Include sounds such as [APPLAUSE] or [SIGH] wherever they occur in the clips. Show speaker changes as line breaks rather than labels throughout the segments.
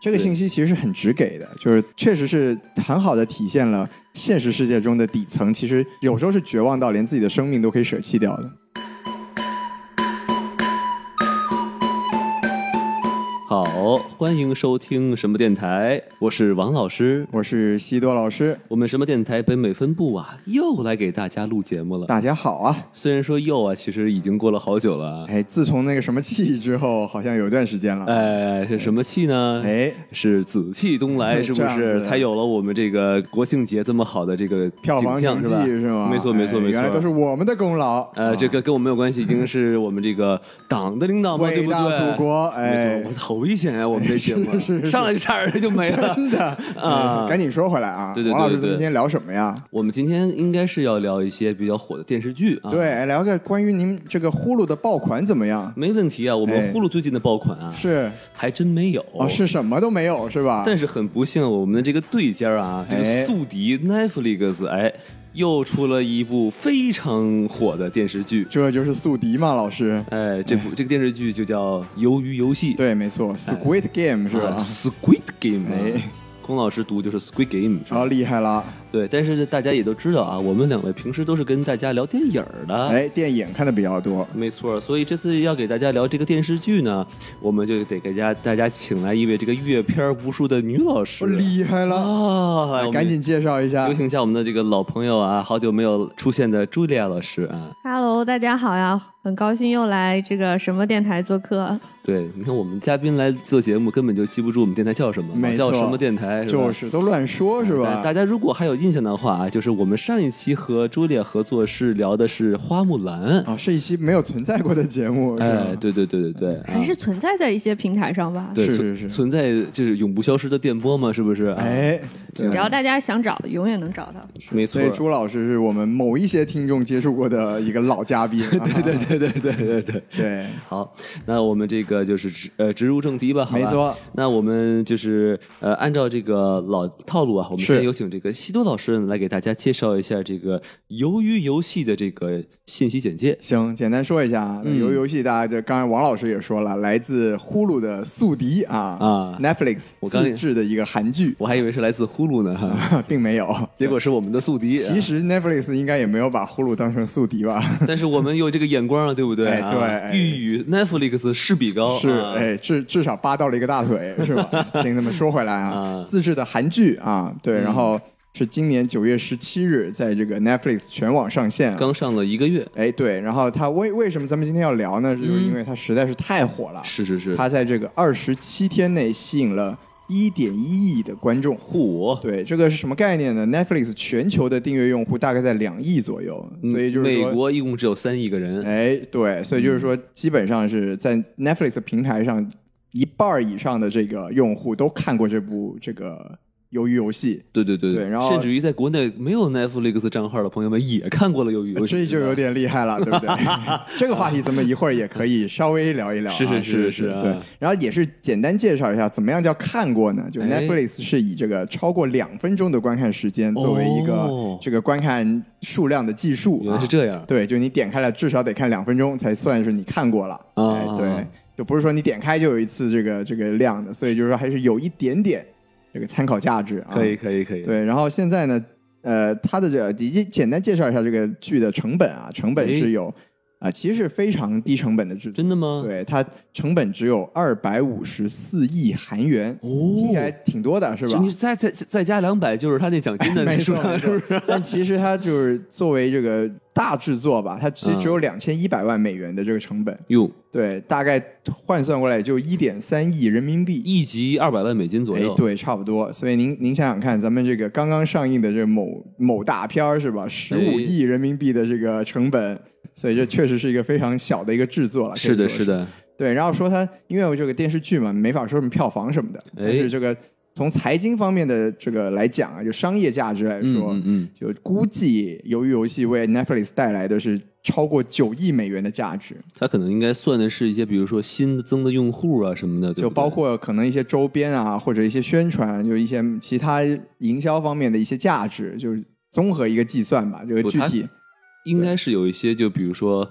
这个信息其实是很直给的，就是确实是很好的体现了现实世界中的底层，其实有时候是绝望到连自己的生命都可以舍弃掉的。
好，欢迎收听什么电台，我是王老师。
我是西多老师，
我们什么电台北美分部啊，又来给大家录节目了。
大家好啊！
虽然说又啊，其实已经过了好久了。
哎，自从那个什么气之后，好像有一段时间了。
哎，是什么气呢？
哎，
是紫气东来，是
[LAUGHS]
不
这样
是
子
才有了我们这个国庆节这么好的这个
票房
景象
成绩
吧？
是吗？
没错，没错，
哎
没错。
原来都是我们的功劳。
呃，这个跟我没有关系，一定是我们这个党的领导嘛，对
啊伟
不
大
对？
祖国，
没
哎
错，我，好危险啊！我们这节目
[LAUGHS] 是是
上来就差点就没了。
真的
[LAUGHS] 啊
哎赶紧说回来啊，
对对对
王老师，
对
咱
对
们今天聊什么呀？
我们今天应该是要聊一些比较火的电视剧啊，，
对，哎聊个关于您这个呼噜的爆款怎么样？
没问题啊。我们
哎
呼噜最近的爆款啊，
是
还真没有
哦，是什么都没有是吧？
但是很不幸，我们的这个对家啊，这个
哎
宿敌 Netflix，哎，又出了一部非常火的电视剧，
这就是宿敌嘛，老师。
哎，这部这个电视剧就叫《鱿鱼游戏》，
对，没错，Squid Game 是吧
哎啊？，Squid Game，、啊
哎哦
孔老师读就是 Squid Game，是吧
然后厉害了，
对，但是大家也都知道啊，我们两位平时都是跟大家聊电影儿的，
哎，电影看的比较多，
没错，所以这次要给大家聊这个电视剧呢，我们就得给大家大家请来一位这个阅片儿无数的女老师。
厉害了，哎
啊！来，我们
赶紧啊介绍一下
有。请一下我们的这个老朋友啊，好久没有出现的茱莉亚老师啊。
Hello，大家好呀，很高兴又来这个什么电台做客。
嗯
对，你看我们嘉宾来做节目，根本就记不住我们电台叫什么，
没错
叫什么电台，吧
就是都乱说，是
对
吧
大？家如果还有印象的话啊，就是我们上一期和茱莉亚合作是聊的是花木兰，
啊，是一期没有存在过的节目，是吧
哎，对对对对对，啊
还是存在在一些平台上吧，
对
是
存
是是
存在就是永不消失的电波嘛，是不是？啊，
哎，对
只要大家想找，永远能找到。
没错
所以。朱老师是我们某一些听众接触过的一个老嘉宾，对 [LAUGHS] 对
[LAUGHS] 对对对对对，
对，
好，那我们这个就是直呃直入正题吧，好吧
没错。
那我们就是呃按照这个老套路啊，我们
是
先有请这个西多老师来给大家介绍一下这个鱿鱼游戏的这个信息简介。
行，简单说一下
嗯
啊，那游游戏大家就刚才王老师也说了，来自呼噜的宿敌啊
啊
Netflix
我刚
自制的一个韩剧， [LAUGHS]
我还以为是来自呼噜呢，哈， [LAUGHS]
并没有。
结果是我们的宿敌。
其，实 Netflix 应该也没有把呼噜当成宿敌吧？
但是我们有这个眼光啊，对不对啊？
哎对哎
欲与 Netflix 势比高。
是，
啊
哎，至至少扒到了一个大腿，是
[LAUGHS]
吧？行，那么说回来啊
啊，嗯
自制的韩剧啊，对，然后是今年九月十七日在这个 Netflix 全网上线啊。
刚上了一个月。
哎，对，然后它为为什么咱们今天要聊呢？
嗯
就是因为它实在是太火了，
是是是，
它在这个二十七天内吸引了一点一亿的观众。
火。
对，这个是什么概念呢？Netflix 全球的订阅用户大概在两亿左右，所以就是
嗯美
说，
国一共只有三亿个人，
哎，对，所以就是说，基本上是在 Netflix 平台上一半儿以上的这个用户都看过这部这个鱿鱼游戏，
对对对
对然后
甚至于在国内没有 Netflix 账号的朋友们也看过了《鱿鱼
[LAUGHS]
[LAUGHS] 游戏》，
这就有点厉
[LAUGHS]
害了，对不对？这个话题咱们一会儿也可以稍微聊一聊啊、
是是是
是
是是啊
对。然后也是简单介绍一下，怎么样叫看过呢？就
哎
Netflix 是以这个超过两分钟的观看时间作为一个
哦
这个观看数量的计数、啊，
原来是这样。
对，就你点开了，至少得看两分钟才算是你看过了。
啊
哎，对，就不是说你点开就有一次这个这个量的，所以就是说还是有一点点这个参考价值啊。
可以。可以可以，
对，然后现在呢，呃，它的这简简单介绍一下这个剧的成本啊，成本
哎
是有啊、其实是非常低成本的制作。
真的吗？，
对，它成本只有二百五十四亿韩元，
哦
听起来挺多的是吧？
[LAUGHS] 你再再再加两百，就是他那奖金的那
[LAUGHS] 没
数
错，
量，
没
是不
错
是？。
[LAUGHS] 但其实它就是作为这个大制作吧，它其实只有
嗯
两千一百万美元的这个成本，
[LAUGHS] 哟，
对，大概换算过来也就一点三亿人民币。
一集二百万美金左
哎
右。，，
对，差不多。所以您您想想看，咱们这个刚刚上映的这某某大片儿是吧？十
哎
五亿人民币的这个成本，所以这确实是一个非常小啊的一个制作了。可以
是的，
说
是的，
对，然后说它因为有这个电视剧嘛，没法说什么票房什么的，但
哎
是这个从财经方面的这个来讲啊，就商业价值来
嗯
说，
嗯嗯，
就估计《鱿鱼游戏》为 Netflix 带来的是超过九亿美元的价值，
他可能应该算的是一些，比如说新增的用户啊什么的，对不对
就包括可能一些周边啊，或者一些宣传，就一些其他营销方面的一些价值，就是综合一个计算吧。这个
不
具
它
体
应该是有一些，就比如说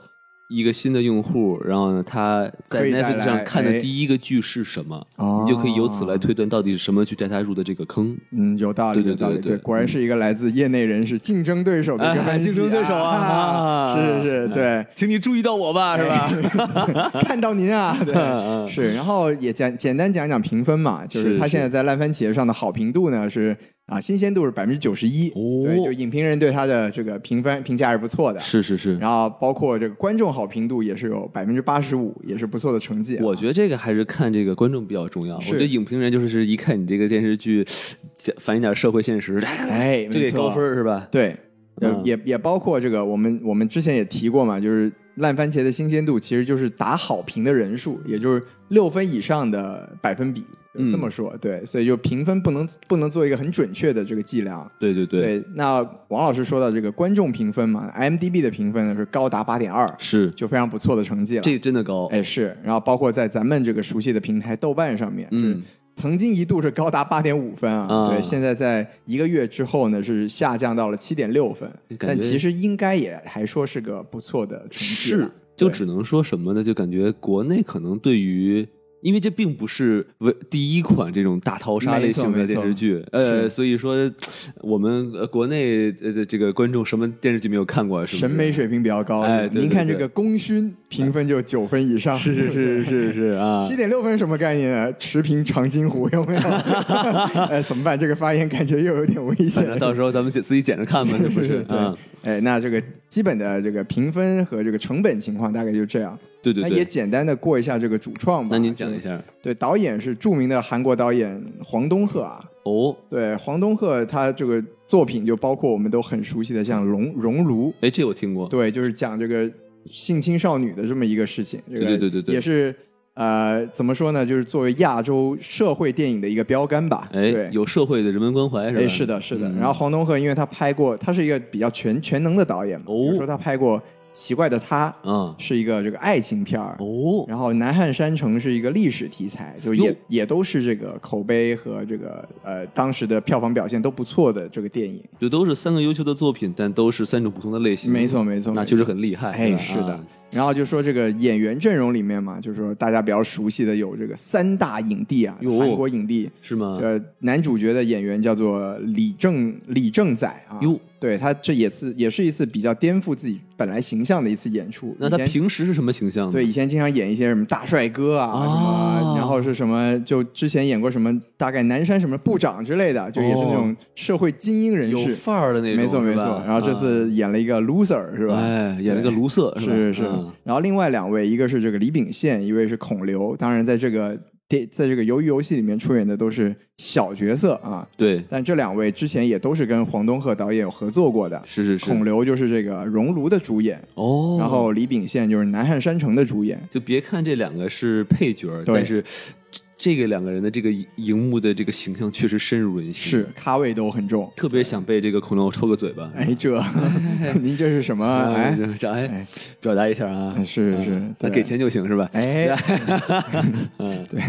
一个新的用户，然后呢，他在
可以带
Netflix
来
上看的
哎
第一个剧是什么，
哦
你就可以由此来推断到底是什么去带他入的这个坑。
嗯，有道理，
对对
有道
对
理，
对嗯
果然是一个来自业内人士、竞争对手的一个
哎
分析
竞争对手啊啊
是是是，对，
请你注意到我吧，是吧？
[LAUGHS]
[LAUGHS]
看到您啊，对，
哎嗯
是，然后也简简单讲讲评分嘛，就是
是
它
是
现在在烂番茄上的好评度呢是啊，新鲜度是百分之九十一，
哦
对，就影评人对它的这个评分评价是不错的，
是是是，
然后包括这个观众好评度也是有百分之八十五，也是不错的成绩啊。
我觉得这个还是看这个观众比较重要。我
是
觉得影评人就是是一看你这个电视剧，讲反映点社会现实，
哎，
就
没
给
错
高分儿是吧？
对，呃
嗯
也也包括这个，我们我们之前也提过嘛，就是烂番茄的新鲜度其实就是打好评的人数，也就是六分以上的百分比，
嗯
这么说对，所以就评分不能不能做一个很准确的这个计量。
对对对，
对，那王老师说到这个观众评分嘛，IMDB 的评分呢是高达八点二，
是
就非常不错的成绩了。
这真的高。
哎是，然后包括在咱们这个熟悉的平台豆瓣上面，是
嗯，
曾经一度是高达八点五分啊，
啊
对，现在在一个月之后呢是下降到了七点六分，
感觉
但其实应该也还说是个不错的成绩了
是，就
对
只能说什么呢？就感觉国内可能对于。因为这并不是为第一款这种大逃杀类型的
没错
电视剧，
是
呃，所以说我们呃国内呃这个观众什么电视剧没有看过啊，是不是
审美水平比较高。
哎
是吧
对对
您看这
对哎
个功勋评分就九分以上，
是是
[LAUGHS]
啊是是是啊，
七点六分什么概念啊？持平长津湖有没
[LAUGHS]
有？哎，怎么办？这个发言感觉又有点危
反
险
正
了。
到时候咱们自自己捡着看吧，是不是？
[LAUGHS] 对
啊，
哎，那这个基本的这个评分和这个成本情况大概就这样。
对对
那也
对。
简单的过一下这个主创吧。
那您
就
讲一下
对，导演是著名的韩国导演黄东赫啊。
哦，
对，黄东赫他这个作品就包括我们都很熟悉的像《熔熔炉
哎，这我听过》，，
对，就是讲这个性侵少女的这么一个事情。这个
对对对对对
也是呃，怎么说呢？就是作为亚洲社会电影的一个标杆吧。
哎
对，，
有社会的人文关怀是吧？
哎，是的，是的。
嗯
然后黄东赫，因为他拍过，他是一个比较全全能的导演嘛，
哦
比如说他拍过《奇怪的他》，
啊，
是一个这个爱情片儿。
哦，
然后《南汉山城》是一个历史题材，就
哟
也也都是这个口碑和这个呃当时的票房表现都不错的这个电影。
就都是三个优秀的作品，但都是三种不同的类型，
没错，没错，
嗯那
没
确实
错
很厉害。
哎，
吧
是的
啊。
然后就说这个演员阵容里面嘛，就是说大家比较熟悉的有这个三大影帝啊，
哟嗯
韩国影帝。
是吗？
呃，男主角的演员叫做李正李正宰啊，
哟
对他这也是也是一次比较颠覆自己本来形象的一次演出。
那
以
他
前
平时是什么形象呢？
对，以前经常演一些什么大帅哥啊，
啊
什么，然后是什么，就之前演过什么，大概南山什么部长之类的，就也是那种社会精英人
哦有
士，
范儿的那种，
没错没
是吧
错。然后这次演了一个 loser 是
啊
吧？
哎，演了个卢瑟，
对
吧
是是是
嗯。
然后另外两位，一个是这个李秉宪，一位是孔刘。当然，在这个电，在这个鱿鱼游戏里面出演的都是小角色啊，
对，
但这两位之前也都是跟黄东赫导演有合作过的。
是是
孔
是。
刘就是这个《熔炉》的主演，
哦，
然后李秉宪就是《南汉山城》的主演。
就别看这两个是配角儿，
对
但是这这个两个人的这个荧幕的这个形象确实深入人心，
是 [LAUGHS] 咖位都很
[LAUGHS]
重。
特别想被这个孔刘抽个嘴巴。
哎，
[LAUGHS]
这您这是什么？哎，
嗯，这哎
哎，
表达一下啊，
是
嗯
是
他
对
给钱就行是嗯吧？ [LAUGHS]
哎， [LAUGHS] 对。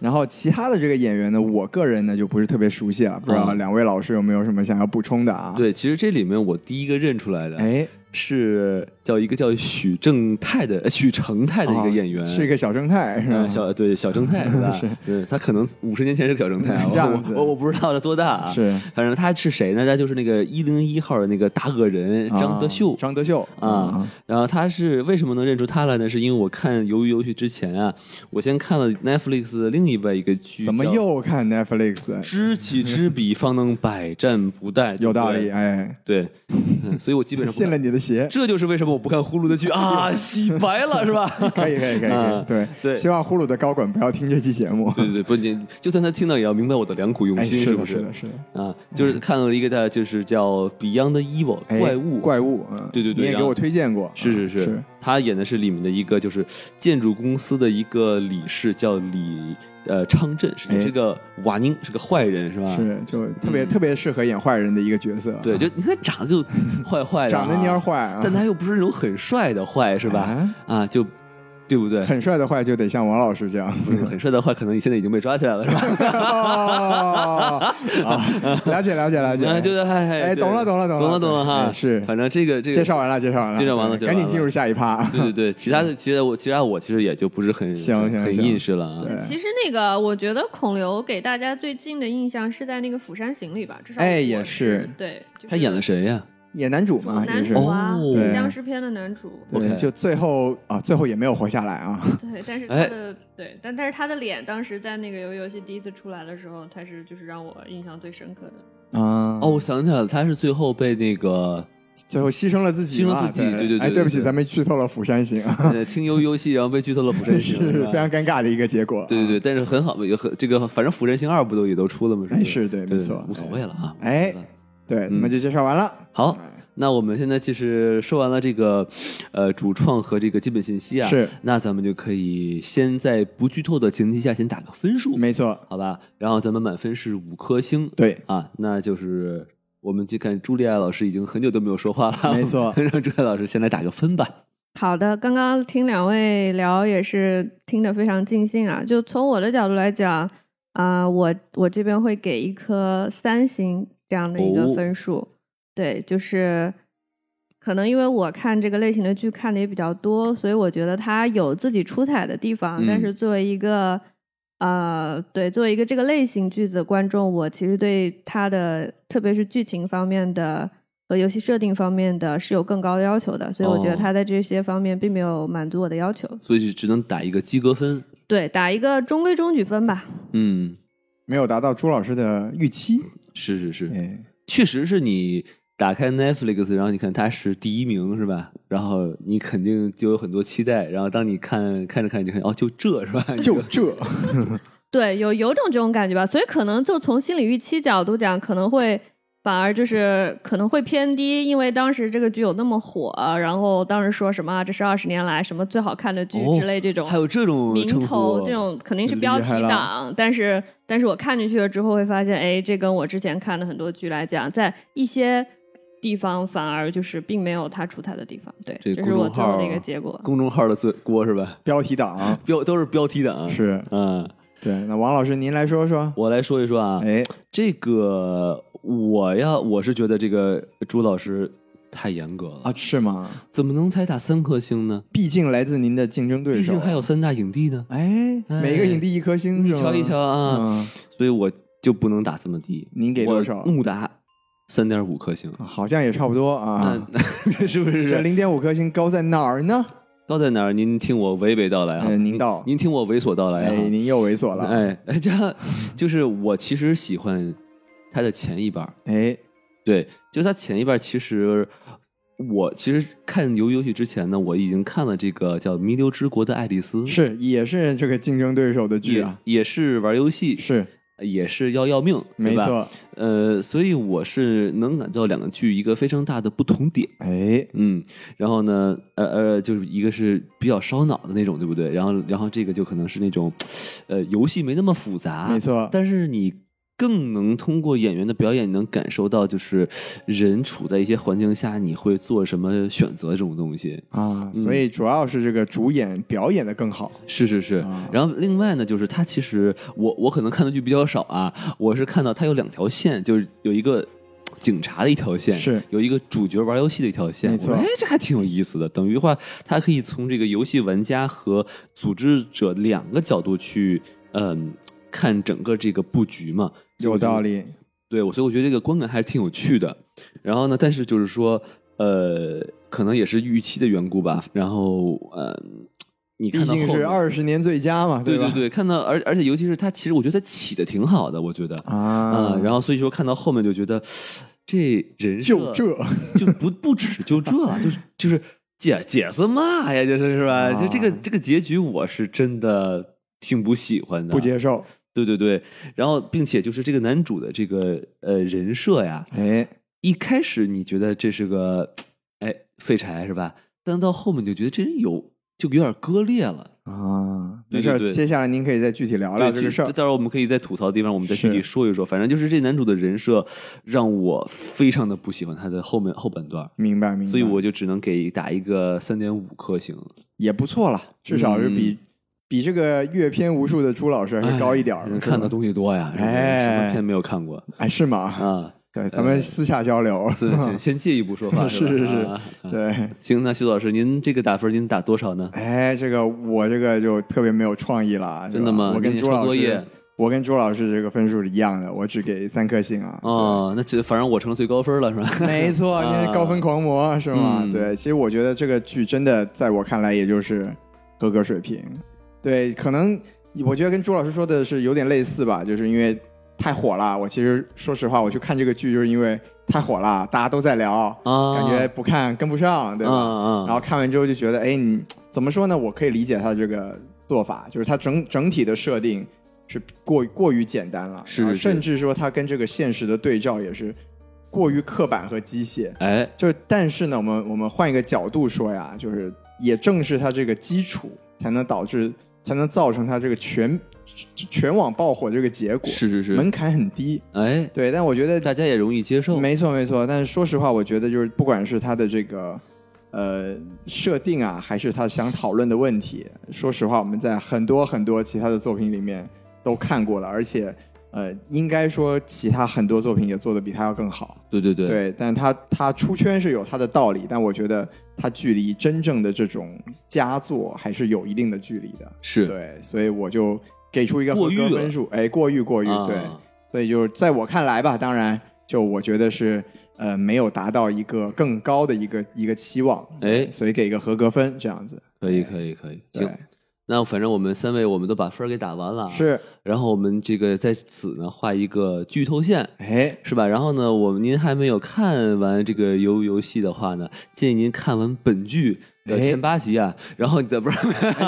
然后其他的这个演员呢，我个人呢就不是特别熟悉啊了，不知道两位老师有没有什么想要补充的啊？，
嗯对，其实这里面我第一个认出来的
哎，
是叫一个叫许正泰的呃许成泰的一个演员，
哦是一个小正太是吧？，
嗯，小对小正太是吧？对，他可能五十年前是个小正太啊
这样子
我我我不知道他多大啊。
是
反正他是谁呢？他就是那个一零一号的那个大恶人呃张德秀
啊。张德秀
啊，然后他是为什么能认出他来呢？是因为我看《鱿鱼游戏》之前啊，我先看了 Netflix 的另一外一个剧，
怎么
叫
又看 Netflix？
知己知彼，方能百战不殆，
[LAUGHS] 有道
对
理，哎，
不对。对， [LAUGHS] 嗯，所以我基本上
[LAUGHS]
不
信
看
了你的邪。
[LAUGHS] 这就是为什么我不看呼噜的剧
[LAUGHS]
啊，洗白了是吧？
可以可以可以可以，
啊
对
对
希望呼噜的高管不要听这期节目。
对对对，不，你就算他听到也要明白我的良苦用
[LAUGHS] 哎，
心，
是
不
的，
是
的，？是的。
啊，就是看了一个他就是叫 Beyond Evil
哎
怪物，
怪物，嗯，
对对对
你也
然
给
后
我推荐过，嗯
是是是，
是
他演的是里面的一个就是建筑公司的一个理事，叫李呃昌镇，是
哎
也是个瓦宁，是个坏人是吧？
是，就特别、特别适合演坏人的一个角色。
啊嗯
嗯
对，就你看长得就坏坏的、
长得蔫儿，坏啊，
但他又不是那种很帅的坏是吧？
啊
啊，就对不对？
很帅的坏就得像王老师
[LAUGHS]
这样。
不是很帅的话，可能你现在已经被抓起来了，是吧？
哦，啊了解了解了解，
啊，对对，嗨嗨，
哎，
对
懂了懂了懂了
懂了懂了哈，
哎是
反正这个这个
介绍完了介绍完了，
介绍完了
对
介绍
赶紧
完
进
了
入下一趴。
[LAUGHS]
啊
对对对，其他的其实我其他我其实也就不是很
行行
很
行
认识了啊。
对
呃其实那个，我觉得孔刘给大家最近的印象是在那个《釜山行》里吧，至少
哎
我
也
是
是
对，就是
他演了谁呀？
演男主
主
嘛，也
男
是
主啊
哦，
对
僵尸片的男主，
对，
OK
就最后啊，最后也没有活下来啊。
对，但是他
哎
的对，但但是他的脸当时在那个游游戏第一次出来的时候，他是就是让我印象最深刻的。
啊，
哦，我想起来了，他是最后被那
[LAUGHS]
个
最后牺牲了自己嘛，
牺牲自己对对对
哎，
对
对不起，
对
咱们剧透了《釜山行》啊，
呃听悠悠戏，然后被剧透
[LAUGHS]
了《釜山行》
是
是
非
吧，
常尴尬的一个结果。啊
对对对，但是很好，也很这个，反正《釜山行二》不都也都出了吗？
哎
不
是对
对，
没错
无所谓了啊。
哎对，咱
嗯
们就介绍完了。
好，那我们现在其实说完了这个，呃，主创和这个基本信息啊，
是，
那咱们就可以先在不剧透的前提下先打个分数，
没错，
好吧？然后咱们满分是五颗星，
对，
啊，那就是我们就看朱莉亚老师已经很久都没有说话了，
没错
[LAUGHS] 让朱莉亚老师先来打个分吧。
好的，刚刚听两位聊也是听得非常尽兴啊。就从我的角度来讲，啊、我我这边会给一颗三星这样的一个
哦
分数。对，就是可能因为我看这个类型的剧看的也比较多，所以我觉得它有自己出彩的地方。
嗯
但是作为一个呃，对，作为一个这个类型剧的观众，我其实对它的，特别是剧情方面的和游戏设定方面的是有更高的要求的，所以我觉得
哦
它在这些方面并没有满足我的要求。
所以就只能打一个及格分，
对，打一个中规中矩分吧。
嗯，
没有达到朱老师的预期。
是是是，
哎，
确实是你打开 Netflix，然后你看它是第一名是吧？然后你肯定就有很多期待，然后当你看看着看着就看哦，就这是吧？
就这，
对，有有种这种感觉吧，所以可能就从心理预期角度讲，可能会反而就是可能会偏低，因为当时这个剧有那么火，然后当时说什么啊这是二十年来什么最好看的剧
哦
之类这
[LAUGHS]
种，
还有这种
名
称
头
呼，啊
这种肯定是
很厉
标题
害了
党，但是但是我看进去了之后会发现，哎，这跟我之前看的很多剧来讲，在一些地方反而就是并没有它出彩的地方，对，
这
这
公
是我
众
最后的一
号
个结果。
公众号的罪锅是吧？
标题 [LAUGHS] 党
[LAUGHS] 标都是标题党，
啊是
嗯，
对。那王老师，您来说说。
我来说一说啊，
哎，
这个我要我是觉得这个朱老师太严格了
啊，，是吗？
怎么能才打三颗星呢？
毕竟来自您的竞争对手，
毕竟还有三大影帝呢，
哎，每个影帝一颗星，
你
是吗
瞧一瞧啊，
嗯，
所以我就不能打这么低。
您给多少啊
我怒打三点五颗星，
好像也差不多啊。
那 [LAUGHS] 是不
这
是？
零点五颗星高在哪儿呢？
高在哪儿？您听我娓娓道来啊，
哎您道
您听我猥琐道来
哎，
啊，
您又猥琐了。
哎哎， [LAUGHS] 这样就是我其实喜欢他的前一半儿，
哎，
对，就他前一半儿其实。我其实看《游游戏》之前呢，我已经看了这个叫《弥留之国的爱丽丝》，
是也是这个竞争对手的剧
也
啊，
也是玩游戏，
嗯是
也是要要命，对
没
吧。
错。
呃，所以我是能感到两个剧一个非常大的不同点。
哎，
嗯，然后呢，呃呃，就是一个是比较烧脑的那种，对不对？然后，然后这个就可能是那种，呃，游戏没那么复杂，
没错
但是你更能通过演员的表演，你能感受到就是人处在一些环境下你会做什么选择这种东西。
啊，所以主要是这个主演表演的更好。
是是是
啊。
然后另外呢，就是他其实我我可能看的剧比较少啊，我是看到他有两条线，就是有一个。警察的一条线
是
有一个主角玩游戏的一条线，
没错
我说哎，这还挺有意思的。等于话，他可以从这个游戏玩家和组织者两个角度去，嗯，看整个这个布局嘛。
有道理，
对，我所以我觉得这个观感还是挺有趣的。然后呢，但是就是说，呃，可能也是预期的缘故吧。然后，呃，你看
毕
到
竟
后
是
面
二十年最佳嘛，
对
吧？
对对，看到而而且尤其是他，其实我觉得他起的挺好的，我觉得，
啊，
嗯，然后所以说看到后面就觉得这人
就
设
这
就不不止就这，就是就是解解释嘛呀，就是是吧？
啊
就这个这个结局，我是真的挺不喜欢的，
不接受。
对对对，然后并且就是这个男主的这个呃人设呀，
哎，
一开始你觉得这是个哎废柴是吧？但到后面你就觉得这人有就有点割裂了。
啊，
对
没
对
事儿
对
接下来您可以再具体聊聊
对
这个
具
事
到
儿。
时候我们可以在吐槽的地方，我们再具体
是
说一说。反正就是这男主的人设让我非常的不喜欢他的后面后半段，
明白明白，
所以我就只能给打一个三点五颗星。
也不错了，至少是比、比这个阅片无数的朱老师还是高一点儿
嗯哎
的
人
是吧
看的东西多呀，人
哎
什么片没有
[LAUGHS]
看过
哎是吗？
啊？
对，咱们私下交流。
是
[LAUGHS]
先先借一步说话，
是
吧
是是
啊啊
[LAUGHS] 对，
行，那徐老师，您这个打分您打多少呢？
哎，这个我这个就特别没有创意了，是吧
真的吗
我跟
你
朱
抄
老
作业
师，我跟朱老师这个分数是一样的，我只给三颗星啊。
哦，那这反正我成了最高分了，是 [LAUGHS] 吧？
没错，
啊
你是高分狂魔是吗？
嗯
对，其实我觉得这个剧真的在我看来也就是合格水平。对，可能我觉得跟朱老师说的是有点类似吧，就是因为太火了。我其实说实话，我去看这个剧就是因为太火了，大家都在聊，
啊，
感觉不看跟不上，对吧？
嗯嗯
然后看完之后就觉得，哎，你怎么说呢？我可以理解他这个做法，就是他整整体的设定是过过于简单了，
是
然后
是
甚至说他跟这个现实的对照也是过于刻板和机械。
哎，
就是，但是呢，我们我们换一个角度说呀，就是也正是它这个基础，才能导致，才能造成它这个全全网爆火这个结果，
是是是，
门槛很低。
哎，
对，但我觉得
大家也容易接受，
没错没错，但是说实话，我觉得就是不管是他的这个呃设定啊，还是他想讨论的问题，说实话，我们在很多很多其他的作品里面都看过了，而且呃，应该说其他很多作品也做的比他要更好。
对对对，
对，但他他出圈是有他的道理，但我觉得他距离真正的这种佳作还是有一定的距离的。
是
对，所以我就给出一个合
过誉
格
了
分数，哎，过誉过誉，
啊
对。所以就是在我看来吧，当然就我觉得是呃没有达到一个更高的一个一个期望，
哎，
所以给一个合格分这样子。
可以可以可以，
对
行，，那反正我们三位我们都把分儿给打完了，。啊
是
然后我们这个在此呢画一个剧透线，
哎，
是吧？然后呢，我们您还没有看完这个游游戏的话呢，建议您看完本剧的
哎
前八集啊，然后你再不是、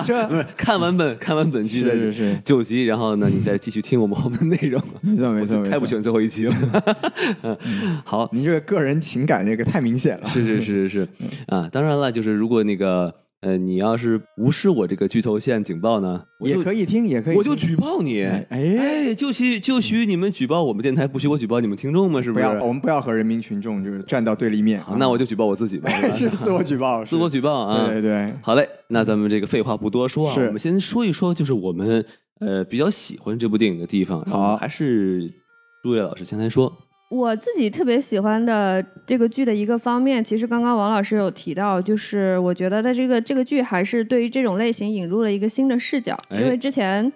这
[LAUGHS] 不是看完本看完本剧
是
的
是是，
九集，然后呢，你再继续听我们后面内容。
没错没
我
错
就
没
太不喜
错，
欢最后一集了。 [LAUGHS] 嗯，好，
您这个个人情感这个太明显了，
[LAUGHS] 是是是是是
嗯
啊，当然了，就是如果那个呃，你要是无视我这个剧透线警报呢，我
也
就
可以听，也可以听，
我就举报你。
哎哎，
哎，就许就许你们举报我们电台，不许我举报你们听众吗？是
不
是？
要我们不要和人民群众就是站到对立面啊
好，那我就举报我自己吧，是吧
[LAUGHS] 是自我举报，
[LAUGHS] 自我
举
举报啊。
对对对，
好嘞，那咱们这个废话不多说啊，
是
我们先说一说，就是我们呃比较喜欢这部电影的地方。然后
好
还是朱越老师先来说。
我自己特别喜欢的这个剧的一个方面，其实刚刚王老师有提到，就是我觉得在这个这个剧还是对于这种类型引入了一个新的视角，
哎
因为之前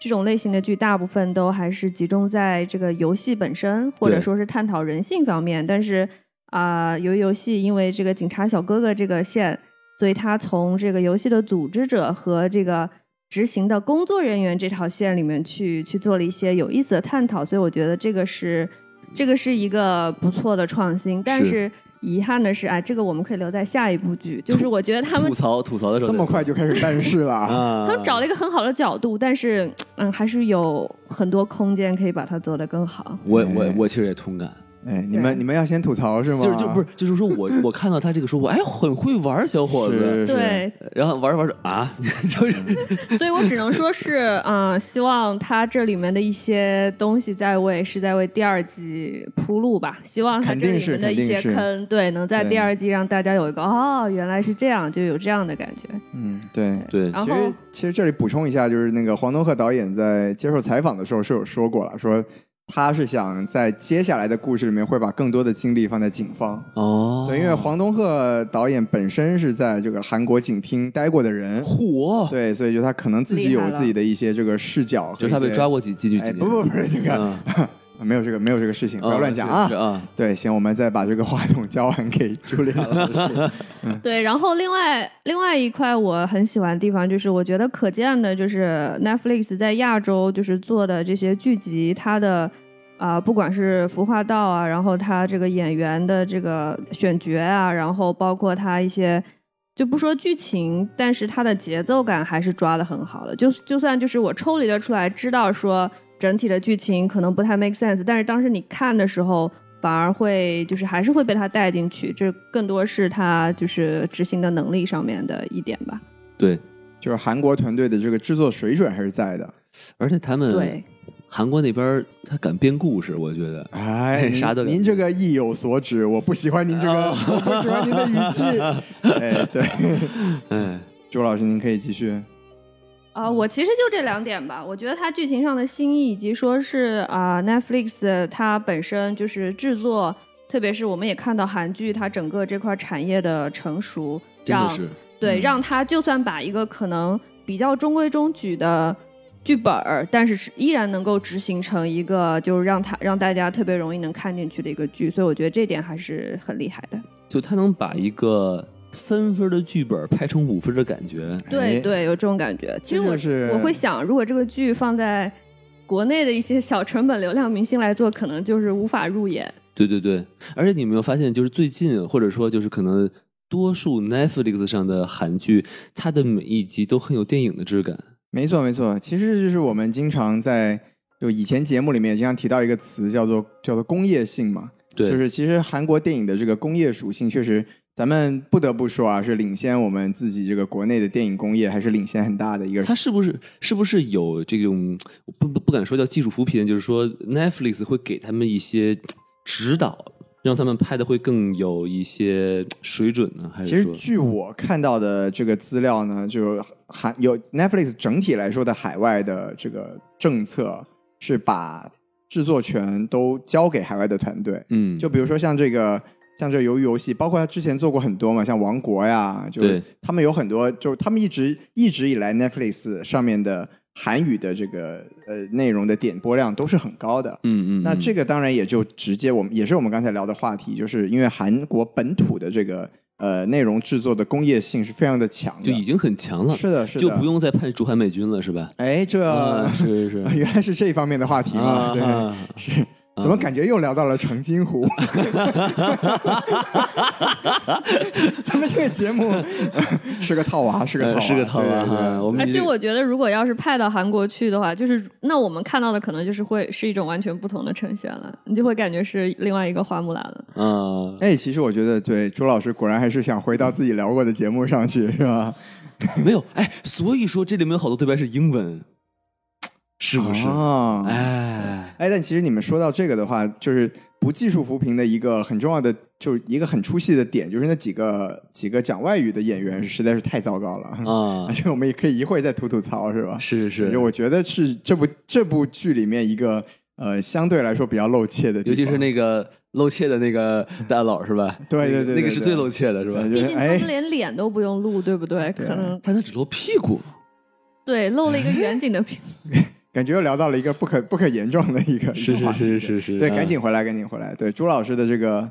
这种类型的剧大部分都还是集中在这个游戏本身，或者说是探讨人性方面，但是啊、由于游戏因为这个警察小哥哥这个线，所以他从这个游戏的组织者和这个执行的工作人员这条线里面去去做了一些有意思的探讨，所以我觉得这个是这个是一个不错的创新，但是遗憾的是，哎，这个我们可以留在下一部剧，就是我觉得他们
吐槽吐槽的时候
这
再
么
说
快就开始但是了啊。
啊，
他们找了一个很好的角度，但是嗯，还是有很多空间可以把它做得更好。
我我我其实也同感，
哎，你
对
们你们要先吐槽是吗？
嗯就是就不是就是说我我看到他这个时候，我哎很会玩儿小伙
是嗯
子，
对，
[LAUGHS] 然后玩着玩着啊， [LAUGHS] 就是
所以我只能说是，嗯、希望它这里面的一些东西在为是在为第二季铺路吧。希望它这里面的一些
肯定是肯定
坑，对，能在
对
第二季让大家有一个哦，原来是这样，就有这样的感觉。
嗯，对。
对
然
其
后
实，其实这里补充一下，就是那个黄东赫导演在接受采访的时候是有说过了，说他是想在接下来的故事里面会把更多的精力放在警方。
哦，
对，因为黄东赫导演本身是在这个韩国警厅待过的人，
火，
对，所以就他可能自己
厉害
有
了
自己的一些这个视角和一些。
就是他被抓过几进去几
哎，
年，
不不不是这个，
嗯，
[LAUGHS] 没有这个没有这个事情，不要乱讲
嗯
啊
是。是啊，
对，行，我们再把这个话筒交还给朱莉亚老
[LAUGHS]
师。
对，然后另外另外一块我很喜欢的地方就是，我觉得可见的就是 Netflix 在亚洲就是做的这些剧集，它的啊、不管是服化道啊，然后它这个演员的这个选角啊，然后包括它一些就不说剧情，但是它的节奏感还是抓的很好的。就就算就是我抽离了出来，知道说整体的剧情可能不太 make sense，但是当时你看的时候，反而会就是还是会被它带进去。这更多是它就是执行的能力上面的一点吧。
对，
就是韩国团队的这个制作水准还是在的。
而且他们
对，
韩国那边儿他敢编故事，我觉
[LAUGHS]
得
哎，
啥都哦
您
敢
您这个意有所指，我不喜欢您这个， [LAUGHS] 我不喜欢您的语气。
[LAUGHS]
哎，对，
哎，
朱老师，您可以继续。
啊、我其实就这两点吧。我觉得它剧情上的新意，以及说是啊、Netflix 它本身就是制作，特别是我们也看到韩剧它整个这块产业的成熟，
真的
让
是
对
嗯
让它就算把一个可能比较中规中矩的剧本儿，但是是依然能够执行成一个就是让它让大家特别容易能看进去的一个剧，所以我觉得这点还是很厉害的。
就他能把一个三分的剧本拍成五分的感觉，
哎
对对，有这种感觉。其实
这就
我
是
我会想，如果这个剧放在国内的一些小成本流量明星来做，可能就是无法入眼。
对对对，而且你有没有发现，就是最近或者说就是可能多数 Netflix 上的韩剧，它的每一集都很有电影的质感。
没错，没错，其实就是我们经常在就以前节目里面也经常提到一个词，叫做叫做工业性嘛，
对，
就是其实韩国电影的这个工业属性，确实咱们不得不说啊，是领先我们自己这个国内的电影工业，还是领先很大的一个
它。是不是是不是有这种我不不不敢说叫技术扶贫，就是说 Netflix 会给他们一些指导，让他们拍的会更有一些水准呢？还
其
是
实
说嗯
据我看到的这个资料呢，就韩有 Netflix 整体来说的海外的这个政策是把制作权都交给海外的团队，
嗯，
就比如说像这个，像这个鱿鱼游戏，包括他之前做过很多嘛，像《王国》呀，就是
对
他们有很多，就是他们一直一直以来 Netflix 上面的韩语的这个呃内容的点播量都是很高的。
嗯嗯，
那
嗯
这个当然也就直接我们也是我们刚才聊的话题，就是因为韩国本土的这个呃内容制作的工业性是非常的强的，
就已经很强了，
是的，是的，
就不。用再判驻韩美军了，是吧？
哎，这、
啊，是是是，
[LAUGHS] 原来是这方面的话题嘛？哎对，
啊，
是。怎么感觉又聊到了长津湖？ [LAUGHS] 咱们这个节目呃是个套娃，是个套
呃
娃，
是个套娃
对对
哈，
对
我们
而
已
且
经
我觉得，如果要是派到韩国去的话，就是那我们看到的可能就是会是一种完全不同的呈现了，你就会感觉是另外一个花木兰了。
啊，
哎，其实我觉得，对朱老师果然还是想回到自己聊过的节目上去，是吧？
没有哎，所以说这里面有好多对白是英文，是不是？
啊，
哎，
哎，但其实你们说到这个的话，就是不技术扶贫的一个很重要的，就是一个很出戏的点，就是那几个几个讲外语的演员实在是太糟糕 [LAUGHS] 了。
啊，
这个我们也可以一会儿再吐吐槽，是吧？
是是，
哎就是我觉得是这部这部剧里面一个呃相对来说比较露怯的地方，
尤其是那个露怯的那个大佬是吧？
嗯对对对
那个
对
是
对
最露怯的是吧
对？就
毕
是
竟他
哎
们连脸都不用露，对不对？
对
可能
但他只露屁股，
对露了一个远景的屏幕。
感觉又聊到了一个不可不可言状的一个
是
一个
是
话题
是是是，
对，
啊
赶紧回来，赶紧回来。对，朱老师的这个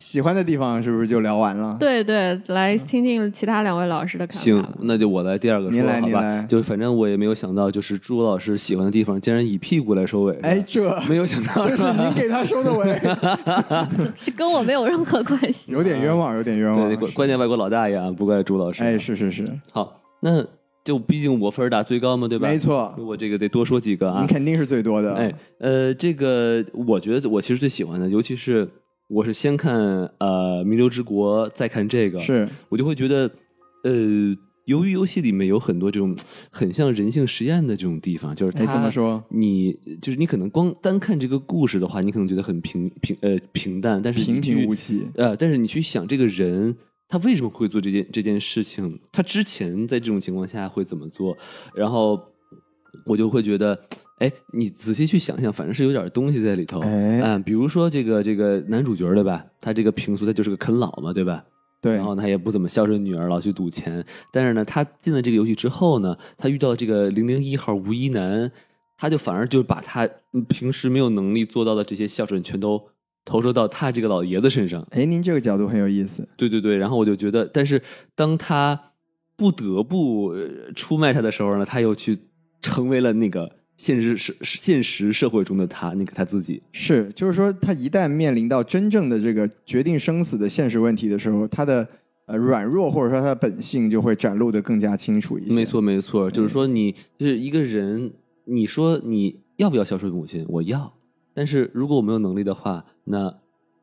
喜欢的地方是不是就聊完了？
对对，来听听其他两位老师的看法。
行，那就我来第二个
您
说
来
好
您来
吧？就反正我也没有想到，就是朱老师喜欢的地方竟然以屁股来收尾，是吧
哎，这 [LAUGHS]
没有想到
这
是吧
是您给他收的尾，
这跟我没有任何关系。
[LAUGHS] 有点冤枉，有点冤枉
对，。关关键外国老大爷啊，不怪朱老师。
哎，是是是，
好，那就毕竟我分儿打最高嘛，对吧？
没，错，
我这个得多说几个啊。
您肯定是最多的。
哎，呃，这个我觉得我其实最喜欢的，尤其是我是先看呃《弥留之国》，再看这个，
是
我就会觉得，呃，由于游戏里面有很多这种很像人性实验的这种地方，就是
哎，
它
怎么说？
你就是你可能光单看这个故事的话，你可能觉得很平平呃平淡，但是你
平
去
平无奇。
呃，但是你去想这个人他为什么会做这件这件事情，他之前在这种情况下会怎么做，然后我就会觉得，哎，你仔细去想想，反正是有点东西在里头。
哎
嗯、比如说这个这个男主角对吧？他这个平俗他就是个啃老嘛，对吧？
对
然，后他也不怎么孝顺女儿，老去赌钱。但是呢，他进了这个游戏之后呢，他遇到这个零零一号吴一男，他就反而就把他嗯平时没有能力做到的这些孝顺全都投射到他这个老爷子身上。
哎，您这个角度很有意思。
对对对，然后我就觉得，但是当他不得不呃出卖他的时候呢，他又去成为了那个现实社现实社会中的他，那个他自己。
是，就是说，他一旦面临到真正的这个决定生死的现实问题的时候，他的呃软弱或者说他的本性就会展露的更加清楚一些。嗯
没，错没错，就是说你就是一个人，你说你要不要孝顺母亲？我要，但是如果我没有能力的话，那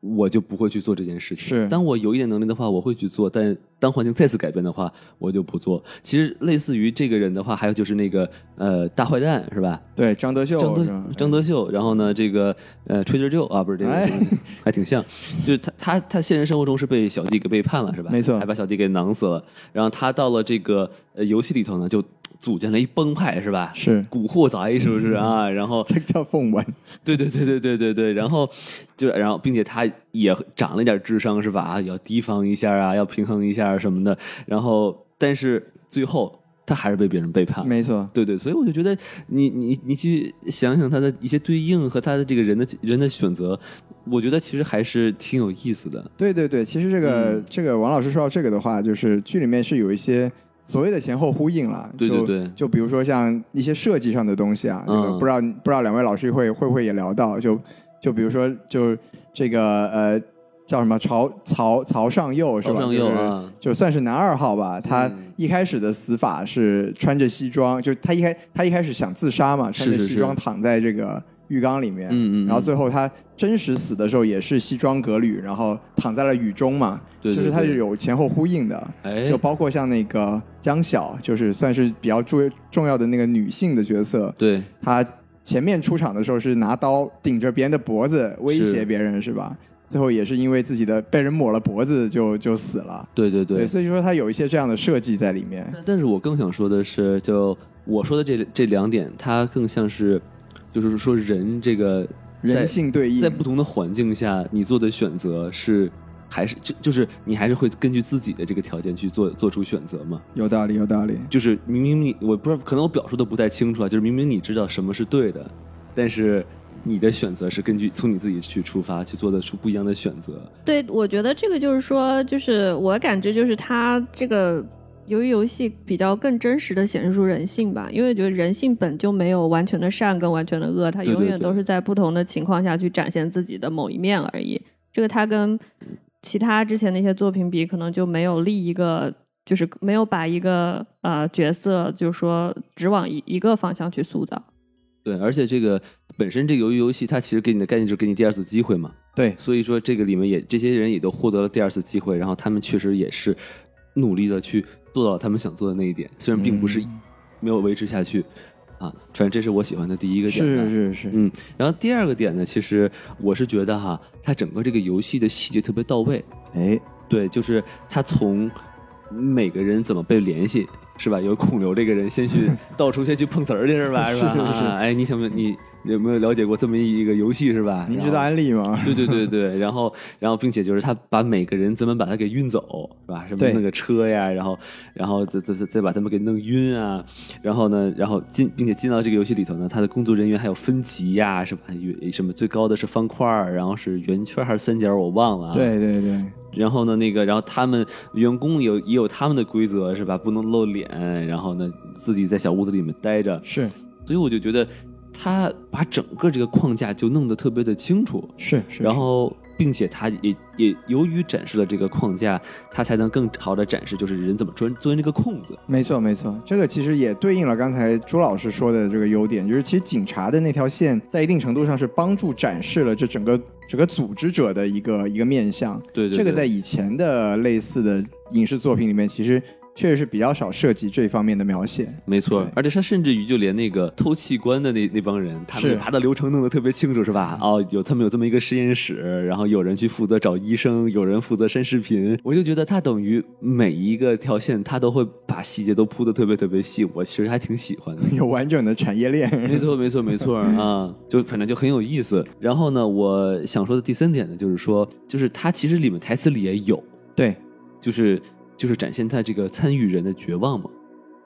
我就不会去做这件事情。
是
当我有一点能力的话，我会去做；但当环境再次改变的话，我就不做。其实类似于这个人的话，还有就是那个呃大坏蛋是吧？
对，张德秀
张
是吧
德张德秀，然后呢，这个呃吹角舅啊，不是这个，
哎 [LAUGHS]
还挺像，就是他他他现实生活中是被小弟给背叛了，是吧？
没错
还把小弟给囊死了。然后他到了这个呃游戏里头呢，就组建了一帮派，是吧？
哎是
古惑仔是不是啊？然后
这个叫凤文，
对对对对对对对，然后就然后，并且他也长了一点智商是吧？啊，要提防一下啊，要平衡一下什么的。然后，但是最后他还是被别人背叛了。
没错，
对对，所以我就觉得你你你去想想他的一些对应和他的这个人的人的选择，我觉得其实还是挺有意思的。
对对对，其实这个、
嗯
这个王老师说到这个的话，就是剧里面是有一些所谓的前后呼应了。
对对
就
对
就比如说像一些设计上的东西啊，这个
嗯
不知道不知道两位老师会会不会也聊到？就就比如说就这个呃叫什么曹曹曹尚佑是吧？
曹尚佑
就是
啊
就算是男二号吧，他
嗯
一开始的死法是穿着西装，就他一开他一开始想自杀嘛，穿着
是是
西装
是
躺在这个浴缸里面，
嗯嗯嗯
然后最后他真实死的时候也是西装革履，然后躺在了雨中嘛，
对对
就是他
对
是有前后呼应的，
哎
就包括像那个江晓，就是算是比较重重要的那个女性的角色，
对，
她前面出场的时候是拿刀顶着别人的脖子威胁
是
别人是吧？最后也是因为自己的被人抹了脖子就就死了。
对对对。
所以说它有一些这样的设计在里面。
但但是我更想说的是，就我说的这这两点，它更像是，就是说人这个在
人性对应，
在不同的环境下，你做的选择是还是就就是你还是会根据自己的这个条件去做做出选择嘛？
有道理，有道理。
就是明明你我不知道，可能我表述的不太清楚啊，就是明明你知道什么是对的，但是你的选择是根据从你自己去出发去做的出不一样的选择。
对，我觉得这个就是说，就是我感觉就是它这个由于游戏比较更真实的显示出人性吧，因为觉得人性本就没有完全的善跟完全的恶，它
对对
永远
对
都是在不同的情况下去展现自己的某一面而已。这个它跟其他之前的一些作品比，可能就没有立一个。就是没有把一个呃角色，就是说只往一一个方向去塑造。
对，而且这个本身这个鱿鱼游戏，它其实给你的概念就是给你第二次机会嘛。
对，
所以说这个里面也这些人也都获得了第二次机会，然后他们确实也是努力的去做到了他们想做的那一点，虽然并不是
嗯
没有维持下去、啊，反正这是我喜欢的第一个点吧。
是是是，
嗯，然后第二个点呢，其实我是觉得哈，它整个这个游戏的细节特别到位。
哎，
对，就是他从每个人怎么被联系，是吧？有孔刘这个人先
[LAUGHS]
去到处先去碰瓷儿去，是吧？是吧？
是是
哎，你想不想你有没有了解过这么一个游戏，是吧？
您
然
知道啊
后
安利吗？
[LAUGHS] 对对对对，然后然后并且就是他把每个人怎么把他给运走，是吧？什么
对
那个车呀，然后然后再再再再把他们给弄晕啊，然后呢，然后进并且进到这个游戏里头呢，他的工作人员还有分级呀，什么什么最高的是方块儿，然后是圆圈还是三角，我忘了啊。
对对对，
然后呢，那个，然后他们员工有也有他们的规则是吧？不能露脸，然后呢，自己在小屋子里面待着。
是
所以我就觉得他把整个这个框架就弄得特别的清楚，
是是。
然后并且他也也由于展示了这个框架，他才能更好的展示就是人怎么钻钻这个空子。
没错，没错，这个其实也对应了刚才朱老师说的这个优点，就是其实警察的那条线在一定程度上是帮助展示了这整个整个组织者的一个一个面相。
对对
这个
对
在以前的类似的影视作品里面，其实确实是比较少涉及这方面的描写。 [LAUGHS]
没错
对，
而且他甚至于就连那个偷器官的那那帮人，他
是嗯
们把他的流程弄得特别清楚，是吧？哦，有他们有这么一个实验室，然后有人去负责找医生，有人负责删视频。我就觉得他等于每一个条线，他都会把细节都铺的特别特别细，我其实还挺喜欢的。 [LAUGHS]
有完整的产业
没
链，
错，没错，没错啊！就反正就很有意思。然后呢，我想说的第三点呢，就是说，就是他其实里面台词里也有，
对，
就是就是展现他这个参与人的绝望嘛，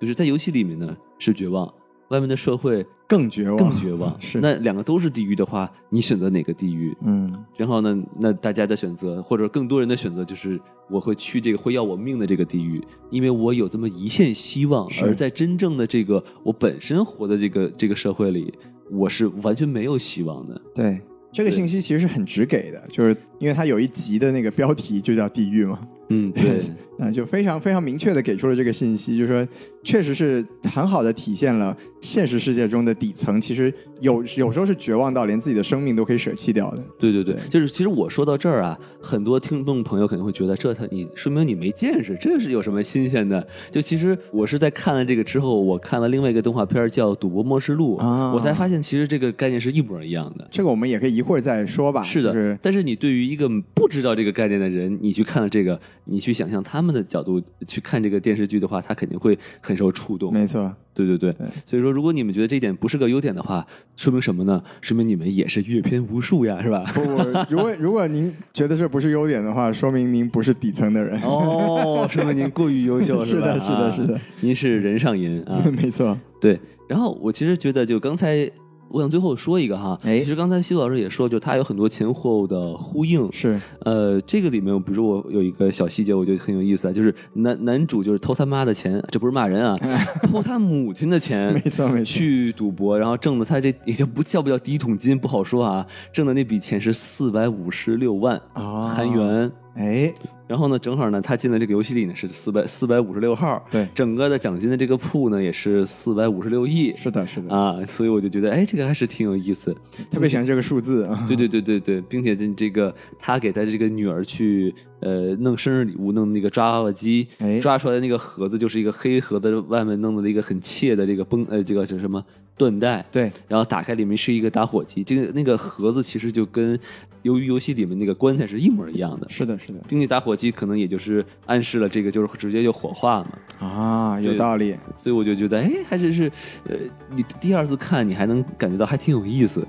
就是在游戏里面呢是绝望，外面的社会
更绝望，
更绝望。
[LAUGHS] 是
那两个都是地狱的话，你选择哪个地狱？
嗯，
然后呢，那大家的选择或者更多人的选择就是我会去这个会要我命的这个地狱，因为我有这么一线希望。
是
而在真正的这个我本身活的这个这个社会里，我是完全没有希望的。
对。这个
对
信息其实是很直给的，就是因为它有一集的那个标题就叫地狱嘛，
嗯， [LAUGHS] 对，
啊，就非常非常明确的给出了这个信息，就是说，确实是很好的体现了现实世界中的底层，其实有有时候是绝望到连自己的生命都可以舍弃掉的。
对对对
对，
就是其实我说到这儿啊，很多听众朋友可能会觉得这他你说明你没见识，这是有什么新鲜的？就其实我是在看了这个之后，我看了另外一个动画片儿叫《赌博默示录》
啊
我才发现其实这个概念是一模一样的。
这个我们也可以一会儿再说吧。
是
啊就
的，
是
但是你对于一个不知道这个概念的人，你去看了这个，你去想象他们的角度去看这个电视剧的话，他肯定会很受触动。
没错，
对对对，
对
所以说，如果你们觉得这一点不是个优点的话，说明什么呢？说明你们也是阅片无数呀，是吧？
不不，如果如果您觉得这不是优点的话，说明您不是底层的 [LAUGHS] 人。
哦，说明您过于
[LAUGHS]
优秀，
是
吧？
的，是的，
啊
是的，。
您是人上人啊
嗯没错。
[LAUGHS] 对，然后我其实觉得，就刚才我想最后说一个哈，
哎
其实刚才西子老师也说，就他有很多前后的呼应。
是
呃，这个里面，比如说我有一个小细节，我觉得很有意思啊，就是男男主就是偷他妈的钱，这不是骂
[LAUGHS]
人啊，偷他母亲的钱，
没错没错
去赌博，然后挣的他这也就不叫不叫第一桶金不好说啊，挣的那笔钱是四百五十六万
啊
韩元。
哎，
然后呢，正好呢，他进了这个游戏里呢是四百四百五十六号，
对
整个的奖金的这个铺呢也是四百五十六亿，
是的，是的，
啊，所以我就觉得，哎，这个还是挺有意思。
特别喜欢这个数字啊。
对对对对对，并且这这个他给他这个女儿去呃弄生日礼物，弄那个抓娃娃机，
哎
抓出来的那个盒子就是一个黑盒子，外面弄的一个很切的这个绷呃这个叫什么缎带，
对，
然后打开里面是一个打火机，这个那个盒子其实就跟由于游戏里面那个棺材是一模一样的。
是的，是的
并且打火机可能也就是暗示了这个就是直接就火化嘛，
啊，有
对
道理。
所以我就觉得，哎，还是是，呃，你第二次看你还能感觉到还挺有意思，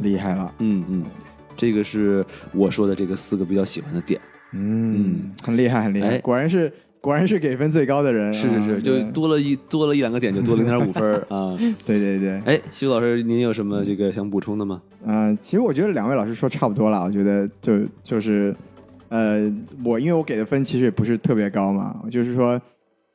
厉害了，
嗯嗯，这个是我说的这个四个比较喜欢的点，
嗯
嗯，
很厉害，很厉害，
哎
果然是果然是给分最高的人啊，
是是是，就
对
多了一多了一两个点，就多零点五分儿
[LAUGHS]
啊。
对对对，
哎，徐老师，您有什么这个想补充的吗？
嗯，其实我觉得两位老师说差不多了，我觉得就就是，呃，我因为我给的分其实也不是特别高嘛，我就是说，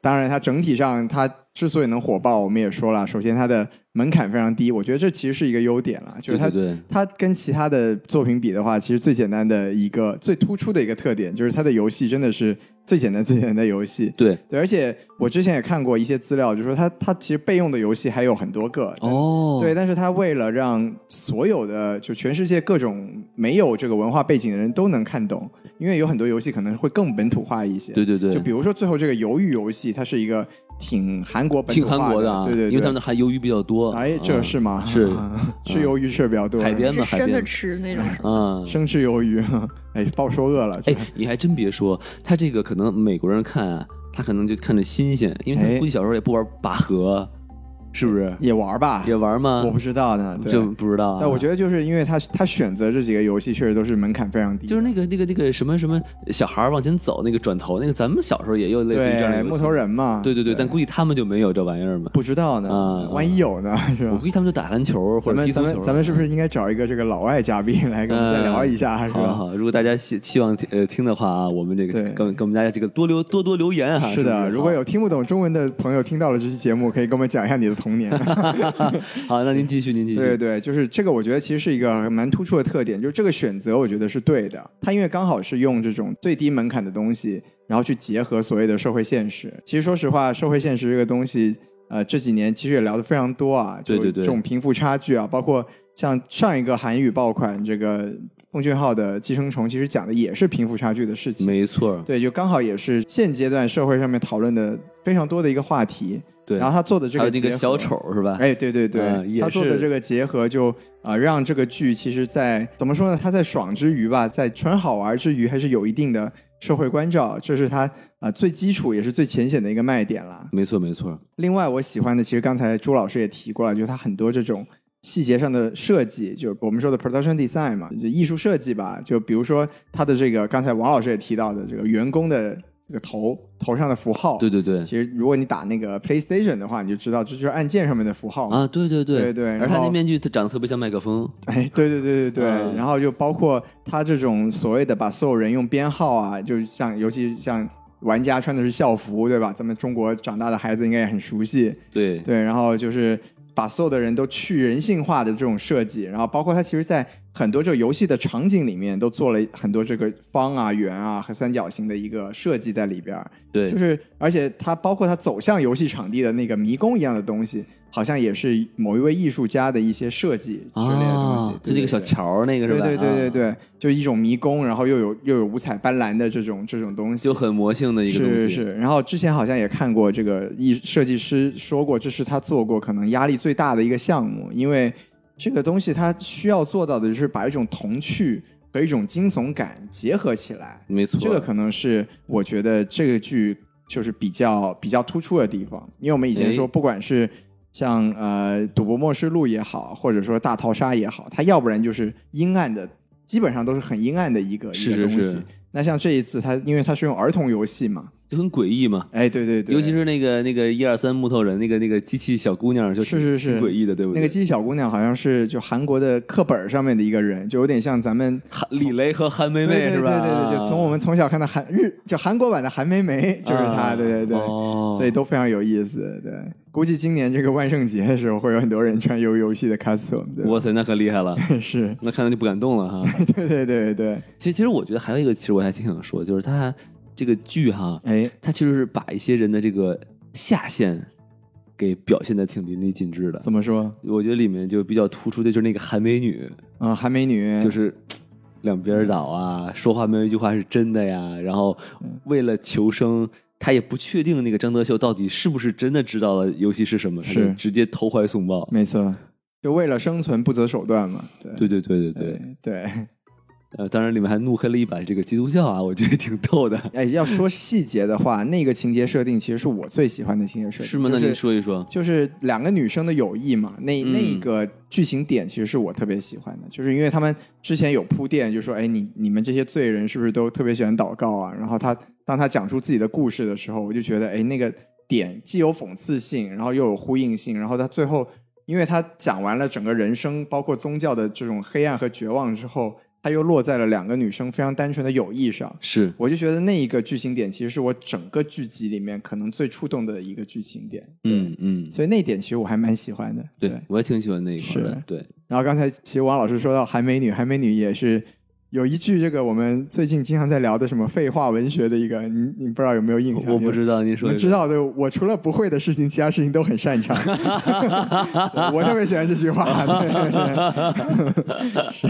当然它整体上它之所以能火爆，我们也说了，首先它的门槛非常低，我觉得这其实是一个优点了，就是它
对对对
它跟其他的作品比的话，其实最简单的一个、最突出的一个特点就是它的游戏真的是最简单、最简单的游戏。
对，
对，而且我之前也看过一些资料，就说它它其实备用的游戏还有很多个。
哦，
对，，但是它为了让所有的就全世界各种没有这个文化背景的人都能看懂，因为有很多游戏可能会更本土化一些。
对对对，
就比如说最后这个鱿鱼游戏，它是一个挺韩国本土
挺
化
韩国
的
啊，
对对对，
因为他们那还鱿鱼比较多。
哎，这
啊
是吗？
是
[LAUGHS] 吃鱿鱼吃的比较多，
海边
是
嘛，海
生的
边
吃那种。
啊。
生吃鱿鱼， [LAUGHS] 哎，把我说饿了。
哎
这，
你还真别说，他这个可能美国人看啊，他可能就看着新鲜，因为
哎
他估计小时候也不玩拔河，是不是？
也玩吧，
也玩啊吗？
我不知道呢。对
这，不知道啊。
但我觉得就是因为他他选择这几个游戏，确实都是门槛非常低的，
就是那个那个那个什么什么小孩儿往前走那个转头那个，咱们小时候也有类似于这样的
对
游戏
木头。人嘛。
对对对，但估计他们就没有这玩意儿嘛。
不知道呢
啊，
万一有呢，是
我
吧
估？计他们就打篮球或
咱
者
们
踢
咱
足球嗯
们咱们是不是应该找一个这个老外嘉宾来跟我们再聊一下，是
好好
吧？
好，如果大家希期望呃听的话啊，我们这个
对
跟跟我们大家这个多留多多留言哈。
是
不
的，如果
好 [LAUGHS]
有听不懂中文的朋友听到了这期节目，可以跟我们讲一下你的童年。
好，那您继续，您继续。
对对对，就是这个，我觉得其实是一个蛮突出的特点，就是这个选择，我觉得是对的。它因为刚好是用这种最低门槛的东西，然后去结合所谓的社会现实。其实说实话，社会现实这个东西，呃，这几年其实也聊得非常多啊，就
对对对
这种贫富差距啊，包括像上一个韩语爆款这个奉俊昊的《寄生虫》，其实讲的也是贫富差距的事情。
没错，
对，就刚好也是现阶段社会上面讨论的非常多的一个话题。
对。
然后他做的这个
还有那个
结合
小丑是吧？
哎，对对对，
嗯也
他做的
是
这个结合就啊、呃让这个剧其实在，怎么说呢？他在爽之余吧，在纯好玩之余，还是有一定的社会关照，这是他啊、呃最基础也是最浅显的一个卖点啦。
没错没错，
另外，我喜欢的其实刚才朱老师也提过了，就是他很多这种细节上的设计，就是我们说的 production design 嘛，就艺术设计吧。就比如说他的这个刚才王老师也提到的这个员工的这个头头上的符号，
对对对
其实如果你打那个 PlayStation 的话，你就知道这就是按键上面的符号嘛。
啊，对对
哦对对然
而他
后
那面具它长得特别像麦克风，
[LAUGHS] 哎，对对对对对，
嗯
然后就包括他这种所谓的把所有人用编号啊，就是像尤其像玩家穿的是校服，对吧？咱们中国长大的孩子应该也很熟悉。
对
对，然后就是把所有的人都去人性化的这种设计，然后包括他其实在很多这个游戏的场景里面都做了很多这个方啊、圆啊和三角形的一个设计在里边儿。
对
就，是而且它包括它走向游戏场地的那个迷宫一样的东西，好像也是某一位艺术家的一个设计之类的东西，
啊，就那个小
桥，
桥儿那个
对
是吧？
对对对
啊，
对，就是一种迷宫，然后又有又有五彩斑斓的这种这种东西，
就很魔性的一个东
是是
西。
是，然后之前好像也看过这个艺设计师说过，这是他做过可能压力最大的一个项目，因为这个东西它需要做到的就是把一种童趣和一种惊悚感结合起来，
没错，
这个可能是我觉得这个剧就是比较比较突出的地方，因为我们以前说，
哎
不管是像呃《赌博默示录》也好，或者说《大逃杀》也好，它要不然就是阴暗的，基本上都是很阴暗的一个
是
一个东西。
是是
那像这一次它，因为它是用儿童游戏嘛，
就很诡异嘛。
哎，对对对，
尤其是那个那个一二三木头人那个那个机器小姑娘，就是
是是
挺诡异的，对不
那
对？
个机器小姑娘，好像是就韩国的课本上面的一个人，就有点像咱们
韩李雷和韩
对
梅梅
对
是
对
吧？
对对，就从我们从小看到韩日，就韩国版的韩梅梅就是她，
啊
对对对。
哦
所以都非常有意思。对，估计今年这个万圣节的时候，会有很多人穿游游戏的 costume 对吧。
哇塞，那可厉害了，
[LAUGHS] 是，
那看来就不敢动了哈。 [LAUGHS]
对对对对，
其实，其实我觉得还有一个，其实我还挺想说，就是它这个剧哈，
哎，
它其实是把一些人的这个下限给表现的挺淋漓尽致的。
怎么说？
我觉得里面就比较突出的就是那个韩美女，
啊、韩美女
就是两边倒啊，说话没有一句话是真的呀。然后为了求生，他也不确定那个张德秀到底是不是真的知道了游戏是什么，他就是嗯直接投怀送抱。
没错，就为了生存不择手段嘛。对
对对对对对，
对对，
呃，当然里面还怒黑了一把这个基督教啊，我觉得挺逗的，
哎，要说细节的话，那个情节设定其实是我最喜欢的情节设定，
是吗？
就
那你说一说，
就是两个女生的友谊嘛，那
嗯
那个剧情点其实是我特别喜欢的，就是因为他们之前有铺垫，就说哎，你你们这些罪人是不是都特别喜欢祷告啊？然后他当他讲述自己的故事的时候，我就觉得哎，那个点既有讽刺性，然后又有呼应性，然后他最后，因为他讲完了整个人生，包括宗教的这种黑暗和绝望之后，他又落在了两个女生非常单纯的友谊上。
是
我就觉得那一个剧情点其实是我整个剧集里面可能最触动的一个剧情点。对
嗯嗯，
所以那一点其实我还蛮喜欢的。
对，我也挺喜欢那一块的
是，
对，
然后刚才其实王老师说到韩美女，韩美女也是有一句这个我们最近经常在聊的什么废话文学的一个，你你不知道有没有印象？
我不
道。
知道您
你
说
们
一
知
说
道的，我除了不会的事情，其他事情都很
[LAUGHS]
擅长。对我特别喜欢这句话。对对对是，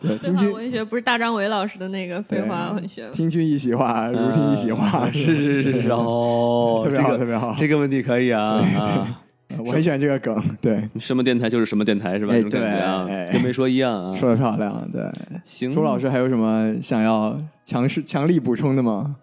对，
废
听
话
君
文学不是大张伟老师的那个废话文学吗？
听君一席话，如听一席话。
啊是是
[LAUGHS]
是是哦，
特别好
这个
特别好
这个问题可以啊啊。
我很喜欢这个梗。对，
[LAUGHS] 什么电台就是什么电台是吧？
哎
这种感觉啊，
对哎
跟没说一样啊。
说的漂亮。对，
行，
朱老师还有什么想要强势强力补充的吗？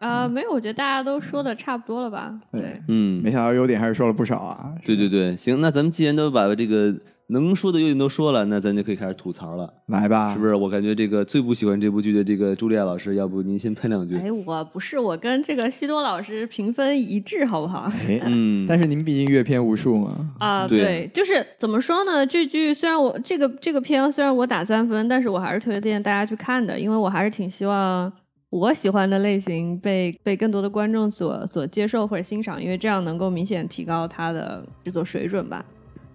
啊、没有，我觉得大家都说的差不多了吧？
对
对，
嗯
没，想到优点还是说了不少啊。
对对对，行，那咱们既然都把这个能说的优点都说了，那咱就可以开始吐槽了，
来吧，
是不是？我感觉这个最不喜欢这部剧的这个朱莉亚老师，要不您先喷两句？
哎，我不是，我跟这个西多老师评分一致，好不 [LAUGHS] 好？
是？嗯，
嗯，
但是您毕竟阅片无数嘛，
啊、
对
对，就是怎么说呢？这剧虽然我这个这个片虽然我打三分，但是我还是推荐大家去看的，因为我还是挺希望我喜欢的类型被被更多的观众所所接受或者欣赏，因为这样能够明显提高它的制作水准吧。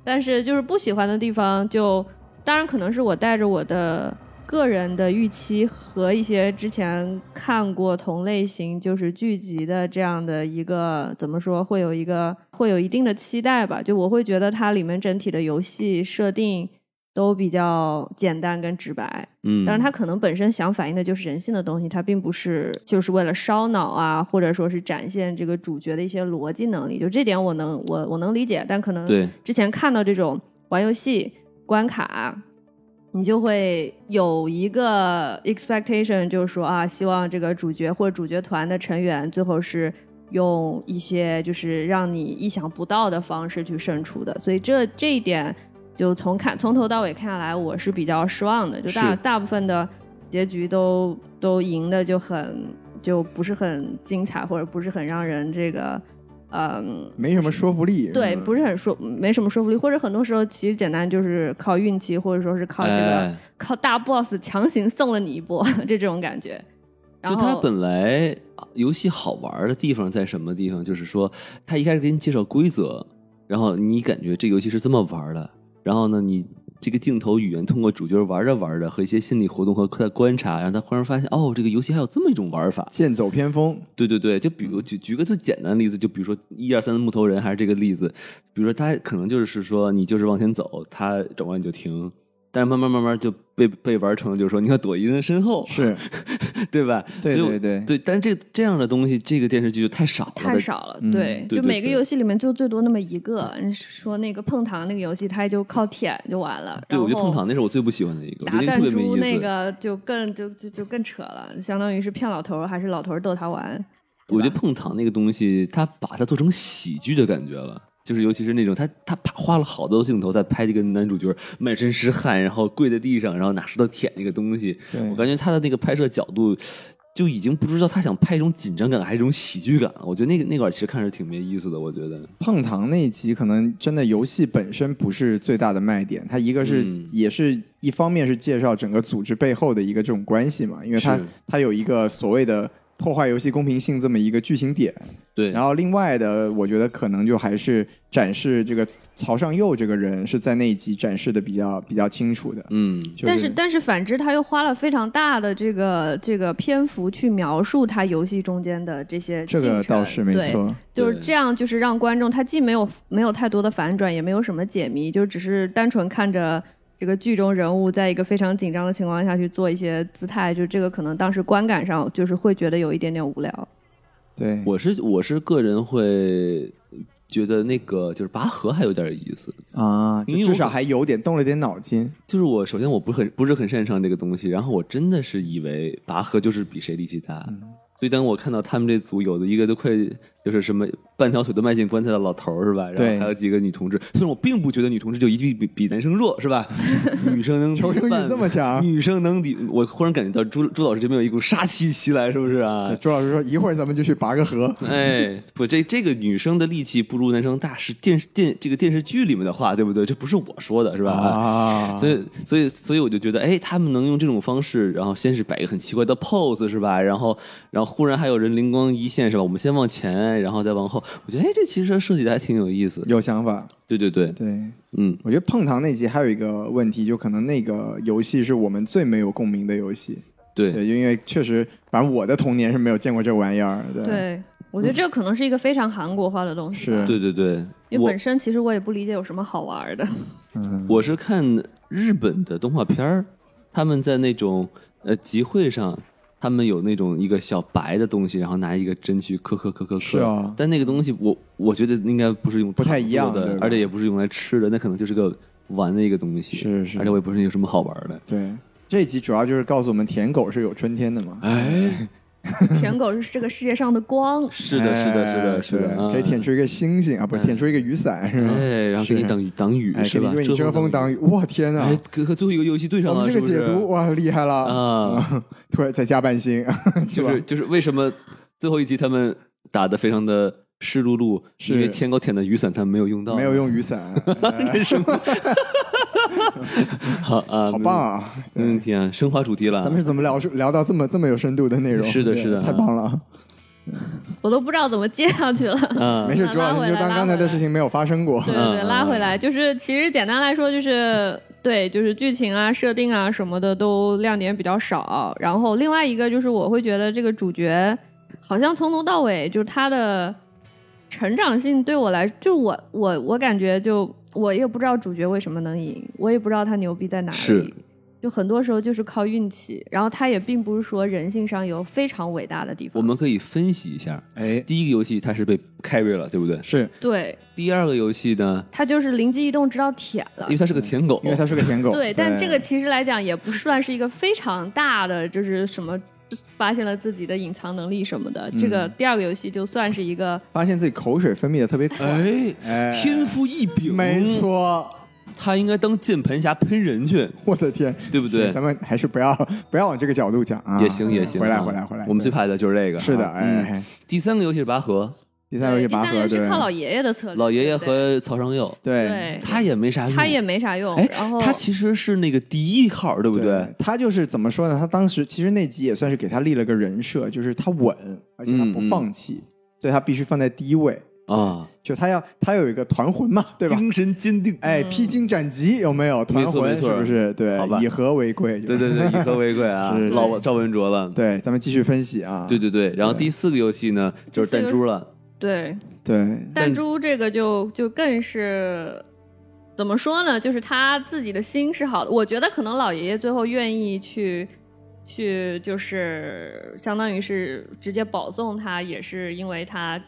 但是就是不喜欢的地方就，当然可能是我带着我的个人的预期和一些之前看过同类型就是剧集的这样的一个怎么说，会有一个会有一定的期待吧。就我会觉得它里面整体的游戏设定都比较简单跟直白，
嗯，
但是它可能本身想反映的就是人性的东西，它并不是就是为了烧脑啊，或者说是展现这个主角的一些逻辑能力。就这点我能我我能理解，但可能
对
之前看到这种玩游戏关卡，啊你就会有一个 expectation，就是说啊，希望这个主角或者主角团的成员最后是用一些就是让你意想不到的方式去胜出的，所以这这一点就从看从头到尾看下来，我是比较失望的，就大
是
大部分的结局都都赢的就很就不是很精彩，或者不是很让人这个。嗯，
没什么说服力。
对，
嗯
吧
不是很说，没什么说服力，或者很多时候其实简单就是靠运气，或者说是靠这个、
哎
靠大 boss 强行送了你一波， [LAUGHS] 这种感觉。然
就
后
它本来啊游戏好玩的地方在什么地方？就是说，它一开始给你介绍规则，然后你感觉这游戏是这么玩的，然后呢，你这个镜头语言通过主角玩着玩着和一些心理活动和他的观察，让他忽然发现哦，这个游戏还有这么一种玩法。
剑走偏锋，
对对对，就比如举举个最简单的例子，就比如说一二三的木头人还是这个例子，比如说他可能就是说你就是往前走，他转弯你就停，但是慢慢慢慢就被被玩成了就是说你要躲一人身后，
是
对吧？
对
所以我
对对
对，但这这样的东西，这个电视剧就太少了，
太少了，
嗯
对，
对
就
对
每个
对
游戏里面就最多那么一个。你说那个碰糖那个游戏，它也就靠舔就完了。
对，我觉
然
得
后
碰糖那是我最不喜欢的一个，我
打
觉得那个
弹
特别没意
珠
思。
那个就更就就就更扯了，相当于是骗老头儿还是老头儿逗他玩。
我觉得碰糖那个东西，他把它做成喜剧的感觉了。就是，尤其是那种他他啪花了好多镜头在拍这个男主角满身是汗，然后跪在地上，然后拿石头舔那个东西。
对
我感觉他的那个拍摄角度就已经不知道他想拍一种紧张感还是一种喜剧感了。我觉得那个那块儿其实看着挺没意思的。我觉得
碰糖那一集，可能真的游戏本身不是最大的卖点，它一个是、
嗯
也是一方面是介绍整个组织背后的一个这种关系嘛，因为它
是
它有一个所谓的破坏游戏公平性这么一个剧情点，
对，
然
后
后另外的，我觉得可能就还是展示这个曹尚佑这个人是在那一集展示的比较比较清楚的，
嗯，
就
但是但是反之，他又花了非常大的这个这个篇幅去描述他游戏中间的这些
这
进
个
程
倒是没，
对
错，
就是
对
这样，就是让观众他既没有没有太多的反转，也没有什么解谜，就只是单纯看着。这个剧中人物在一个非常紧张的情况下去做一些姿态，就这个可能当时观感上就是会觉得有一点点无聊。
对，
我是我是个人会觉得那个就是拔河还有点意思。
啊，
因
就
为我
至少还有点动了点脑
[LAUGHS]
筋，
就是我首先我不是很不是很擅长这个东西，然后我真的是以为拔河就是比谁力气大，
嗯
所以当我看到他们这组有的一个都快就是什么半条腿都迈进棺材的老头儿是吧？然
对
后还有几个女同志，虽然我并不觉得女同志就一定比比男生弱
[LAUGHS]
是吧？女生能
求生
抵
欲
半
这么
[LAUGHS]
强。
女生能抵，我忽然感觉到朱朱老师这边有一股杀气袭来，是不是啊？
对朱老师说：“一会儿咱们就去拔个河。 [LAUGHS]
哎，不，这这个女生的力气不如男生大，是电视电这个电视剧里面的话，对不对？这不是我说的，是”吧？
啊，
所以，所以，所以我就觉得，哎，他们能用这种方式，然后先是摆一个很奇怪的 pose，是吧？然后，然后忽然还有人灵光一现，是吧？我们先往前，然后再往后。我觉得，哎，这其实设计的还挺有意思。
有想法，
对对对，
对。
嗯，
我觉得碰糖那集还有一个问题，就可能那个游戏是我们最没有共鸣的游戏，
对，
对，因为确实，反正我的童年是没有见过这玩意儿，对，
对，我觉得这可能是一个非常韩国化的东西吧。
是
对对对。
因为
我
本身其实我也不理解有什么好玩儿的。 [LAUGHS]
嗯，
我是看日本的动画片儿，他们在那种呃集会上，他们有那种一个小白的东西，然后拿一个针去磕磕磕磕磕。
是啊
但那个东西我我觉得应该不是用
不太一样
糖做
对
的
吧，
而且也不是用来吃的，那可能就是个玩的一个东西。
是是
而且我也不是有什么好玩的。
对。这一集主要就是告诉我们，舔狗是有春天的嘛？
哎，
舔狗是这个世界上的光，
是的，是的，是
哎
的，是的，
对
嗯
可以舔。出一个星星啊，不是舔出一个雨伞是吧？
哎，然后给你
是
挡雨挡雨
哎，给
是
你
吧？
为你遮风挡
雨。
雨，哇天哪！
哎，和和最后一个游戏对上
我
了，
们这个
是不啊是
解读哇厉害了
啊！
突然再加半星，是
就
吧
是就是为什么最后一集他们打的非常的湿漉漉，
是
因为天狗舔的雨伞他们没有用到，
没有用雨
[LAUGHS]
伞，
嗯
哎
好啊，
好棒啊！
没问题啊，升华主题了，
咱们是怎么聊出聊到这么这么有深度的内容？
是的
对
是的
太棒了！
我都不知道怎么接下去了。
啊
没事，
拉
朱老
回
师你就
来
当
拉
刚才
回
的
来
事情没有发生过。
对对对，
嗯
拉
嗯
回来就是，其实简单来说就是，对，就是剧情啊、设定啊什么的都亮点比较少。然后另外一个就是，我会觉得这个主角好像从头到尾就是他的成长性对我来，就是我我我感觉就我也不知道主角为什么能赢，我也不知道他牛逼在哪里。
是
就很多时候就是靠运气，然后他也并不是说人性上有非常伟大的地方。
我们可以分析一下，
哎，
第一个游戏它是被 carry 了，对不对？
是
对
第二个游戏呢，
他就是灵机一动，知道舔了
因为。它是个舔狗，
因为他是个舔狗。
对，但这个其实来讲也不算是一个非常大的，就是什么发现了自己的隐藏能力什么的。这
嗯
个第二个游戏就算是一个，
发现自己口水分泌的特别快，
哎，
哎
天赋异禀，
没，错。
他应该当键盘侠喷人去，
[LAUGHS] 我的天，
对不对
咱们还是不要不要往这个角度讲啊。
也行也行，
回来
啊
回来回来
我们最怕的就是这个，
是的，
啊
哎，。
嗯
哎
第三个游戏是拔河，
第三游
对，
戏
第
拔
三
河，
个是
对
靠老爷爷的策略，
老爷爷
哦对
和曹尚佑，
对
他也没啥用，
他也没啥用。
哎
哦然后，
他其实是那个第一号，对不对？
对，他就是怎么说呢？他当时其实那集也算
嗯
是给他立了个人设，就是他稳，而且他不放弃，所以他必须放在第一位。
啊，
就他要他有一个团魂嘛，对吧？
精神坚定，
哎，披荆斩棘有没有团
没错
魂？
没
是
错
不是？对
好吧，
以和为贵。
对对对，以和为贵啊，
[LAUGHS] 是
老赵文卓了，
对，咱们继续分析啊。
对对对。然后第四个游戏呢，就是弹珠了，
对，
对
但
弹珠这个就就更是怎么说呢？就是他自己的心是好的，我觉得可能老爷爷最后愿意去去，就是相当于是直接保送他，也是因为他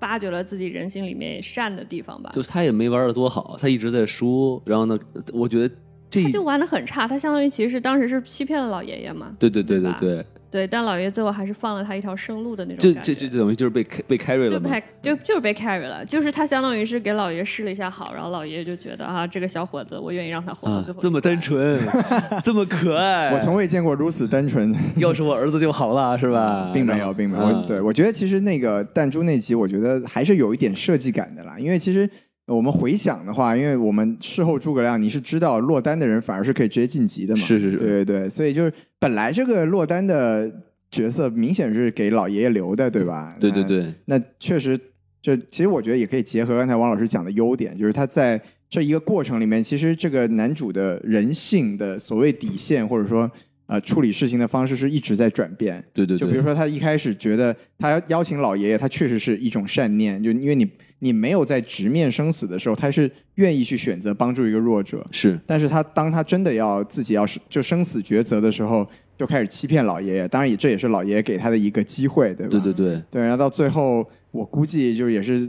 发掘了自己人性里面善的地方吧。
就是他也没玩的多好，他一直在输。然后呢，我觉得这
他就玩的很差，他相当于其实是当时是欺骗了老爷爷嘛。
对对对
对
对
吧
对，
对，但老爷爷最后还是放了他一条生路的那种
就
感
这
觉。
这就等于就是被 ca- 被 carry
就
了嘛。
被就就是被 carry 了，就是他相当于是给老爷试了一下好，然后老爷就觉得啊，这个小伙子我愿意让他活到
啊
最后、，
这么单，纯， [LAUGHS] 这么可
[LAUGHS]
爱，
我从未见过如此单纯的
要是我儿子就好了，是吧？
并没
然后
有，并没有。
啊
我对我觉得其实那个弹珠那集，我觉得还是有一点设计感的啦。因为其实我们回想的话，因为我们事后诸葛亮，你是知道落单的人反而是可以直接晋级的嘛。
是是是
对对对，所以就是本来这个落单的角色明显是给老爷爷留的，对吧？
对对
那
对，
那确实，这其实我觉得也可以结合刚才王老师讲的优点，就是他在这一个过程里面，其实这个男主的人性的所谓底线，或者说呃处理事情的方式是一直在转变。
对对对，
就比如说，他一开始觉得他要邀请老爷爷，他确实是一种善念，就因为你你没有在直面生死的时候，他是愿意去选择帮助一个弱者。
是
但是他当他真的要自己要是就生死抉择的时候，就开始欺骗老爷爷。当然也这也是老爷爷给他的一个机会，对吧？
对对对，
对，然后到最后，我估计就也是，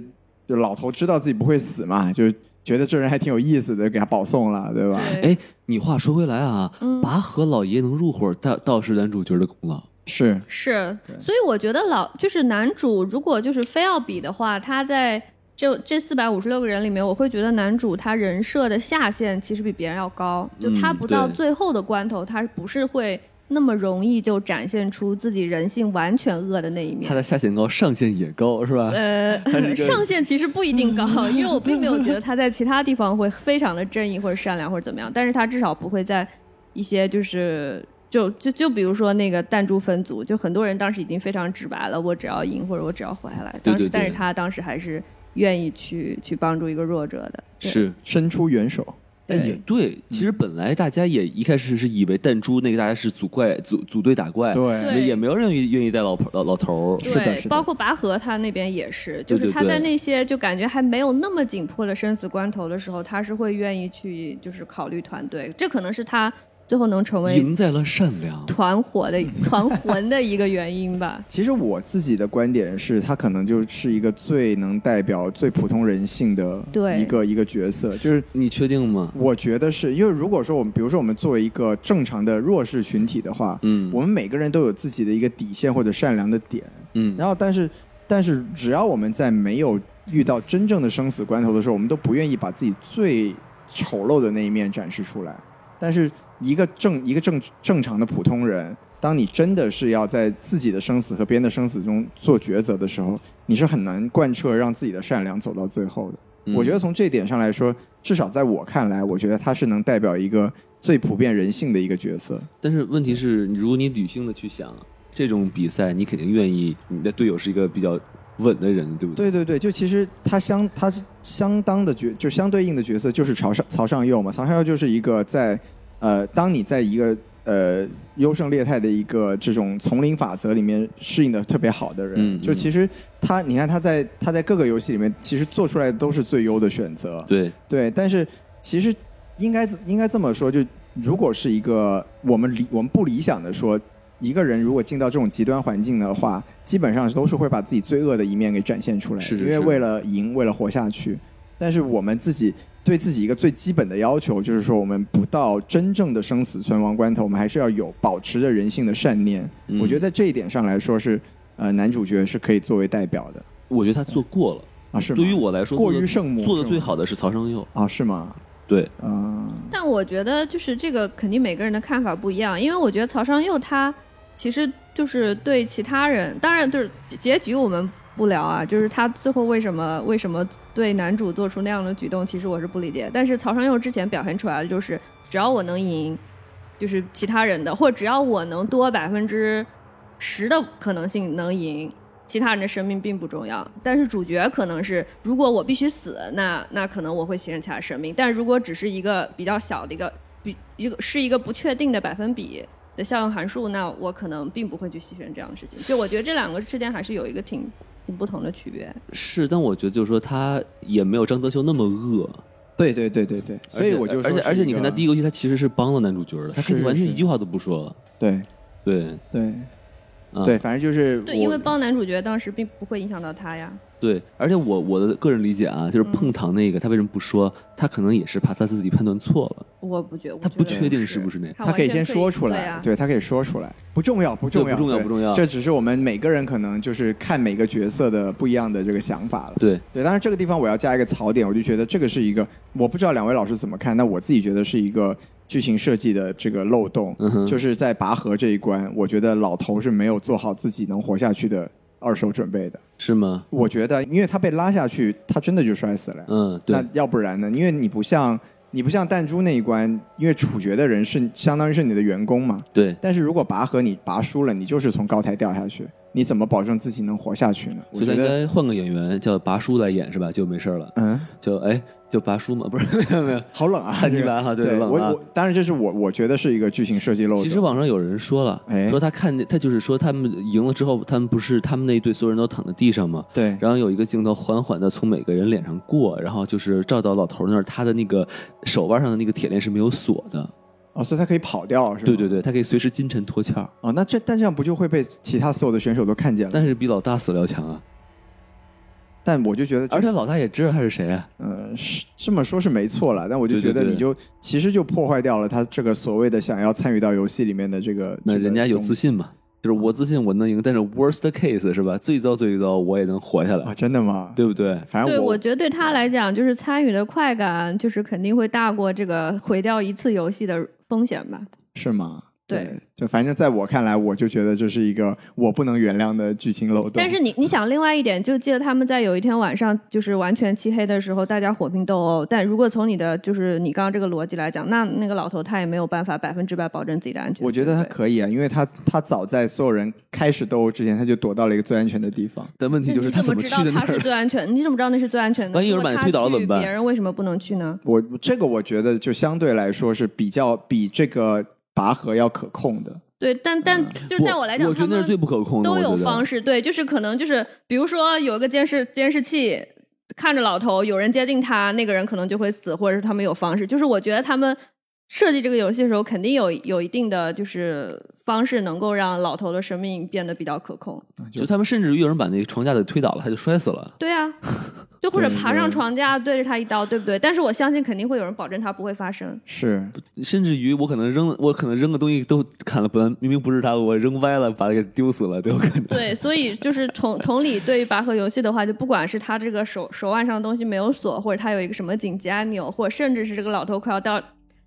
就老头知道自己不会死嘛，就觉得这人还挺有意思的，给他保送了，对吧？
对，
[LAUGHS] 哎，你话说回来啊，
嗯
拔河老爷能入伙，倒倒是男主角的功劳。
是，
是
对，
所以我觉得老就是男主，如果就是非要比的话，他在这这四百五十六个人里面，我会觉得男主他人设的下限其实比别人要高，就
嗯
他不到
对
最后的关头，他不是会那么容易就展现出自己人性完全恶的那一面
他。的下限高，上限也高，是吧？
呃
他是一，个嗯
上限其实不一定高，因为我并没有觉得他在其他地方会非常的正义或者善良或者怎么样，但是他至少不会在一些就是就就就比如说那个弹珠分组，就很多人当时已经非常直白了，我只要赢或者我只要活下来，
对
当时
对对
但是他当时还是愿意去去帮助一个弱者的，对
是，
伸出援手，
但也对。其实本来大家也一开始是以为弹珠那个大家是组怪组组队打怪，
对
对
也也没有人愿意愿意带老婆老老头儿。
是的
对，
是的
包括拔河他那边也是，就
对
是
对
他
对
在那些就感觉还没有那么紧迫的生死关头的时候，他是会愿意去就是考虑团队，这可能是他最后能成为
赢在了善良，
团伙的团魂的一个原因吧。
其实我自己的观点是，他可能就是一个最能代表最普通人性的
对
一个一个角色，就是。
你确定吗？
我觉得是因为，如果说我们，比如说我们作为一个正常的弱势群体的话，
嗯
我们每个人都有自己的一个底线或者善良的点，
嗯，
然后，但是，但是，只要我们在没有遇到真正的生死关头的时候，我们都不愿意把自己最丑陋的那一面展示出来。但是，一个正一个正正常的普通人，当你真的是要在自己的生死和别人的生死中做抉择的时候，你是很难贯彻让自己的善良走到最后的。
嗯
我觉得从这点上来说，至少在我看来，我觉得他是能代表一个最普遍人性的一个角色。
但是问题是，如果你理性的去想这种比赛，你肯定愿意你的队友是一个比较稳的人，对不？
对对对，就其实他相他是相当的角，就相对应的角色就是曹尚曹尚佑嘛。曹尚佑就是一个在呃，当你在一个呃优胜劣汰的一个这种丛林法则里面适应的特别好的人。
嗯
就
嗯
其实他，你看他在他在各个游戏里面，其实做出来的都是最优的选择。
对
对，但是其实应该应该这么说，就如果是一个我们理我们不理想的说，一个人如果进到这种极端环境的话，基本上都是会把自己罪恶的一面给展现出来，
是是
因为
是
为了赢，为了活下去。但是我们自己对自己一个最基本的要求，就是说我们不到真正的生死存亡关头，我们还是要有保持着人性的善念。
嗯
我觉得在这一点上来说是，呃，男主角是可以作为代表的
我觉得他做过了。
啊，是吗
对于我来说，
过
做
于
得
圣母
做的
是
最
吗
好的是曹尚佑。
啊，是吗？
对，
嗯、
但我觉得就是这个肯定每个人的看法不一样，因为我觉得曹尚佑他其实就是对其他人，当然就是结局我们不聊啊，就是他最后为什么为什么对男主做出那样的举动，其实我是不理解。但是曹尚佑之前表现出来的就是，只要我能赢，就是其他人的，或者只要我能多百分之十的可能性能赢，其他人的生命并不重要，但是主角可能是，如果我必须死，那那可能我会牺牲其他生命。但如果只是一个比较小的一个比一个是一个不确定的百分比的效用函数，那我可能并不会去牺牲这样的事情。就我觉得这两个之间还是有一个挺挺不同的区别。
是，但我觉得就是说他也没有张德秀那么恶，
对对对对对，所以我就
而且而且你看他第一
一
个游戏他其实是帮了男主角的，他可
是
以
是
完全
是
一句话都不说，
对
对，
对
啊
对，反正就是
对，
我
因为帮男主角当时并不会影响到他呀。
对，而且我我的个人理解啊，
嗯
就是碰糖那个他为什么不说，他可能也是怕他自己判断错了，
我不觉，我
他
觉
不
得
确定是不是那样。
他可以先说出
对
来
啊，
对他可以说出来，不重要，不重
对
要，
不重要
对
不重要
这只是我们每个人可能就是看每个角色的不一样的这个想法了。
对，
对，当然这个地方我要加一个槽点，我就觉得这个是一个，我不知道两位老师怎么看，那我自己觉得是一个剧情设计的这个漏洞，
嗯哼
就是在拔河这一关，我觉得老头是没有做好自己能活下去的二手准备的。
是吗？
我觉得，因为他被拉下去，他真的就摔死了呀。
嗯，对
那，要不然呢？因为你不像你不像弹珠那一关，因为处决的人是相当于是你的员工嘛。
对，
但是如果拔河你拔输了，你就是从高台掉下去，你怎么保证自己能活下去呢？我
所以他
觉
应
得，
该换个演员叫拔叔来演是吧？就没事儿了，
嗯，
就哎就拔叔嘛，不是 [LAUGHS] 没有没有。
好冷啊，
汉尼
这个
拔哈对
对，
冷
我
啊
我当然这是我我觉得是一个剧情设计漏洞。
其实网上有人说了，
哎
说他看见他就是说他们赢了之后，他们不是他们那一队所有人都躺在地上嘛，
对
然后有一个镜头缓缓的从每个人脸上过，然后就是照到老头那儿，他的那个手腕上的那个铁链是没有锁的，
哦，所以他可以跑掉是吗？
对对。对，他可以随时金蝉脱壳，
哦，那这但这样不就会被其他所有的选手都看见了？
但是比老大死了要强啊，
但我就觉得这，
而且老大也知道他是谁啊，
呃，是这么说是没错了，但我就
对
觉
对
得
对
你就其实就破坏掉了他这个所谓的想要参与到游戏里面的这个。
那
这个
人家有
东
自信嘛，就是我自信我能赢，但是 worst case 是吧？最糟最糟我也能活下
啊，
来，
真的吗？，
对不对？
反
对，
正
我觉得对他来讲，就是参与的快感，就是肯定会大过这个毁掉一次游戏的风险吧。
是吗？
对，
就反正在我看来，我就觉得这是一个我不能原谅的剧情漏洞。
但是你你想，另外一点，就记得他们在有一天晚上，就是完全漆黑的时候，大家火拼斗殴。但如果从你的就是你刚刚这个逻辑来讲，那那个老头他也没有办法百分之百保证自己的安全。
我觉得他
对不对
可以啊，因为他他早在所有人开始斗殴之前，他就躲到了一个最安全的地方。
但问题就是
那
他
你
怎
怎么
么
知
去
道
的那
他是
儿？
最安全？你怎么知道那是最安全的？
万一有人把你推倒了怎么办
如果他去别人为什么不能去呢？
我这个我觉得就相对来说是比较比这个拔河要可控的。
对，但
嗯
但就是在我来讲，
我觉得那
他
是
们
最不可控的，
都
我
有
觉得
方式，对，就是可能就是比如说有一个监视监视器看着老头，有人接近他，那个人可能就会死，或者是他们有方式。就是我觉得他们设计这个游戏的时候，肯定有有一定的就是方式能够让老头的生命变得比较可控。
啊
就他们甚至于有人把那个床架给推倒了，他就摔死了。[LAUGHS]
对啊，就或者爬上床架对着他一刀，对不对？但是我相信肯定会有人保证他不会发生。
是，
甚至于我可能扔，我可能扔个东西都砍了，本来明明不是他，我扔歪了，把他给丢死了都有可
[LAUGHS]
能。
对，所以就是同同理，对于拔河游戏的话，就不管是他这个手手腕上的东西没有锁，或者他有一个什么紧急按钮，或者甚至是这个老头快要掉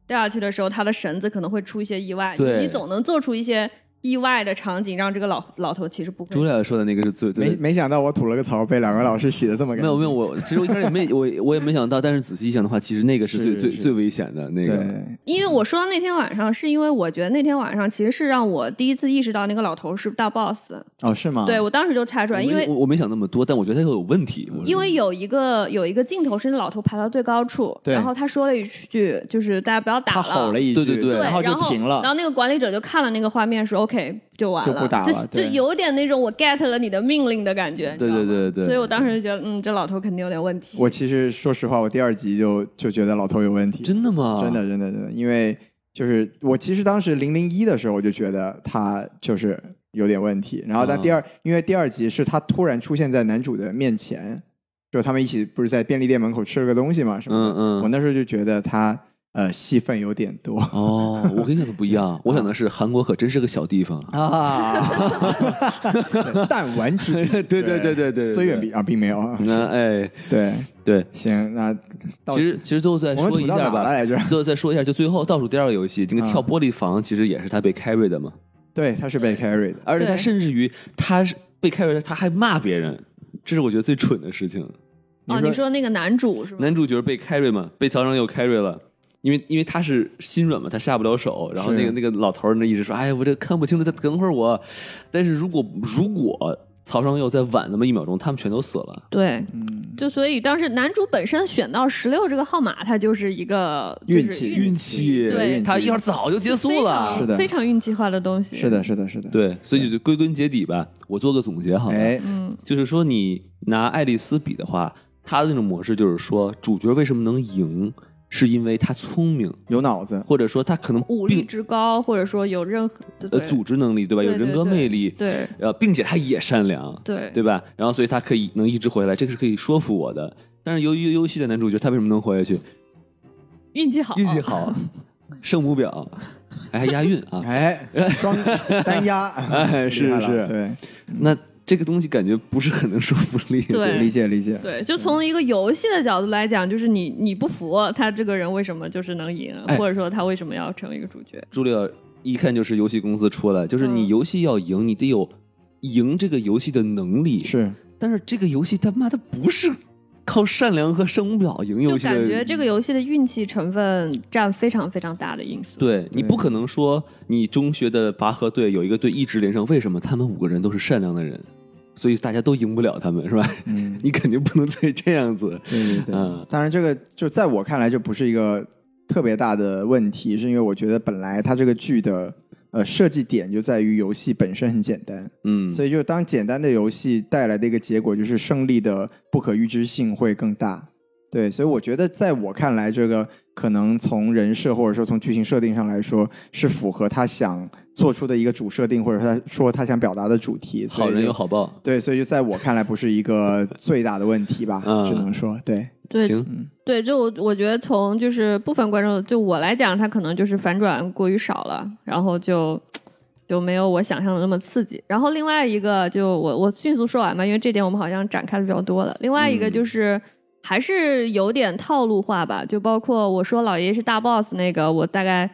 掉下去的时候，他的绳子可能会出一些意外。
对
你总能做出一些意外的场景，让这个老老头其实不
朱
会。
莉亚说的那个是最最
没没想到我吐了个槽，被两位老师洗的这么干
没有
净
没有，我其实我一开始也没我我也没想到，但是仔细一想的话，其实那个是最
是
最
是
最危险的那个。
对，
因为我说到那天晚上，是因为我觉得那天晚上其实是让我第一次意识到那个老头是大 boss。
哦，是吗？
对我当时就拆出来，
我
因为
我我没想那么多，但我觉得他有问题。
嗯
我
因为有一个有一个镜头是那老头爬到最高处，
对
然后他说了一句，就是大家不要打
他吼了一句，
对对对
对，
然后就停了
然。后那个管理者就看了那个画面，说 OK 就完了，
就不打了
就
对
就有点那种我 get 了你的命令的感觉。你知道吗
对对对对
所以我当时就觉得，嗯，这老头肯定有点问题。
我其实说实话，我第二集就就觉得老头有问题，
真的吗？
真的，真的真的，因为就是我其实当时零零一的时候，我就觉得他就是有点问题。然后但
嗯
第二，因为第二集是他突然出现在男主的面前，就他们一起不是在便利店门口吃了个东西嘛什么
嗯
的。我
嗯。
那时候就觉得他呃戏份有点多
哦，我跟你想的不一
[LAUGHS]
样，我想的是韩国可真是个小地方。
啊，弹丸之地。
对对对对对对，
虽远必啊，并没有啊。
那哎
对，
对，
行，那到
其实其实最后再
我们
说
吐
一
到
下
哪
吧
了，来
[LAUGHS]
[LAUGHS]
着？
最后再说一下，就最后倒数第二个游戏，这个
啊
嗯
跳玻璃房其实也是他被 carry 的嘛，
对，他是被 carry 的。
而且他
对
甚至于他是被 carry，的他还骂别人，这是我觉得最蠢的事情。
哦，你说那个男主是吗？
男主角被 carry 嘛，被曹尚佑 carry 了。因为因为他是心软嘛，他下不了手，然后
是
那个那个老头儿呢一直说，哎，我这看不清楚，再等会儿我。但是如果如果曹尚佑再晚那么一秒钟，他们全都死了。
对，
嗯，
就所以当时男主本身选到十六这个号码，他就是一个就是
运气
运
气
对
运气
他一号早就结束
非
了
常。
是的
非常运气化的东西。
嗯是，的，是的，是的，，
对，所以就归根结底吧，我做个总结好了，
哎，
嗯，
就是说你拿爱丽丝比的话，她的那种模式就是说，主角为什么能赢，是因为她聪明，
有脑子，
或者说她可能
武力
并
值高，或者说有任何对
呃组织能力对吧，有
对对
人格
对
魅力，
对
呃，并且她也善良，
对
对吧？然后所以她可以能一直活下来，这个是可以说服我的。但是由于游戏的男主角他为什么能活下
哦
去？
运气好，
运气
哦
好，圣母婊，哎，还押韵
[LAUGHS]
啊！ [LAUGHS]
哎，双单压，
哎是
厉害了
是
对，
那这个东西感觉不是很能说服力。
对
理解理解，
对，就从一个游戏的角度来讲，就是你你不服他这个人为什么就是能赢，
哎
或者说他为什么要成为一个主角？
朱莉尔一看就是游戏公司出来，就是你
嗯
游戏要赢，你得有赢这个游戏的能力。，
是
但是这个游戏他妈的不是靠善良和圣母婊赢游
就
戏的。
感觉这个游戏的运气成分占非常非常大的因素。
对你不可能说你中学的拔河队有一个队一直连胜，为什么？他们五个人都是善良的人，所以大家都赢不了他们，是吧？ [LAUGHS]
嗯
你肯定不能再这样子。
对对对，
嗯
当然这个就在我看来就不是一个特别大的问题，是因为我觉得本来它这个剧的呃设计点就在于游戏本身很简单，
嗯，
所以就当简单的游戏带来的一个结果就是胜利的不可预知性会更大。对，所以我觉得在我看来，这个可能从人设或者说从剧情设定上来说，是符合他想做出的一个主设定，或者他说他想表达的主题。所以
好人
就
有好报。
对，所以就在我看来不是一个最大的问题
[LAUGHS]
吧，
嗯
只能说对，
对
行，
对，就我我觉得从就是部分观众，就我来讲，他可能就是反转过于少了，然后就就没有我想象的那么刺激。然后另外一个，就我我迅速说完吧，因为这点我们好像展开的比较多了。另外一个
嗯
就是。还是有点套路化吧，就包括我说老爷爷是大 boss 那个，我大概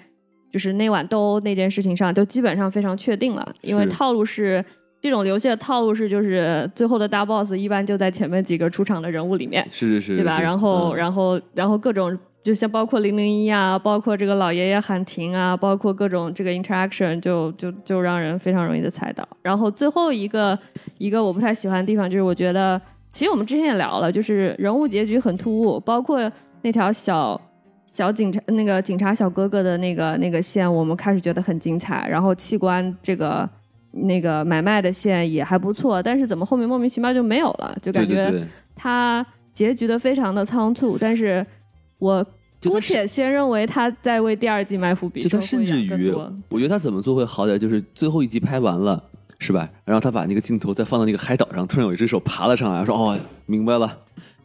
就是那晚斗殴那件事情上，就基本上非常确定了，因为
是
套路是这种游戏的套路是，就是最后的大 boss 一般就在前面几个出场的人物里面，
是是是，
对吧？
是
然后，
嗯
然后，然后各种，就像包括零零一啊，包括这个老爷爷喊停啊，包括各种这个 interaction，就就就让人非常容易的猜到。然后最后一个一个我不太喜欢的地方就是，我觉得其实我们之前也聊了，就是人物结局很突兀，包括那条小。小警察那个警察小哥哥的那个那个线，我们开始觉得很精彩，然后器官这个那个买卖的线也还不错，但是怎么后面莫名其妙就没有了？就感
对
觉
对对
他结局的非常的仓促，但是我
就他
姑
是
且先认为他在为第二季埋伏笔，
就他
说
甚
会
至
养更
于
多，
我觉得他怎么做会好点，就是最后一集拍完了，是吧？然后他把那个镜头再放到那个海岛上，突然有一只手爬了上来，说：“哦，明白了，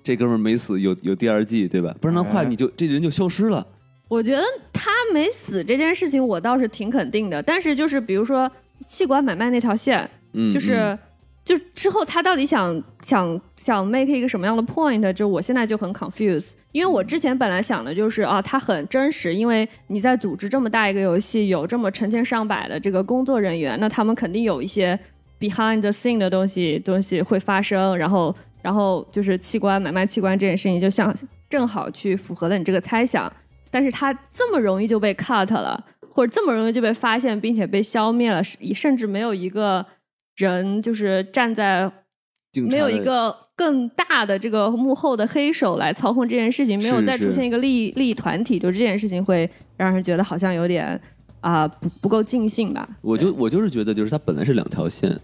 这哥们儿没死，有有第二季，对吧？不然的话，
哎
你就这人就消失了。
我觉得他没死这件事情，我倒是挺肯定的。但是就是比如说器官买卖那条线，”
嗯，
就是、
嗯
就之后他到底想想想 make 一个什么样的 point，就我现在就很 confused，因为我之前本来想的就是啊，他很真实，因为你在组织这么大一个游戏，有这么成千上百的这个工作人员，那他们肯定有一些 behind the scene 的东西东西会发生，然后然后就是器官买卖器官这件事情，就像正好去符合了你这个猜想，但是他这么容易就被 cut 了，或者这么容易就被发现并且被消灭了，是甚至没有一个人就是站在
警察
没有一
的
个更大的这个幕后的黑手来操控这件事情，没有
是
再
是
出现一个利益利益团体，就这件事情会让人觉得好像有点啊、不不够尽兴吧。
我就我就是觉得，就是他本来是两条线，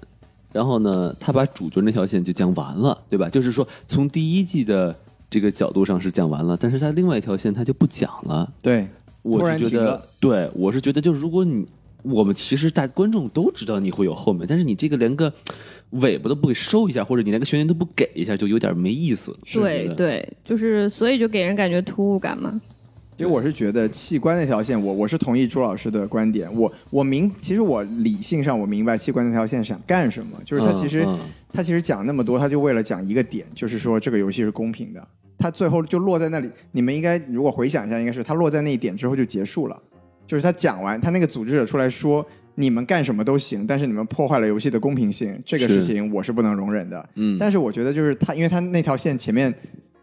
然后呢，他把主角那条线就讲完了，对吧？就是说从第一季的这个角度上是讲完了，但是他另外一条线他就不讲了。
对，突
我
然
是觉
停
得
了，
对我是觉得，就是如果你我们其实大观众都知道你会有后面，但是你这个连个尾巴都不给收一下，或者你连个悬念都不给一下，就有点没意思。是不
对
是，
对，就是所以就给人感觉突兀感嘛。
因为我是觉得器官那条线，我我是同意朱老师的观点，我我明，其实我理性上我明白器官那条线想干什么，就是他
嗯
其实、
嗯
他其实讲那么多，他就为了讲一个点，就是说这个游戏是公平的。他最后就落在那里，你们应该如果回想一下，应该是他落在那一点之后就结束了。就是他讲完，他那个组织者出来说，你们干什么都行，但是你们破坏了游戏的公平性，这个
是
事情我是不能容忍的。
嗯
但是我觉得就是他，因为他那条线前面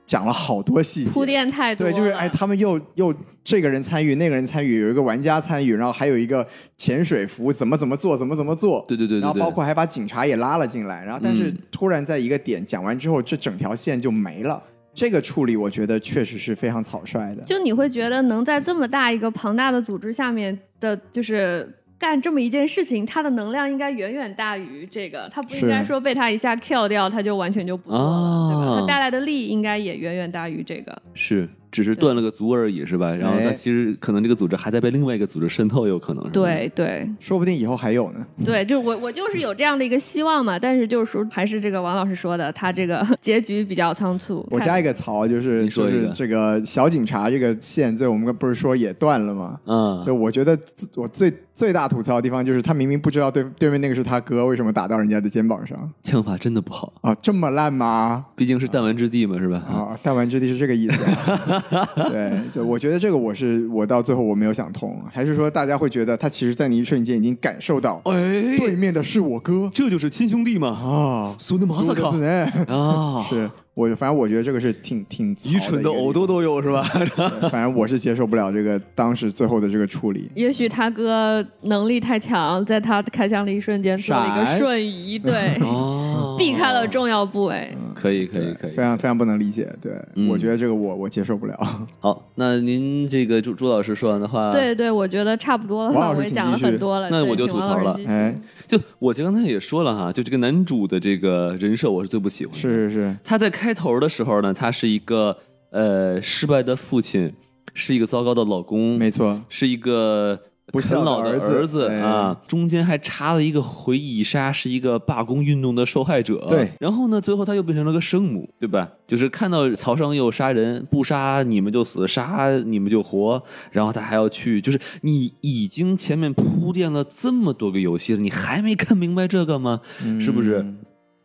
讲了好多细节，
铺垫太多
对，
了，
就是哎，他们又又这个人参与，那个人参与，有一个玩家参与，然后还有一个潜水服怎么怎么做，怎么怎么做，
对对对对对，
然后包括还把警察也拉了进来，然后但是
嗯
突然在一个点讲完之后，这整条线就没了。这个处理我觉得确实是非常草率的。
就你会觉得能在这么大一个庞大的组织下面的，就是干这么一件事情，它的能量应该远远大于这个，它不
是啊
应该说被它一下 kill 掉，它就完全就不做了，对
哦
吧？它带来的利益应该也远远大于这个。
啊
嗯
是只是断了个足而已，是吧？然后
哎
它其实可能这个组织还在被另外一个组织渗透，有可能是吧
对对
说不定以后还有呢。
对，就是我我就是有这样的一个希望嘛，但是就是说还是这个王老师说的，他这个 [LAUGHS] 结局比较仓促。
我加一个槽，就是
你说
就
一个
是这个小警察这个线，最后我们不是说也断了吗？
嗯，
就我觉得我最最大吐槽的地方就是他明明不知道对对面那个是他哥，为什么打到人家的肩膀上
枪法真的不好，
啊？这么烂吗？
毕竟是弹丸之地嘛，是吧？
啊，弹丸之地是这个
[LAUGHS]
意思啊。对，就我觉得这个我是我到最后我没有想通，还是说大家会觉得他其实在那一瞬间已经感受到
哎，
对面的是我哥
这就是亲兄弟嘛，
啊，
苏的马
苏
萨
格斯
卡
内
啊，
是我反正我觉得这个是挺挺
愚蠢
的一
的
个
偶都都有，是吧？
对反正我是接受不了这个当时最后的这个处理。
也许他哥能力太强，在他开枪的一瞬间做了一个
闪
瞬移，
[LAUGHS]
对，
哦，
避开了重要部位。
嗯
可以，可以，
对
可以，
非常非常不能理解。对，
嗯
我觉得这个我我接受不了。
好。那您这个朱朱老师说完的话，，
对对，我觉得差不多了
王
吧，
老师
我也
请
讲了
继续
很多了。
那
对
我就
请
吐
王
槽
老师
了
继续。
哎，
就我刚才也说了哈，就这个男主的这个人设，我是最不喜欢的。
是是是，
他在开头的时候呢，他是一个呃失败的父亲，是一个糟糕的老公，
没错，
是一个
不孝的
啃老
儿子
儿子
哎
啊，中间还插了一个回忆杀，是一个罢工运动的受害者。
对
然后呢，最后他又变成了个圣母，对吧？就是看到曹商又杀人，不杀你们就死，杀你们就活，然后他还要去，就是你已经前面铺垫了这么多个游戏了，你还没看明白这个吗？是不是
嗯？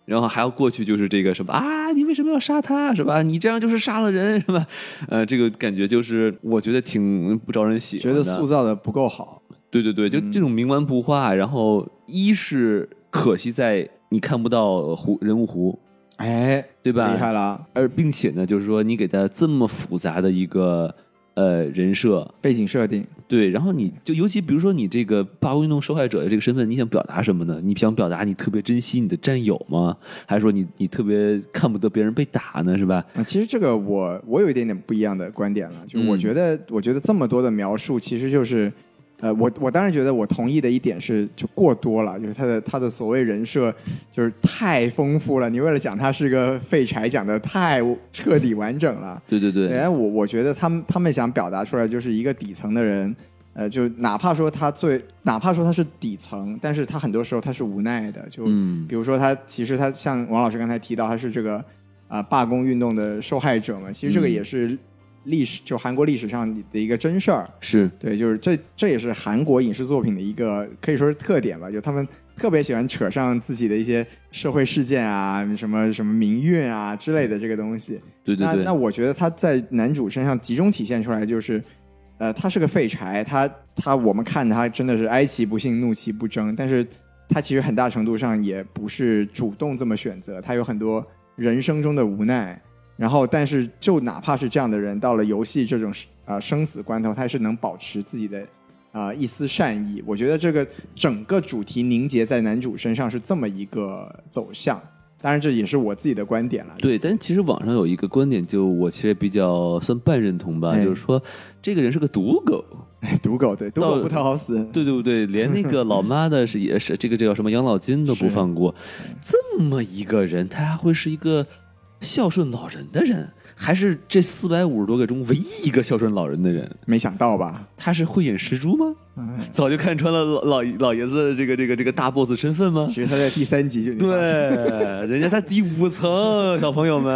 然后还要过去，就是这个什么啊，你为什么要杀他，是吧？你这样就是杀了人，是吧？呃，这个感觉就是我觉得挺不招人喜
觉
欢
得嗯
的。
塑造的不够好？
对对对，就这种冥顽不化。然后一是可惜在你看不到弧人物弧，
哎，
对吧？
厉害了，
而并且呢，就是说你给他这么复杂的一个呃人设，
背景设定
对，然后你就尤其比如说你这个罢工运动受害者的这个身份，你想表达什么呢？你想表达你特别珍惜你的战友吗？还是说你你特别看不得别人被打呢？是吧？
啊，其实这个我我有一点点不一样的观点了，就我
嗯
觉得、我觉得这么多的描述其实就是。呃，我我当然觉得我同意的一点是，就过多了，就是他的他的所谓人设就是太丰富了。你为了讲他是个废柴，讲的太彻底完整了。
对对对，
哎，我我觉得他们他们想表达出来就是一个底层的人，呃，就哪怕说他最，哪怕说他是底层，但是他很多时候他是无奈的，就、
嗯，
比如说他其实他像王老师刚才提到，他是这个啊、呃罢工运动的受害者嘛，其实这个
嗯
也是历史、就韩国历史上的一个真事儿，
是
对，就是这这也是韩国影视作品的一个可以说是特点吧，就他们特别喜欢扯上自己的一些社会事件啊，什么什么民运啊之类的这个东西。
对对
那那
对，
我觉得他在男主身上集中体现出来就是，呃，他是个废柴，他他我们看他真的是哀其不幸，怒其不争，但是他其实很大程度上也不是主动这么选择，他有很多人生中的无奈。然后，但是就哪怕是这样的人，到了游戏这种啊、呃生死关头，他还是能保持自己的啊、一丝善意。我觉得这个整个主题凝结在男主身上是这么一个走向。当然，这也是我自己的观点了。
对。但其实网上有一个观点，就我其实比较算半认同吧，
哎
就是说这个人是个赌狗，
哎， [LAUGHS] 赌狗对，赌
到
狗不讨好死。
对对不对？连那个老妈的是也是这个叫什么养老金都不
是
放过，这么一个人，他还会是一个孝顺老人的人，还是这四百五十多个中唯一一个孝顺老人的人？
没想到吧？
他是慧眼识珠吗？
哎
早就看穿了老老老爷子的这个这个这个大 boss 身份吗
其？实他在第三集就已经发
对
现，
人家在第五层，小朋友们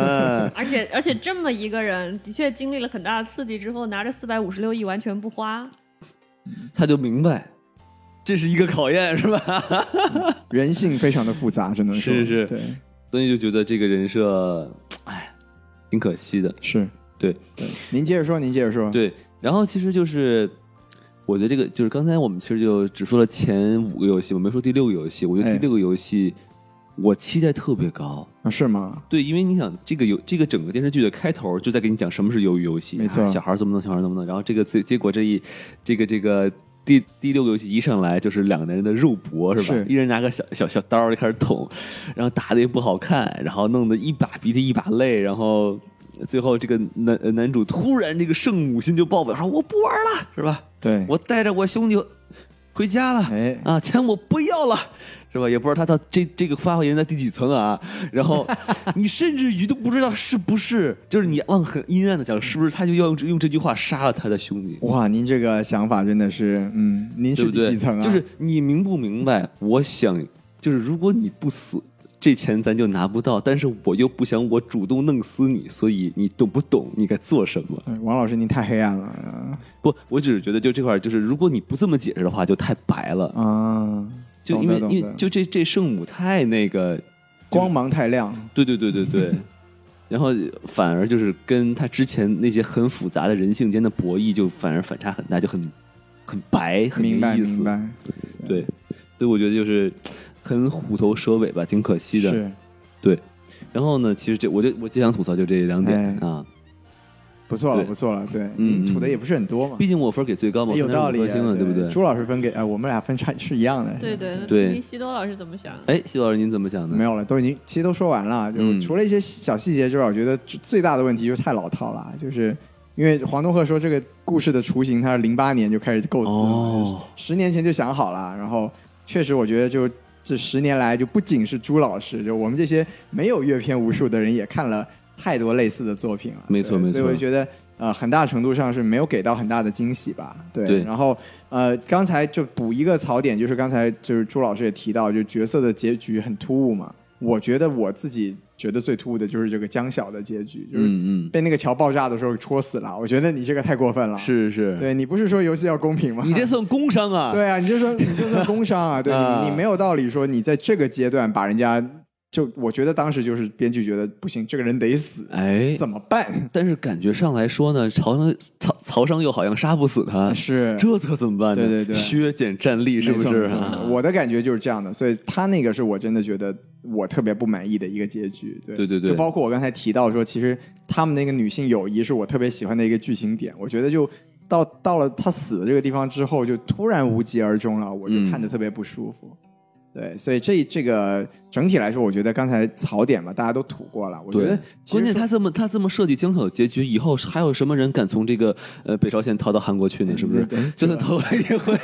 而且而且这么一个人，的确经历了很大的刺激之后，拿着四百五十六亿完全不花，
[LAUGHS] 他就明白，这是一个考验，是吧？ [LAUGHS]
人性非常的复杂，只能说
是是
对
所以就觉得这个人设，哎，挺可惜的。
是，
对
对。您接着说，您接着说。
对，然后其实就是，我觉得这个就是刚才我们其实就只说了前五个游戏，我没说第六个游戏。我觉得
哎
第六个游戏我期待特别高。
啊是吗？
对，因为你想，这个游这个整个电视剧的开头就在给你讲什么是鱿鱼游戏，
没错
啊小孩儿怎么弄，小孩儿怎么弄，然后这个结结果这一这个这个。第第六个游戏一上来就是两个人的肉搏是吧？
是
一人拿个小小小刀就开始捅，然后打的也不好看，然后弄得一把鼻涕一把泪，然后最后这个男呃男主突然这个圣母心就爆表，说我不玩了是吧？
对，
我带着我兄弟回家了，
哎
啊，钱我不要了，是吧？也不知道他到这这个发货人在第几层啊。
[LAUGHS]
然后你甚至于都不知道是不是，就是你往很阴暗的讲，是不是他就要用这用这句话杀了他的兄弟？
哇，您这个想法真的是，嗯，您
对
是
不
第
对？
几层啊？
就是你明不明白？我想，就是如果你不死，这钱咱就拿不到。但是我又不想我主动弄死你，所以你懂不懂？你该做什么？
对王老师您太黑暗了
不，我只是觉得就这块儿，就是如果你不这么解释的话，就太白了。
啊啊！
就
懂
因
得
为
懂
因
得
为就这这圣母太那个，
光芒太亮，
对对对对
[LAUGHS]
对，然后反而就是跟他之前那些很复杂的人性间的博弈，就反而反差很大，就很很白，很
明白
没
明
意思。
白，
对，所以我觉得就是很虎头蛇尾吧，挺可惜的。
是
然后呢，其实这我就我就想吐槽就这两点、
哎
啊，
不错了
对
不错了，对，
嗯
您吐的也不是很多嘛，
毕竟我分儿给最高嘛，
哎有
我分儿
道
给
理啊
五颗星了，对不对？
朱老师分给，哎，我们俩分差是一样的，
对对
对
你西多老师怎么想？
哎，徐老师您怎么想的？
没有了，都已经其实都说完了，就
嗯
除了一些小细节之外，我觉得最大的问题就是太老套了，就是因为黄东赫说这个故事的雏形，他是零八年就开始构思嘛，
哦
就是十年前就想好了，然后确实我觉得就这十年来，就不仅是朱老师，就我们这些没有阅片无数的人也看了太多类似的作品了，
没错
对
没错
所以我就觉得。呃，很大程度上是没有给到很大的惊喜吧，对。
对
然后呃，刚才就补一个槽点，就是刚才就是朱老师也提到，就角色的结局很突兀嘛。我觉得我自己觉得最突兀的就是这个江晓的结局，就是
嗯
被那个桥爆炸的时候戳死了。我觉得你这个太过分了。
嗯，，是是，
对你不是说游戏要公平吗？
你这算工伤啊？
对啊，你就说你就算工伤啊，对
[LAUGHS] 啊
你你没有道理说你在这个阶段把人家就，我觉得当时就是编剧觉得不行，这个人得死，
哎，
怎么办？
但是感觉上来说呢，曹商曹曹商又好像杀不
[LAUGHS]
死他，
是
啊这可怎么办呢？
嗯对对对
削减战力是不
没错
是
没错嗯没
啊？
错 [LAUGHS] 我的感觉就是这样的，所以他那个是我真的觉得我特别不满意的一个结局。对
对对对
就包括我刚才提到说，其实他们那个女性友谊是我特别喜欢的一个剧情点，我觉得就。到到了他死的这个地方之后，就突然无疾而终了，我就
嗯
看着特别不舒服。对，所以这这个整体来说，我觉得刚才槽点嘛，大家都吐过了。我觉
对
得其实
关键
说
他这么他这么设计江口的结局，以后还有什么人敢从这个呃北朝鲜逃到韩国去呢？是不是
对对？
就算逃过来也
[LAUGHS]
会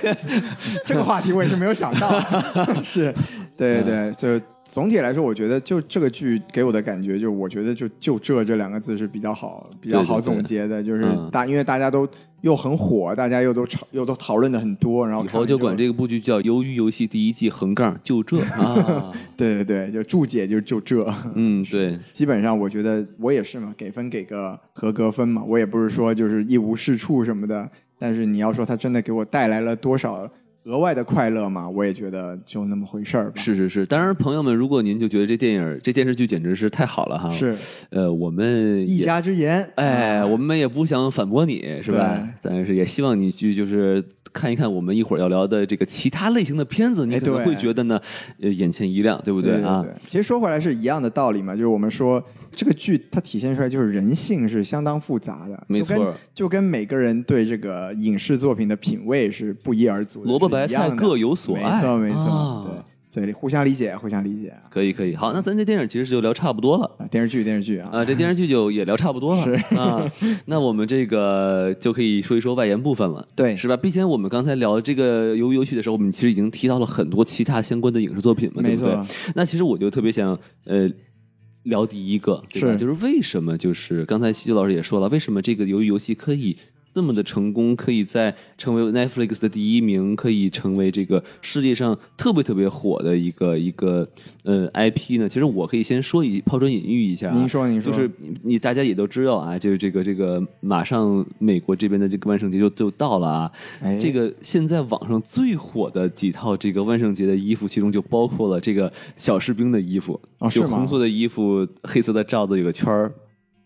这个话题我也是没有想到，
[LAUGHS]
是，对对
嗯
对，所以总体来说，我觉得就这个剧给我的感觉，就我觉得就就这这两个字是比较好比较好
对对对
总结的，就是
嗯
大因为大家都又很火，大家又都吵又都讨论的很多，然后
以
看
后
了
就管这个部剧叫《鱿鱼游戏》第一季横杠
[LAUGHS]
就这啊，
对对对，就注解就就这， [LAUGHS]
嗯，对，
基本上我觉得我也是嘛，给分给个合格分嘛，我也不是说就是一无是处什么的，但是你要说它真的给我带来了多少额外的快乐嘛，我也觉得就那么回事儿吧，
是是是。当然，朋友们，如果您就觉得这电影这电视剧简直是太好了哈，
是。
呃，我们
一
也
家之言，
哎，我们也不想反驳你，是吧？但是也希望你去就是看一看我们一会儿要聊的这个其他类型的片子，你
哎
可能
对
会觉得呢，呃，眼前一亮，对不
对对
啊？
其实说回来是一样的道理嘛，就是我们说这个剧它体现出来就是人性是相当复杂的，
没错
就跟，就跟每个人对这个影视作品的品味是不一而足的，
萝卜白菜
是一样的
各有所爱
没错没错，
啊
对，所以互相理解，互相理解啊
可以可以，好，那咱这电影其实就聊差不多了。
啊，电视剧电视剧啊，
啊，这电视剧就也聊差不
[LAUGHS]
多了啊，那我们这个就可以说一说外延部分了，
对
是吧？毕竟我们刚才聊这个《鱿鱼游戏》的时候，我们其实已经提到了很多其他相关的影视作品嘛，
没
对不对
错，
那其实我就特别想呃聊第一个，对吧
是
就是为什么就是刚才西西老师也说了，为什么这个鱿鱼游戏可以这么的成功，可以在成为 Netflix 的第一名，可以成为这个世界上特别特别火的一个一个呃 IP 呢？其实我可以先说一抛砖引玉一下、啊，
您说您说
就是你你大家也都知道啊，就是这个这个马上美国这边的这个万圣节就就到了啊，
哎
这个现在网上最火的几套这个万圣节的衣服，其中就包括了这个小士兵的衣服，
哦是
就
吗
红色的衣服，黑色的罩子有个圈儿，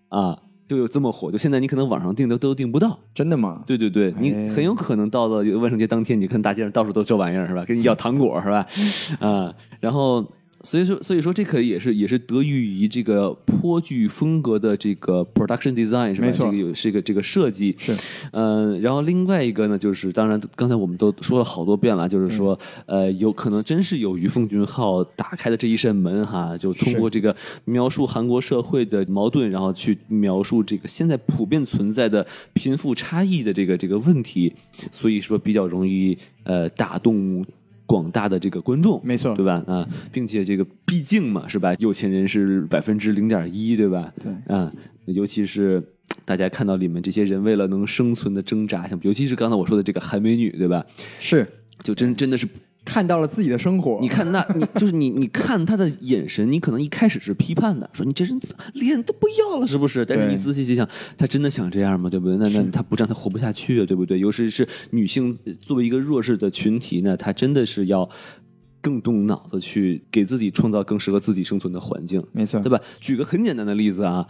啊，就有这么火。就现在你可能网上订都都订不到，
真的吗？
对对对，你
哎
很有可能到了 [LAUGHS] 万圣节当天，你看大街上到处都这玩意儿是吧？跟你要糖果是吧？啊，然后所以说，所以说这个也是也是得益于这个颇具风格的这个 production design 是吧？
没错
这个有这个这个设计
是，
嗯、然后另外一个呢，就是当然刚才我们都说了好多遍了，就是说，
嗯
呃，有可能真是有于奉俊昊打开的这一扇门哈，就通过这个描述韩国社会的矛盾，然后去描述这个现在普遍存在的贫富差异的这个这个问题，所以说比较容易呃打动广大的这个观众。
没错
对，吧？啊，并且这个毕竟嘛，是吧？有钱人是百分之零点一，对吧？
对
啊，尤其是大家看到里面这些人为了能生存的挣扎，像尤其是刚才我说的这个韩美女，对吧？
是
就真真的是，
看到了自己的生活。
你看那，你就是你，你看她的眼神，你可能一开始是批判的，说你这人脸都不要了，是不是？但是
对
你仔细细想，她真的想这样吗？对不对？那那她不这样，她活不下去啊，对不对？尤其是女性呃作为一个弱势的群体呢，她真的是要更动脑子去给自己创造更适合自己生存的环境。
没错，
对吧？举个很简单的例子啊，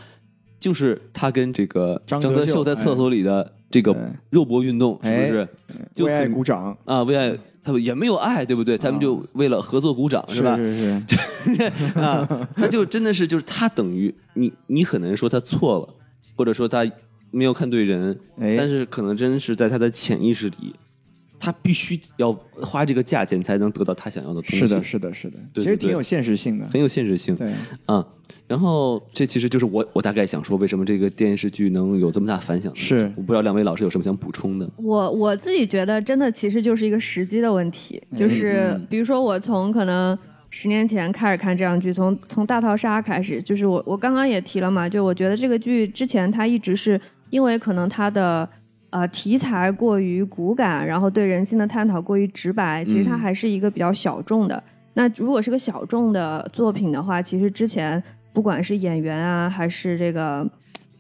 就是他跟这个
张
张
德
德
秀
秀在厕所里的这个
哎
肉搏运动，是
哎
不是？就
为爱
很
鼓掌，
啊，为爱他们也没有爱，对不
啊
对？他们就为了合作鼓掌，
是
吧？
是是，
[LAUGHS]
[LAUGHS]
啊，他就真的是就是他等于你，你很难说他错了，或者说他没有看对人，
哎
但是可能真是在他的潜意识里。他必须要花这个价钱才能得到他想要的东西，
是的，是的，是的，
对
其实
对
挺有现实性的。
很有限制性。
对，
啊，然后这其实就是我我大概想说，为什么这个电视剧能有这么大反响？
[LAUGHS] 是
我不知道两位老师有什么想补充的？
我我自己觉得，真的其实就是一个时机的问题，就是比如说我从可能十年前开始看这样剧，从从大逃杀开始，就是我我刚刚也提了嘛，就我觉得这个剧之前它一直是因为可能它的呃题材过于骨感，然后对人性的探讨过于直白，其实它
嗯
还是一个比较小众的。那如果是个小众的作品的话，其实之前不管是演员啊，还是这个。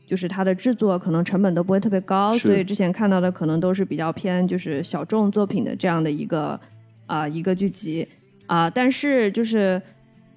就是它的制作可能成本都不会特别高，
是
所以之前看到的可能都是比较偏就是小众作品的这样的一个啊、一个剧集啊、但是就是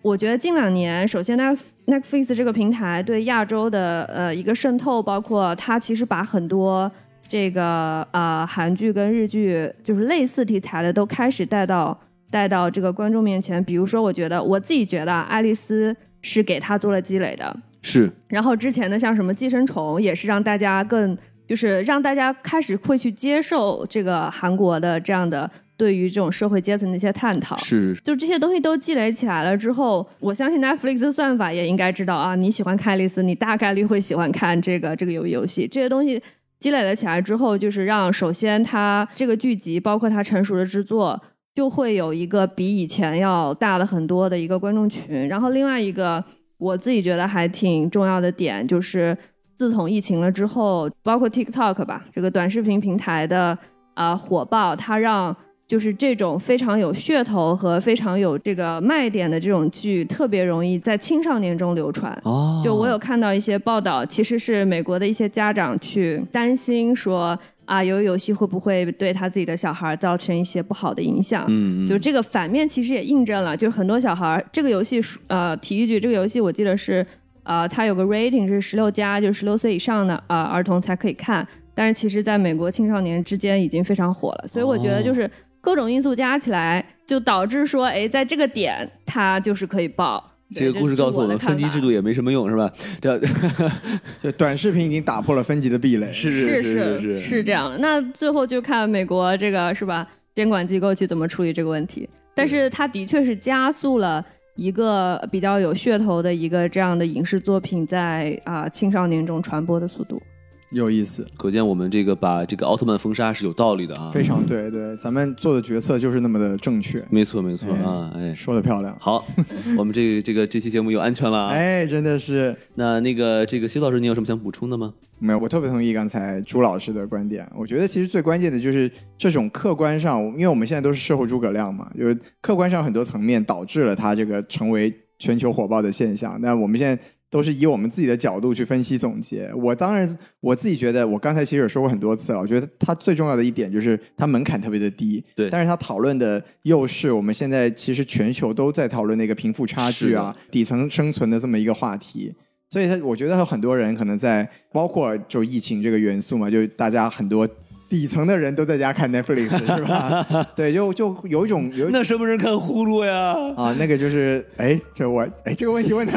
我觉得近两年，首先 Net- Netflix 这个平台对亚洲的呃一个渗透，包括它其实把很多这个呃韩剧跟日剧就是类似题材的都开始带到带到这个观众面前。比如说，我觉得我自己觉得啊爱丽丝是给他做了积累的，
是
然后之前的像什么寄生虫，也是让大家更就是让大家开始会去接受这个韩国的这样的对于这种社会阶层的一些探讨。
是，
就这些东西都积累起来了之后，我相信 Netflix 的算法也应该知道啊，你喜欢看爱丽丝，你大概率会喜欢看这个 [LAUGHS] 这个游游戏。这些东西积累了起来之后，就是让首先它这个剧集，包括它成熟的制作，就会有一个比以前要大了很多的一个观众群。然后另外一个我自己觉得还挺重要的点就是。自从疫情了之后，包括 TikTok 吧，这个短视频平台的啊、火爆，它让就是这种非常有噱头和非常有这个卖点的这种剧，特别容易在青少年中流传。
哦，
就我有看到一些报道，其实是美国的一些家长去担心说啊，游游戏会不会对他自己的小孩造成一些不好的影响？
嗯，嗯，
就这个反面其实也印证了，就是很多小孩儿这个游戏属，呃，体育局这个游戏我记得是，呃，它有个 rating 是十六加，就是十六岁以上的啊、呃、儿童才可以看，但是其实在美国青少年之间已经非常火了，所以我觉得
哦
就是各种因素加起来，就导致说，哎，在这个点它就是可以爆。对
这个故事告诉我
这
们，
是的
分级
看法
制度也没什么用，是吧？这
就短视频已经打破了分级的壁垒。
是是
是是嗯
是，
这样的。那最后就看美国这个是吧，监管机构去怎么处理这个问题。但是它的确是加速了一个比较有噱头的一个这样的影视作品在啊、青少年中传播的速度。
有意思，啊
可见我们这个把这个奥特曼封杀是有道理的啊，
非常对对，咱们做的决策就是那么的正确，
没错没错啊，哎，
说的漂亮。
好， [LAUGHS] 我们这这个这期节目又安全了啊。
哎，真的是
那那个这个薛老师，你有什么想补充的吗？
没有，我特别同意刚才朱老师的观点。我觉得其实最关键的就是这种客观上，因为我们现在都是社会诸葛亮嘛，就是客观上很多层面导致了它这个成为全球火爆的现象。那我们现在都是以我们自己的角度去分析总结。我当然我自己觉得，我刚才其实也说过很多次了，我觉得它最重要的一点就是它门槛特别的低，
对
但是它讨论的又是我们现在其实全球都在讨论的一个贫富差距啊、底层生存的这么一个话题。所以他我觉得有很多人可能在包括就疫情这个元素嘛，就是大家很多底层的人都在家看 Netflix 是吧？对，就就有一种有一
那什么人看呼噜呀？
啊，那个就是哎，这我哎这个问题问的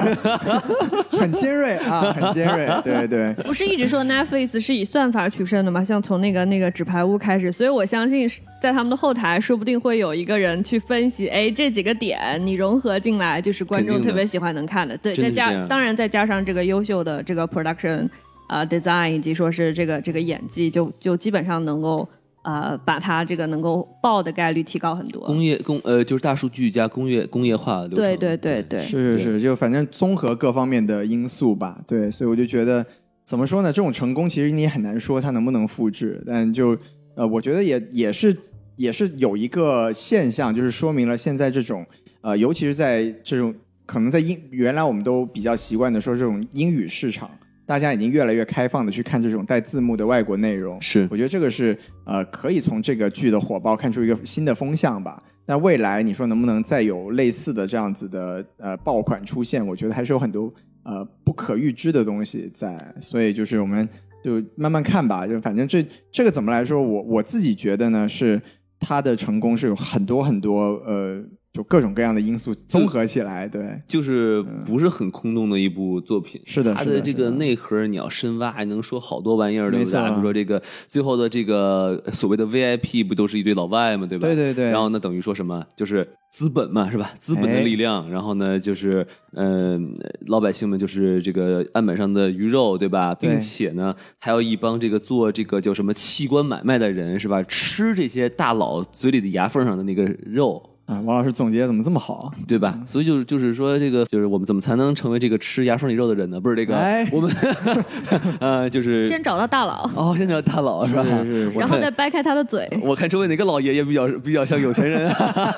很 [LAUGHS] 尖锐啊，很尖锐，对对。
[LAUGHS] 不是一直说 Netflix 是以算法取胜的吗？像从那个那个纸牌屋开始，所以我相信是在他们的后台，说不定会有一个人去分析，哎，这几个点你融合进来，就是观
肯
众
定的
特别喜欢能看的。对，
真的
再
是这
加
样
当然再加上这个优秀的这个 production 啊、design 以及说是这个这个演技，就就基本上能够呃把它这个能够爆的概率提高很多。
工业工呃就是大数据加工业工业化的流程。
对对对对，
是是，就反正综合各方面的因素吧，对，所以我就觉得怎么说呢？这种成功其实你也很难说它能不能复制，但就呃，我觉得也也是也是有一个现象，就是说明了现在这种呃，尤其是在这种可能在英原来我们都比较习惯的说这种英语市场，大家已经越来越开放的去看这种带字幕的外国内容，
是
我觉得这个是呃，可以从这个剧的火爆看出一个新的风向吧。那未来你说能不能再有类似的这样子的呃爆款出现？我觉得还是有很多呃不可预知的东西在，所以就是我们就慢慢看吧。就反正这这个怎么来说，我我自己觉得呢，是它的成功是有很多很多呃，就各种各样的因素综合起来。对，
就是不是很空洞的一部作品。
是的，
它
是的
的这个，内核你要深挖，还能说好多玩意儿，对
没
不
错
对？
啊
比如说这个最后的这个所谓的 VIP 不都是一堆老外嘛，对
是
吧？
的对对对。
然后呢，等于说什么？就是资本
[LAUGHS]
嘛，是吧？资本的
哎
力量。然后呢，就是嗯、呃老百姓们就是这个案板上的鱼肉，对吧？
对
并且呢，还有一帮这个做这个叫什么器官买卖的人，是吧？吃这些大佬嘴里的牙缝上的那个肉，
啊，王老师总结怎么这么好？
对吧？
嗯
所以就是就是说，这个就是我们怎么才能成为这个吃牙缝里肉的人呢？不是这个，
哎
我们 [LAUGHS] 呃，就是
先找到大佬，
哦，先找大佬是吧？
是是是
我
然后
看
再掰开他的嘴。
我看周围哪个老爷爷比较比较像有钱人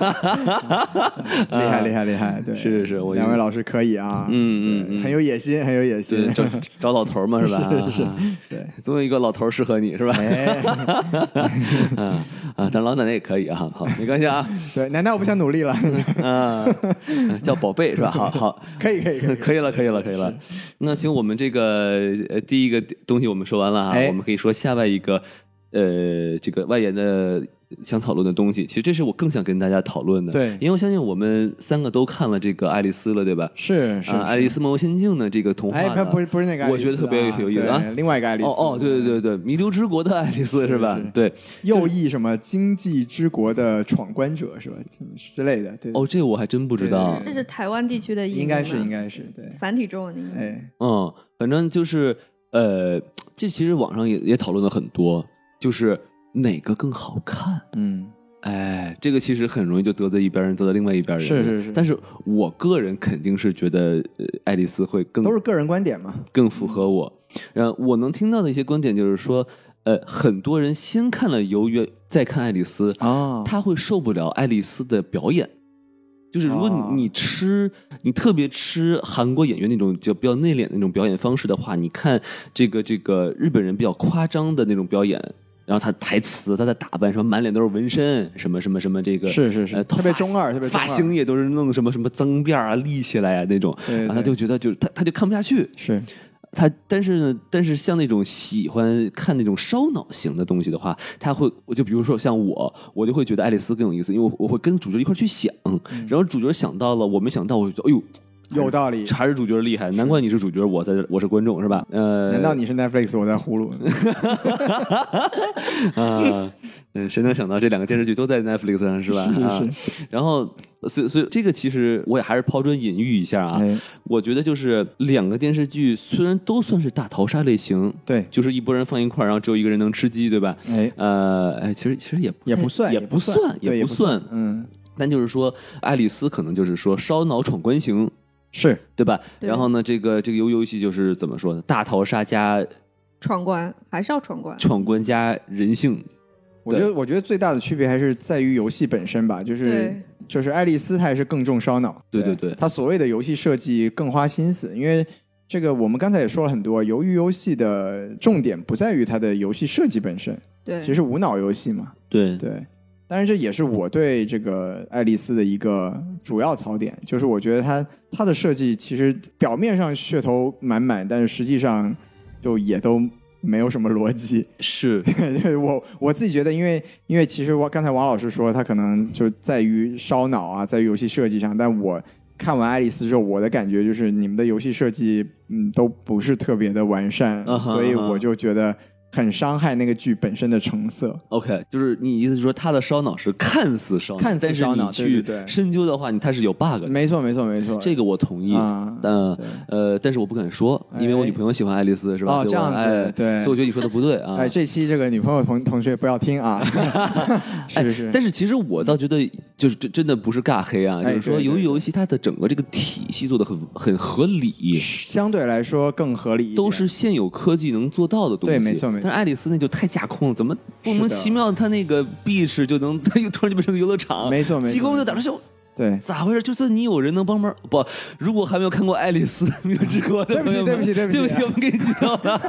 啊？
厉害厉害厉害！对，
是是我
两位老师可以啊，
嗯
对
嗯嗯
很有野心，很有野
对，
心，
找找老头儿嘛是吧？是
对，
总有一个老头儿适合你是吧？
哎，
啊啊， [LAUGHS] 但老奶奶也可以啊，
[LAUGHS]
好，没关系啊，
对，奶奶我不想努力了，
啊，叫宝
[LAUGHS]
贝是吧？好好，
可以可以可以，
可以了，可以了，可以了。那行，我们这个呃第一个东西我们说完了啊，
哎
我们可以说下外一个呃这个外延的想讨论的东西。其实这是我更想跟大家讨论的，
对
因为我相信我们三个都看了这个《爱丽丝》了，对吧？
是是
啊，《爱丽，丝梦游仙境》的这个童
是
话
哎，
呢，
不不是不是那个爱丽丝啊，
我觉得特别有意思啊
对另外一个爱丽丝，
哦哦，对对对对，弥留之国的爱丽丝是吧？
是是
对，
右翼什么经济之国的闯关者是吧之类的，对，
哦，这我还真不知道。
对对
这是台湾地区的译名
应该是
吗
应该是对，
繁体中文的译名。
哎，
嗯，反正就是呃，这其实网上也也讨论了很多，就是哪个更好看。
嗯，
哎，这个其实很容易就得罪一边人，得罪另外一边人。
是是是
但是我个人肯定是觉得，呃，爱丽丝会更
都是个人观点嘛，
更符合我。呃，我能听到的一些观点就是说，呃，很多人先看了《游园》，再看《爱丽丝》
哦
他会受不了爱丽丝的表演。就是如果
哦
你你吃，你特别吃韩国演员那种就比较内敛的那种表演方式的话，你看这个这个日本人比较夸张的那种表演，然后他台词、他的打扮，什么满脸都是纹身，什么什么什么，这个
是是是
呃
特别
发型
中二特别中
发
二
型也都是弄什么什么脏辫儿啊立起来啊那种，
对
然后他
对
就觉得就是他他就看不下去，
是
他但是呢，但是像那种喜欢看那种烧脑型的东西的话，他会，我就比如说像我，我就会觉得爱丽丝更有意思，因为我我会跟主角一块儿去想，
嗯
然后主角想到了，我没想到，我就觉得哎呦，
有道理，
还是主角厉害，难怪你是主角，我在这，我是观众是吧？呃，
难道你是 Netflix 我在呼噜？ [LAUGHS]
啊，嗯，谁能想到这两个电视剧都在 Netflix 上是吧？
是
是、啊。然后，所以所以这个其实我也还是抛砖引玉一下啊，
哎
我觉得就是两个电视剧虽然都算是大逃杀类型，
对
就是一拨人放一块儿，然后只有一个人能吃鸡，对吧？
哎，
呃，哎，其实其实也不
也
太
不算，
也
不
算，
对，也
不算。
嗯，
但就是说，爱丽丝可能就是说烧脑闯关型，
是
对吧？
对
然后呢，这个这个游游戏就是怎么说呢？大逃杀加
闯关还是要闯关，
闯关加人性，
我觉
对
得，我觉得最大的区别还是在于游戏本身吧，就是
对
就是爱丽丝她也是更重烧脑，
对对对
她所谓的游戏设计更花心思，因为这个我们刚才也说了很多，由于游戏的重点不在于它的游戏设计本身，
对，
其实无脑游戏嘛，
对
对。当然，这也是我对这个爱丽丝的一个主要槽点，就是我觉得它它的设计其实表面上噱头满满，但是实际上就也都没有什么逻辑。 [LAUGHS]
是
对我我自己觉得，因为因为其实王刚才王老师说，他可能就在于烧脑啊，在于游戏设计上。但我看完《爱丽丝》之后，我的感觉就是你们的游戏设计，嗯，都不是特别的完善
啊哈
所以
啊哈
我就觉得很伤害那个剧本身的成色。
OK，就是你意思是说他的烧脑是看似烧脑，
看似
但是
烧
你
脑
去
对对对
深究的话，你它是有 bug 的。
没错，没错，没错。
这个我同意，
啊
但
对
呃，但是我不敢说，因为我
哎
女朋友喜欢爱丽丝，是吧？
哦
所以我
这样子
哎
对
所以我觉得你说的不对啊。
[LAUGHS] 哎，这期这个女朋友同同学不要听
[LAUGHS]
啊，是是是，
哎但是其实我倒觉得，就是真真的不是尬黑啊，就
哎
是说，
对对
由于
对
游戏它的整个这个体系做的很很合理，
嗯相对来说更合理一点，
都是现有科技能做到的东西。
对没错没错
但是爱丽丝那就太架空了，怎么莫
是
名
的
其妙它那个 beach 就能 [LAUGHS] 它又突然就变成个游乐场？
没错没错
济公就
没错
在那修，
对。
哦咋回事？就算你有人能帮忙，不，如果还没有看过《爱丽丝 [LAUGHS] 没有之国》的
对不
朋
起
友们，
对不起对不起啊
对不起，我们给你剧透
[LAUGHS]
了，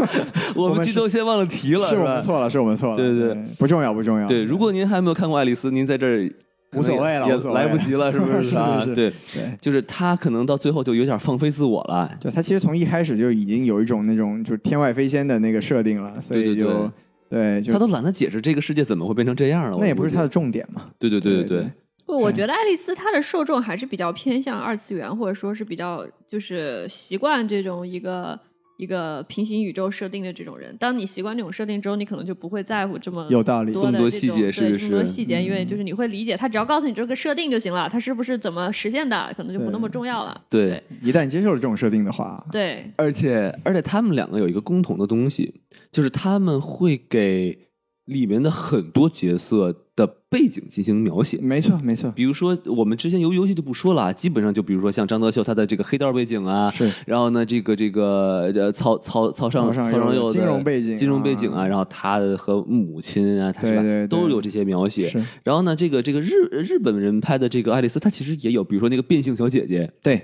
我
我
们
们
剧
是
透先忘了提了，
是我
吧
们错了，是我们错了。
对对对，
不重要，不重要。
对，如果您还没有看过《爱丽丝》，您在这儿
啊无所谓了
也
无所谓
来不及了，是不
[LAUGHS] 是是
啊，
是
对，
对，
就是他可能到最后就有点放飞自我了。
就他其实从一开始就已经有一种那种就是天外飞仙的那个设定了，所以
对对
就
对
对就
他都懒得解释这个世界怎么会变成这样了。
那也
我
不是
估计
他的重点嘛。
对对对对
对
对
对，
不，我觉
嗯
得爱丽丝她的受众还是比较偏向二次元，或者说是比较就是习惯这种一个一个平行宇宙设定的这种人。当你习惯这种设定之后，你可能就不会在乎这么
有道理
多
这么
的
多
这
细
种
节
对
是
这么多
是嗯
细节，因为就是你会理解，他只要告诉你这个设定就行了，他是不是怎么实现的，可能就不那么
对
重要了。
对
对
一旦接受了这种设定的话，
对，
而且而且他们两个有一个共同的东西，就是他们会给里面的很多角色的背景进行描写。
没错没
[LAUGHS]
错，
比如说，我们之前游游戏就不说了啊，基本上就比如说像张德秀他的这个黑道背景啊，
是
然后呢，这个这个呃，曹曹曹尚
曹尚
尚
佑
佑的
金融背景
金融背景啊，
啊
然后他和母亲啊，他是吧
对对对
都有这些描写。
是，
然后呢，这个这个日日本人拍的这个爱丽丝，她其实也有，比如说那个变性小姐姐，
对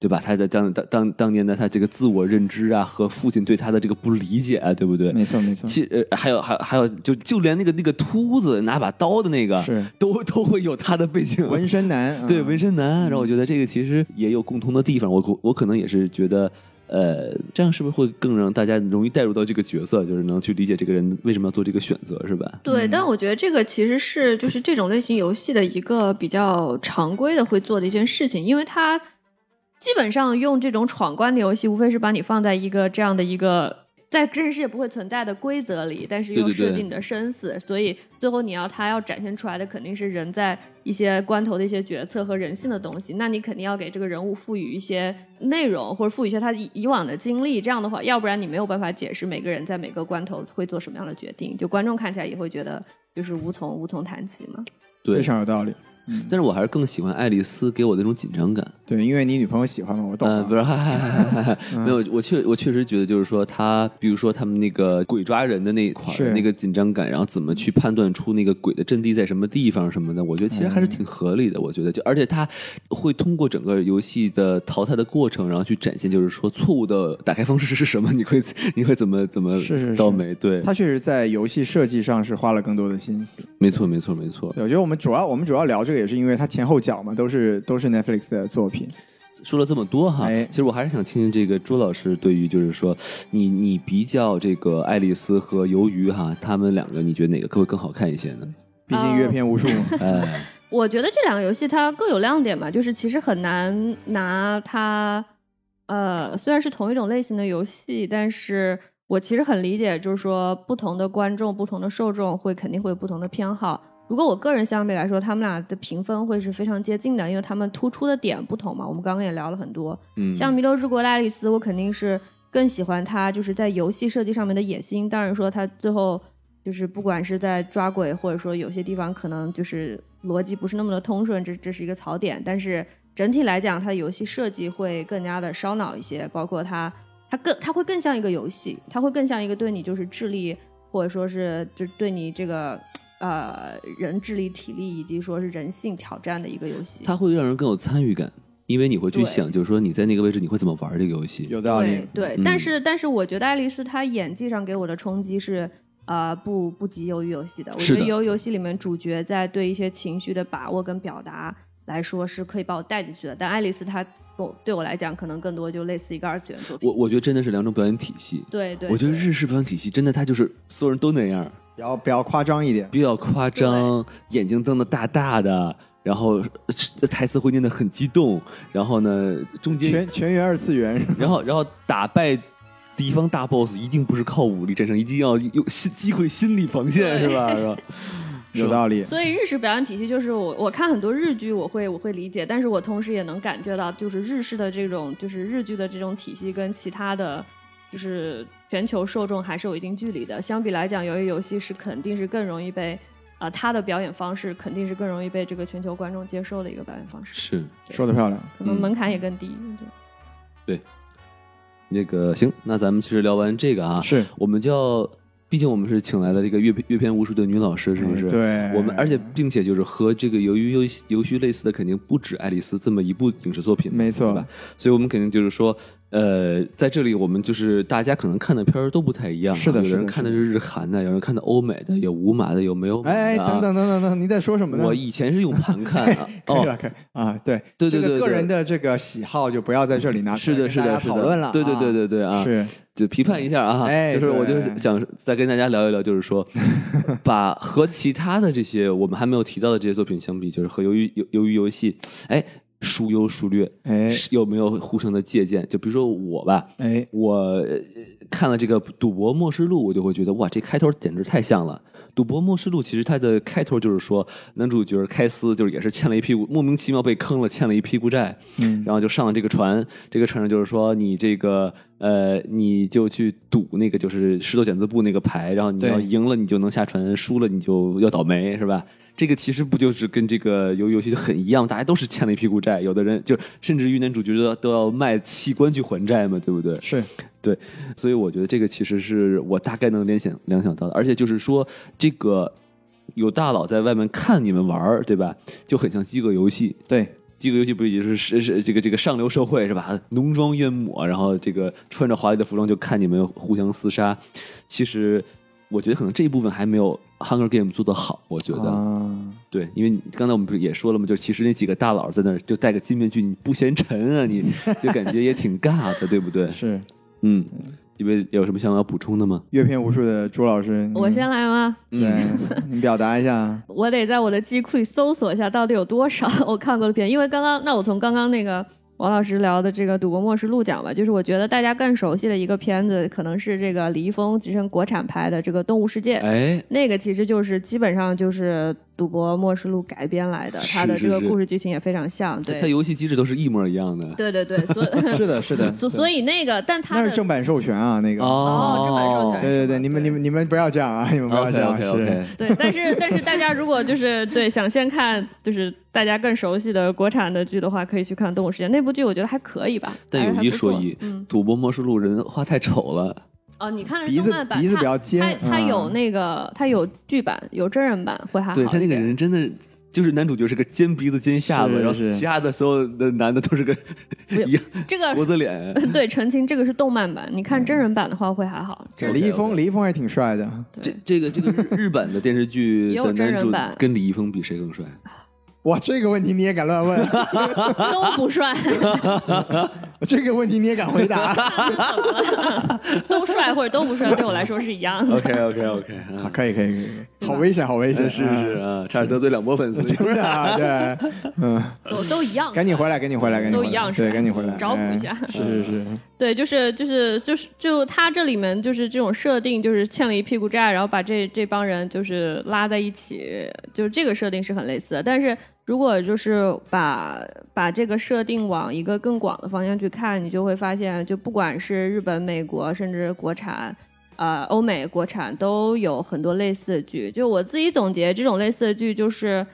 对吧？她的当当当当年的她这个自我认知啊，和父亲对她的这个不理解啊，对不对？
没错没错，
其呃，还有还有还有，就就连那个那个秃子拿把刀的那个，
是
都都会有她的背景
纹身男啊
啊嗯对纹身男，然后我觉得这个其实也有共通的地方，我可我可能也是觉得，呃，这样是不是会更让大家容易带入到这个角色，就是能去理解这个人为什么要做这个选择，是吧？
对，但我觉得这个其实是就是这种类型游戏的一个比较常规的会做的一件事情，因为它基本上用这种闯关的游戏，无非是把你放在一个这样的一个在真实世界不会存在的规则里，但是
对
又
对对
设计你的生死，所以最后你要它要展现出来的肯定是人在一些关头的一些决策和人性的东西，那你肯定要给这个人物赋予一些内容，或者赋予一些他以以往的经历，这样的话，要不然你没有办法解释每个人在每个关头会做什么样的决定，就观众看起来也会觉得就是无从无从谈起嘛。
对
非常有道理。嗯
但是我还是更喜欢爱丽丝给我的那种紧张感。
对，因为你女朋友喜欢嘛，我懂嗯
嗯、不
啊。
是， [LAUGHS] 哈哈哈哈哈没有，我确我确实觉得就是说他，比如说他们那个鬼抓人的那一块儿
是
那个紧张感，然后怎么去判断出那个鬼的阵地在什么地方什么的，我觉得其实还
嗯
是挺合理的。我觉得就而且他会通过整个游戏的淘汰的过程，然后去展现就是说错误的打开方式是什么，你会 [LAUGHS] 你会怎么怎么
是是是
倒霉？对，
他确实在游戏设计上是花了更多的心思。
没错没错没错。
对我觉得我们主要我们主要聊这个也是因为它前后脚嘛，都是都是 Netflix 的作品。
说了这么多哈，
哎
其实我还是想听听这个朱老师对于就是说你你比较这个爱丽丝和鱿鱼哈，他们两个你觉得哪个会更好看一些呢？
毕竟阅片无数嘛，
哎，
我觉得这两个游戏它各有亮点吧，就是其实很难拿它，呃，虽然是同一种类型的游戏，但是我其实很理解，就是说不同的观众、不同的受众会肯定会有不同的偏好。如果我个人相比来说，他们俩的评分会是非常接近的，因为他们突出的点不同嘛。我们刚刚也聊了很多，
嗯，
像《弥留之国的爱丽丝》，我肯定是更喜欢她就是在游戏设计上面的野心。当然说她最后就是不管是在抓鬼，或者说有些地方可能就是逻辑不是那么的通顺，这这是一个槽点。但是整体来讲，它的游戏设计会更加的烧脑一些，包括它它更它会更像一个游戏，它会更像一个对你就是智力或者说是就对你这个。呃，人智力、体力以及说是人性挑战的一个游戏，
它会让人更有参与感，因为你会去
对
想，就是说你在那个位置你会怎么玩这个游戏。
有道理。
对，对
嗯
但是但是我觉得爱丽丝她演技上给我的冲击是。呃，不不及鱿鱼游戏的，我
是
觉
的
得鱿鱼游戏里面主角在对一些情绪的把握跟表达来说是可以把我带进去的，但爱丽丝她
对对我来讲，可能更多就类似一个二次元作品。
我我觉得真的是两种表演体系。
对对，
我觉得
对
日式表演体系真的，它就是所有人都那样，
比较比较夸张一点。
比较夸张，眼睛瞪得大大的，然后呃台词会念得很激动，然后呢，中间
全全员二次元，
然后，然后打败敌方大 boss 一定不是靠武力战胜，一定要有心击溃心理防线，是吧？是吧？
有道理。
所以日式表演体系就是我我看很多日剧，我会我会理解，但是我同时也能感觉到，就是日式的这种就是日剧的这种体系跟其他的。就是全球受众还是有一定距离的，相比来讲，由于游戏是肯定是更容易被，啊、它的表演方式肯定是更容易被这个全球观众接受的一个表演方式，
[LAUGHS] 是
说的漂亮，
可能
嗯
门槛也更低。对
那个行，那咱们其实聊完这个啊，
是
我们就要，毕竟我们是请来了这个阅片阅片无数的女老师，是不是？
对，
我们而且并且就是和这个由于游戏游戏类似的，肯定不止《爱丽丝》这么一部影视作品嘛，
没错
对吧？所以我们肯定就是说，呃，在这里我们就是大家可能看的片儿都不太一样啊，
是的
有
是
人
的
看
是
的是日韩的，有人看的欧美的，有无码的，有没有码的
哎，
啊
等等等等等，你在说什么呢？
我以前是用盘看
[LAUGHS]
啊，
可以
哦，
了，可以啊，对
对对
这
对
个个
对
人的这个喜好就不要在这里拿出
是
来
的，
跟
是
大
的，
家
是
讨
的
论了啊，
对对对对对啊，
是
就批判一下啊，
哎
就是我就
对
想再跟大家聊一聊，就
[LAUGHS]
是说，把和其他的这些我们还没有提到的这些作品相比，就是和由于由由于游戏，哎，孰优孰劣，
哎
是有没有互相的借鉴？就比如说我吧，
哎，
我呃看了这个《赌博默示录》，我就会觉得哇，这开头简直太像了。《赌博默示录》其实它的开头就是说，男主角开司就是也是欠了一屁股，莫名其妙被坑了，欠了一屁股债，
嗯
然后就上了这个船。这个船上就是说，你这个呃，你就去赌那个就是石头剪子布那个牌，然后你
对
要赢了你就能下船，输了你就要倒霉，是吧？这个其实不就是跟这个游游戏就很一样，大家都是欠了一屁股债，有的人就甚至于男主角都要都要卖器官去还债嘛，对不对？
是
对，所以我觉得这个其实是我大概能联想联想到的，而且就是说这个有大佬在外面看你们玩儿，对吧？就很像饥饿游戏。
对，
饥饿游戏不也就是是是这个这个上流社会是吧？浓妆艳抹，然后这个穿着华丽的服装就看你们互相厮杀。其实我觉得可能这一部分还没有《Hunger Game》做得好，我觉得、
啊，
对，因为你刚才我们不是也说了吗？就是其实那几个大佬在那儿就戴个金面具，你不嫌沉啊，你 [LAUGHS] 就感觉也挺尬的，对不对？
是
嗯，你们有什么想要补充的吗？
阅片无数的朱老师，
我
嗯
先来吗？
对 [LAUGHS] 你表达一下，
我得在我的机库里搜索一下到底有多少 [LAUGHS] 我看过的片，因为刚刚那我从刚刚那个王老师聊的这个《赌博默示录》讲吧，就是我觉得大家更熟悉的一个片子可能是这个李易峰直升国产拍的这个《动物世界》。
哎，
那个其实就是基本上就是《赌博默示录》改编来的，
是
它的这个
是是
故事剧情也非常像，对
它游戏机制都是一模一样的。
对对对，所 [LAUGHS]
是的，是的，
所
对
所以那个，但它
那
的
是正版授权啊，那个，
哦这版授权
对对对，你们你们你们不要这样啊，你 [LAUGHS] 们不要
OK
这样，
OK
是
OK，
对，但是但是大家如果就是对想先看就是大家更熟悉的国产的剧的话，可以去看《动物世界》那部剧，我觉得还可以吧。
但
还是
有
还
一
不
说
错
一
嗯，
赌博默示录人画太丑了，
哦，你看的
鼻
是
子
动漫版，
鼻子
它
比较尖
它它
嗯
有那个它有剧版，有真人版，会还好
对他那个
一点。
人真的就是男主角是个尖鼻子尖下巴，
是
然后
是
其他的所有的男的都是个
[LAUGHS]
一样
这个
脖
是呃
子脸。
对澄清，这个是动漫版，你看真人版的话会还好。真人
李易峰，李易峰还挺帅的，
这
对，
这个这个日日本的电视剧
[LAUGHS] 也有
的
真
男
人
主
版
跟李易峰比谁更 [LAUGHS] 帅？
哇，这个问题你也敢乱 [LAUGHS] 问，
都不帅， [LAUGHS]
这个问题你也敢回答？
都帅或者都不帅，对我来说是一样的。
OK OK [LAUGHS] OK
啊，
啊，
[LAUGHS] 可以可以可以 [LAUGHS] 可以，好嗯危险，好危
是
险，
是是啊，差点得罪两波粉丝。
真的啊，对，嗯，
都都一样的，
赶紧回来，赶紧回来，赶紧
都
回来
一样是吧
对，赶紧回来，
找补一下
哎是是是，
对，就是就是就是就他这里面就是这种设定，就是欠了一屁股债，然后把这这帮人就是拉在一起，就是这个设定是很类似的。但是如果就是把把这个设定往一个更广的方向去看，你就会发现，就不管是日本、美国，甚至国产。呃，欧美国产都有很多类似的剧。就我自己总结，这种类似的剧就是，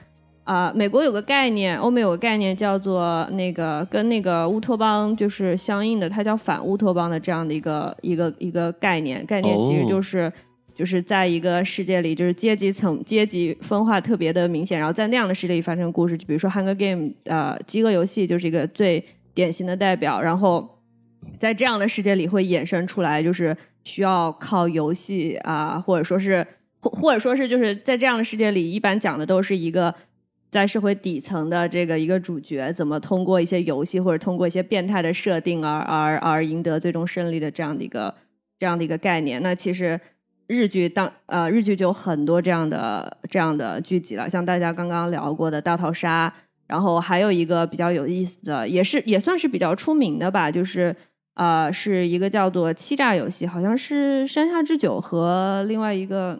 啊、美国有个概念，欧美有个概念叫做那个跟那个乌托邦就是相应的，它叫反乌托邦的这样的一个一个一个概念。概念其实就是、就是在一个世界里，就是阶级层阶级分化特别的明显，然后在那样的世界里发生故事，就比如说《Hunger Game》呃，《饥饿游戏》就是一个最典型的代表。然后在这样的世界里会衍生出来，就是需要靠游戏啊、或者说是或或者说是就是在这样的世界里，一般讲的都是一个
在社会底层的这个一个主角，怎么通过一些游戏或者通过一些变态的设定而而而赢得最终胜利的这样的一个这样的一个概念。那其实日剧当呃日剧就有很多这样的这样的剧集了，像大家刚刚聊过的《大逃杀》，然后还有一个比较有意思的，也是也算是比较出名的吧，就是。呃，是一个叫做欺诈游戏，好像是山下智久和另外一个，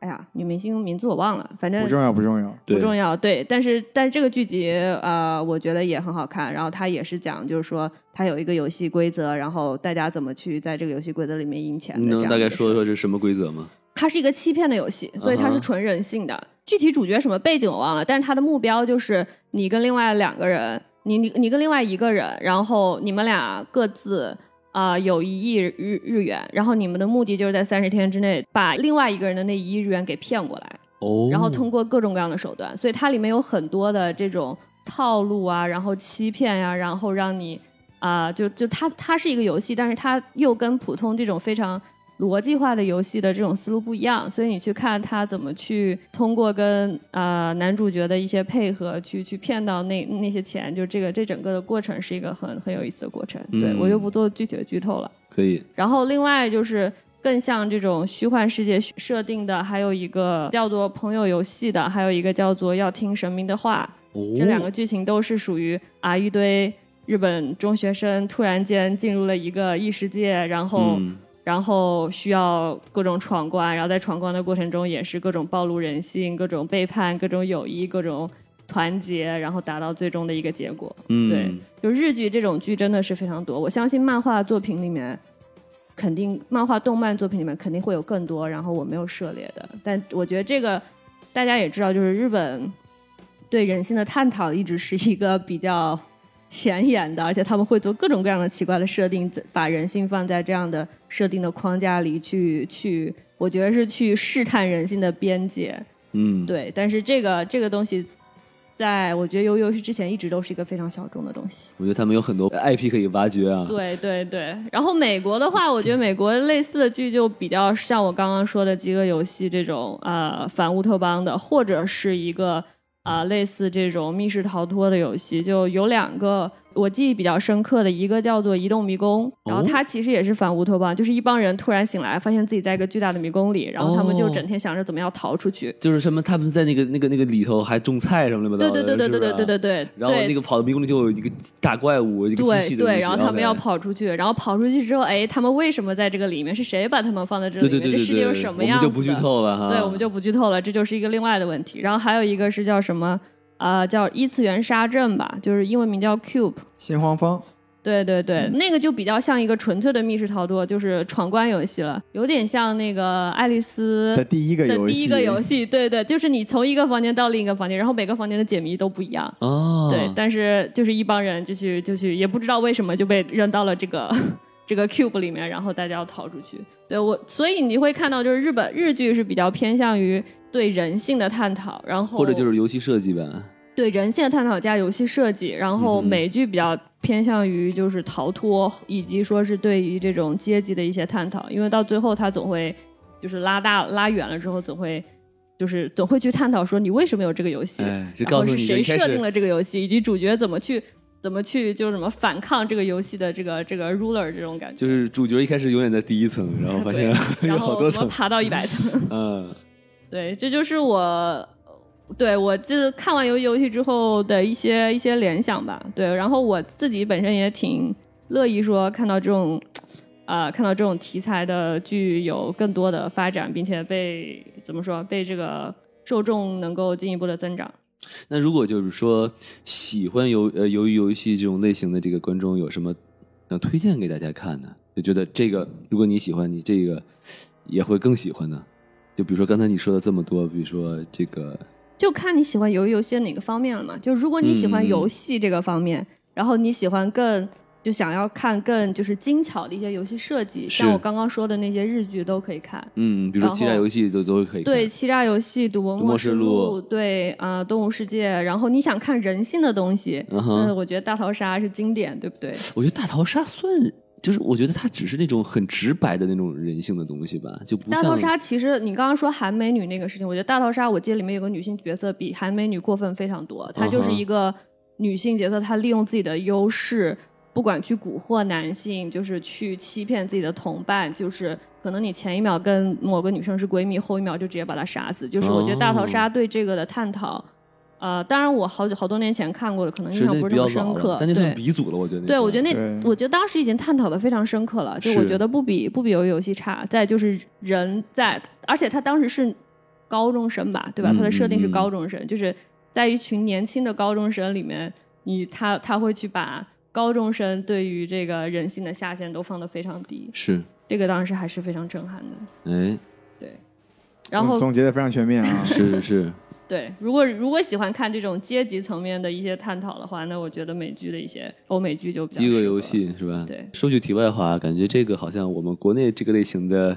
哎呀，女明星名字我忘了，反正
不重要不重要。
[LAUGHS] 对
不重要，对，但是但是这个剧集呃，我觉得也很好看。然后它也是讲，就是说它有一个游戏规则，然后大家怎么去在这个游戏规则里面赢钱的
你
这样
能
的事。
大概说一说这是什么规则吗？
它是一个欺骗的游戏，所以它
啊
是
哈
纯人性的。具体主角什么背景我忘了，但是它的目标就是你跟另外两个人，你你你跟另外一个人，然后你们俩各自啊、呃有一亿日日元，然后你们的目的就是在三十天之内把另外一个人的那一亿日元给骗过来，
哦，
然后通过各种各样的手段，所以它里面有很多的这种套路啊，然后欺骗呀、然后让你啊、就就它它是一个游戏，但是它又跟普通这种非常逻辑化的游戏的这种思路不一样，所以你去看它怎么去通过跟啊男主角的一些配合去去骗到那那些钱，就这个这整个的过程是一个很很有意思的过程。对
嗯
我就不做具体的剧透了。
可以
然后另外就是更像这种虚幻世界设定的，还有一个叫做朋友游戏的，还有一个叫做要听神明的话。
哦，
这两个剧情都是属于啊一堆日本中学生突然间进入了一个异世界，然后、
嗯
然后需要各种闯关，然后在闯关的过程中也是各种暴露人性、各种背叛、各种友谊、各种团结，然后达到最终的一个结果。
嗯
对，就日剧这种剧真的是非常多，我相信漫画作品里面。肯定，漫画、动漫作品里面肯定会有更多，然后我没有涉猎的。但我觉得这个大家也知道，就是日本对人性的探讨一直是一个比较前沿的，而且他们会做各种各样的奇怪的设定，把人性放在这样的设定的框架里去去，我觉得是去试探人性的边界。
嗯
对，但是这个这个东西，在我觉得游游戏之前一直都是一个非常小众的东西。
我觉得他们有很多 IP 可以挖掘啊。
对对对，然后美国的话，我觉得美国类似的剧就比较像我刚刚说的《饥饿游戏》这种呃反乌托邦的，或者是一个啊、呃类似这种密室逃脱的游戏，就有两个我记忆比较深刻的，一个叫做《移动迷宫》，然后它其实也是反乌托邦，就是一帮人突然醒来，发现自己在一个巨大的迷宫里，然后他们就
哦
整天想着怎么样逃出去。
就是什么，他们在那个那个那个里头还种菜什么乱七
对
八糟的，
对对对对对
对。
对对对，
然后那个跑到迷宫里就有一个大怪物，一个机
对
器的东西
然后他们要。
OK
跑出去，然后跑出去之后，哎，他们为什么在这个里面？是谁把他们放在这里
对对
面？
对对
这
对，
世界又是什么
我
样
们
子
就
的？
不剧透了啊哈。
对，我们就不剧透了，这就是一个另外的问题。然后还有一个是叫什么？啊，叫异次元沙阵吧，就是英文名叫 Cube。
新荒方
对对对，
嗯
那个就比较像一个纯粹的密室逃脱，就是闯关游戏了，有点像那个《爱丽丝》
的第一个
嗯的
游戏，
第一个游戏。对对，就是你从一个房间到另一个房间，然后每个房间的解谜都不一样。
哦，
对，但是就是一帮人就去就去，也不知道为什么就被扔到了这个 [LAUGHS] 这个 cube 里面，然后大家要逃出去。对我，所以你会看到就是日本日剧是比较偏向于对人性的探讨，然后
或者就是游戏设计呗。
对人性的探讨加游戏设计，然后
嗯哼
美剧比较偏向于就是逃脱，以及说是对于这种阶级的一些探讨，因为到最后它总会就是拉大拉远了之后，总会就是总会去探讨说你为什么有这个游戏，
哎，就
然
告
后
诉
是
你就一
谁
开
设定
始
了这个游戏，以及主角怎么去怎么去就是什么反抗这个游戏的这个这个 ruler 这种感觉，
就是主角一开始永远在第一层，然后发
对
现有
然
好
后
多
怎
层，
么爬到一百层。
[LAUGHS]
[LAUGHS]
嗯，
对，这就是我，对我就是看完游游戏之后的一些一些联想吧。对，然后我自己本身也挺乐意说看到这种，啊，看到这种题材的剧有更多的发展，并且被怎么说被这个受众能够进一步的增长。
那如果就是说喜欢游呃游游戏这种类型的这个观众，有什么想推荐给大家看呢？就觉得这个，如果你喜欢，你这个也会更喜欢呢。就比如说刚才你说的这么多，比如说这个，
就看你喜欢游游戏的哪个方面了嘛。就如果你喜欢游戏这个方面，然后你喜欢更就想要看更就是精巧的一些游戏设计，
是
像我刚刚说的那些日剧都可以看。
嗯，比如说
然后
欺诈游戏都都可以看
对，欺诈游戏、赌博
赌博
默
实
示
录
录，对，啊，动物世界，然后你想看人性的东西，
嗯
嗯，
哼，
我觉得大逃杀是经典，对不对？
我觉得大逃杀算就是我觉得他只是那种很直白的那种人性的东西吧，就不
大逃
像
杀其实你刚刚说韩美女那个事情，我觉得大逃杀我记得里面有个女性角色比韩美女过分非常多，她
嗯
就是一个女性角色，她利用自己的优势，不管去蛊惑男性，就是去欺骗自己的同伴，就是可能你前一秒跟某个女生是闺蜜，后一秒就直接把她杀死。就是我觉得大逃
哦
杀对这个的探讨，呃，当然我好久好多年前看过的，可能印
是
象
那
不
比
是那
较
么深
老
刻
了，。但那算
对
鼻祖了，我觉得那
对，
算
我觉得
对
那，我觉得当时已经探讨的非常深刻了，就是我觉得不比不比游游戏差，再就是人在，而且他当时是高中生吧，对吧？
嗯
他的设定是
嗯嗯
高中生，就是在一群年轻的高中生里面，你他他会去把高中生对于这个人性的下限都放得非常低，
是，
这个当时还是非常震撼的。
哎，
然后
总结的非常全面啊，
是是是，
对，如果如果喜欢看这种阶级层面的一些探讨的话，那我觉得美剧的一些欧美剧就比较
饥饿
适合
游戏是吧？
对
说句题外话，感觉这个好像我们国内这个类型的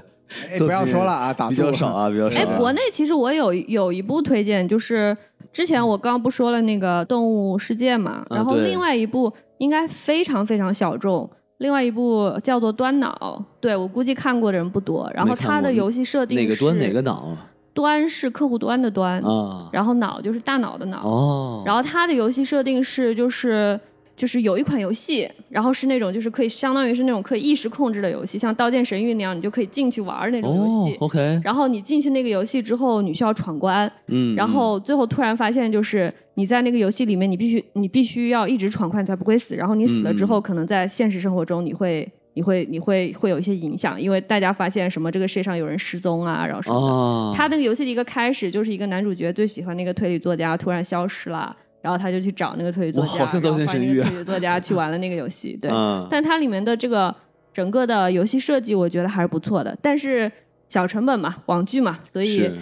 哎不要说了啊，打
比
住
较
了
少，
[LAUGHS]
啊，比较少
哎
啊。，
国内其实我有有一部推荐，就是之前我刚刚不说了那个《动物世界》嘛，
嗯
然后
对
另外一部应该非常非常小众，另外一部叫做《端脑》，对我估计看过的人不多。然后它的游戏设定
哪个端
是
哪个脑
端是客户端的端，
啊？
然后脑就是大脑的脑。
哦，
然后它的游戏设定是就是。就是有一款游戏，然后是那种就是可以相当于是那种可以意识控制的游戏，像《刀剑神域》那样，你就可以进去玩儿那种游
哦
戏。
，OK，
然后你进去那个游戏之后，你需要闯关，
嗯，
然后最后突然发现，就是你在那个游戏里面，你必须你必须要一直闯关才不会死。然后你死了之
嗯
后，可能在现实生活中你会你会你会会有一些影响，因为大家发现什么这个世界上有人失踪啊，然后什么的。
哦，
他那个游戏的一个开始就是一个男主角最喜欢那个推理作家突然消失了，然后他就去找那个推理作家，
哇好像
然后
刀剑
发现
神域
那个
啊
推理作家去玩了那个游戏，对。
嗯
但它里面的这个整个的游戏设计，我觉得还是不错的。但是小成本嘛，网剧嘛，所以
是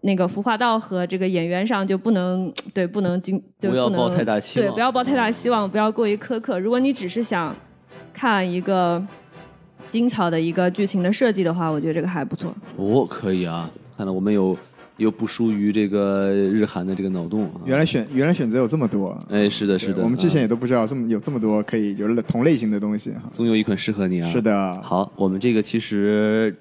那个服化道和这个演员上就不能对不能经对
不要
能
抱太大希望啊
对不要抱太大希望，不要过于苛刻。如果你只是想看一个精巧的一个剧情的设计的话，我觉得这个还不错。
哦，可以啊，看来我们有有不输于这个日韩的这个脑洞啊。
[LAUGHS] 原来选原来选择有这么多，
哎，是的，是
对
的，
我们之前
啊
也都不知道这么有这么多可以就是同类型的东西哈。
总有一款适合你啊。
是的，
好，我们这个其实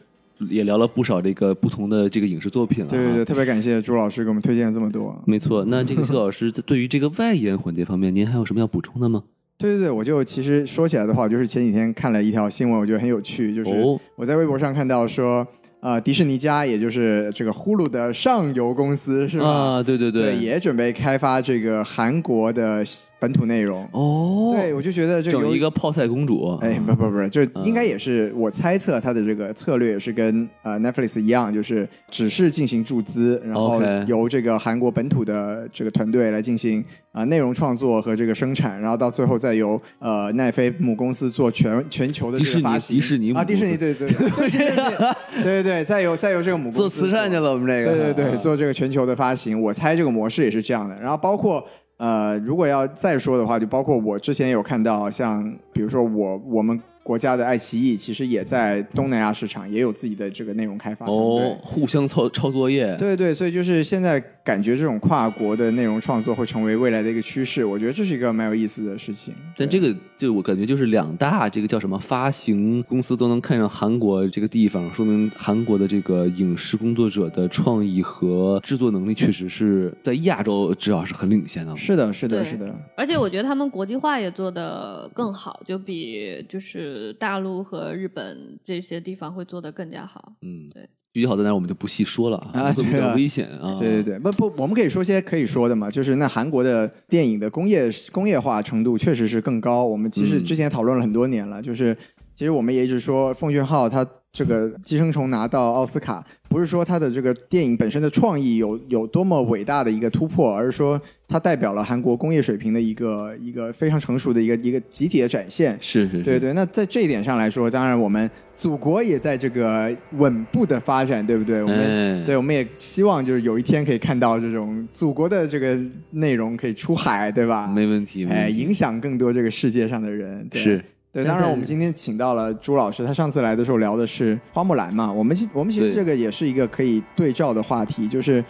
也聊了不少这个不同的嗯这个影视作品了、啊。
对对对，特别感谢朱老师给我们推荐了这么多。
没错。那这个谢老师对于这个外延环节方面，您还有什么要补充的吗？
对对对，我就其实说起来的话，就是前几天看了一条新闻，我觉得很有趣，就是
哦，
我在微博上看到说，呃，迪士尼家，也就是这个呼噜的上游公司是吧？
啊，对对
对，也准备开发这个韩国的本土内容。
哦，
对，我就觉得这
整
有
一个泡菜公主，
哎，不不不，这
嗯
应该也是我猜测它的这个策略是跟呃 Netflix 一样，就是只是进行注资，然后
OK
由这个韩国本土的这个团队来进行啊、呃内容创作和这个生产，然后到最后再由呃奈飞母公司做全全球的这
迪士
个
尼
发行。
迪士尼母
啊，迪士尼对
公司
对对对对对对对，再由再由这个母公司
做慈善去
做
了，我们这个，
对对对，
啊
做这个全球的发行，我猜这个模式也是这样的。然后包括呃，如果要再说的话，就包括我之前有看到，像比如说我我们国家的爱奇艺，其实也在东南亚市场也有自己的这个内容开发团队。
哦，互相抄抄作业，
对对，所以就是现在感觉这种跨国的内容创作会成为未来的一个趋势，我觉得这是一个蛮有意思的事情。
但
对
这个就我感觉就是两大这个叫什么发行公司都能看上韩国这个地方，说明韩国的这个影视工作者的创意和制作能力确实是在亚洲至少是很领先的。
是的，是的，
对
是的，
而且我觉得他们国际化也做得更好，就比就是大陆和日本这些地方会做得更加好。
嗯，
对。
具体好在哪儿我们就不细说了啊，
啊
会比
对
较
啊
危险啊。
对对对，不不，我们可以说些可以说的嘛，就是那韩国的电影的工业工业化程度确实是更高。我们其实
嗯
之前讨论了很多年了，就是其实我们也一直说奉俊昊他这个《寄生虫》拿到奥斯卡，不是说他的这个电影本身的创意有有多么伟大的一个突破，而是说它代表了韩国工业水平的一个一个非常成熟的一个一个集体的展现。
是是是，
对对，那在这一点上来说，当然我们祖国也在这个稳步的发展，对不对？我们
哎，
对，我们也希望就是有一天可以看到这种祖国的这个内容可以出海，对吧？
没问题，没
哎，
问题
影响更多这个世界上的人。对
是
对。
但
当然，
但
我们今天请到了朱老师，他上次来的时候聊的是花木兰嘛。我们其我们其实
对
这个也是一个可以对照的话题，就是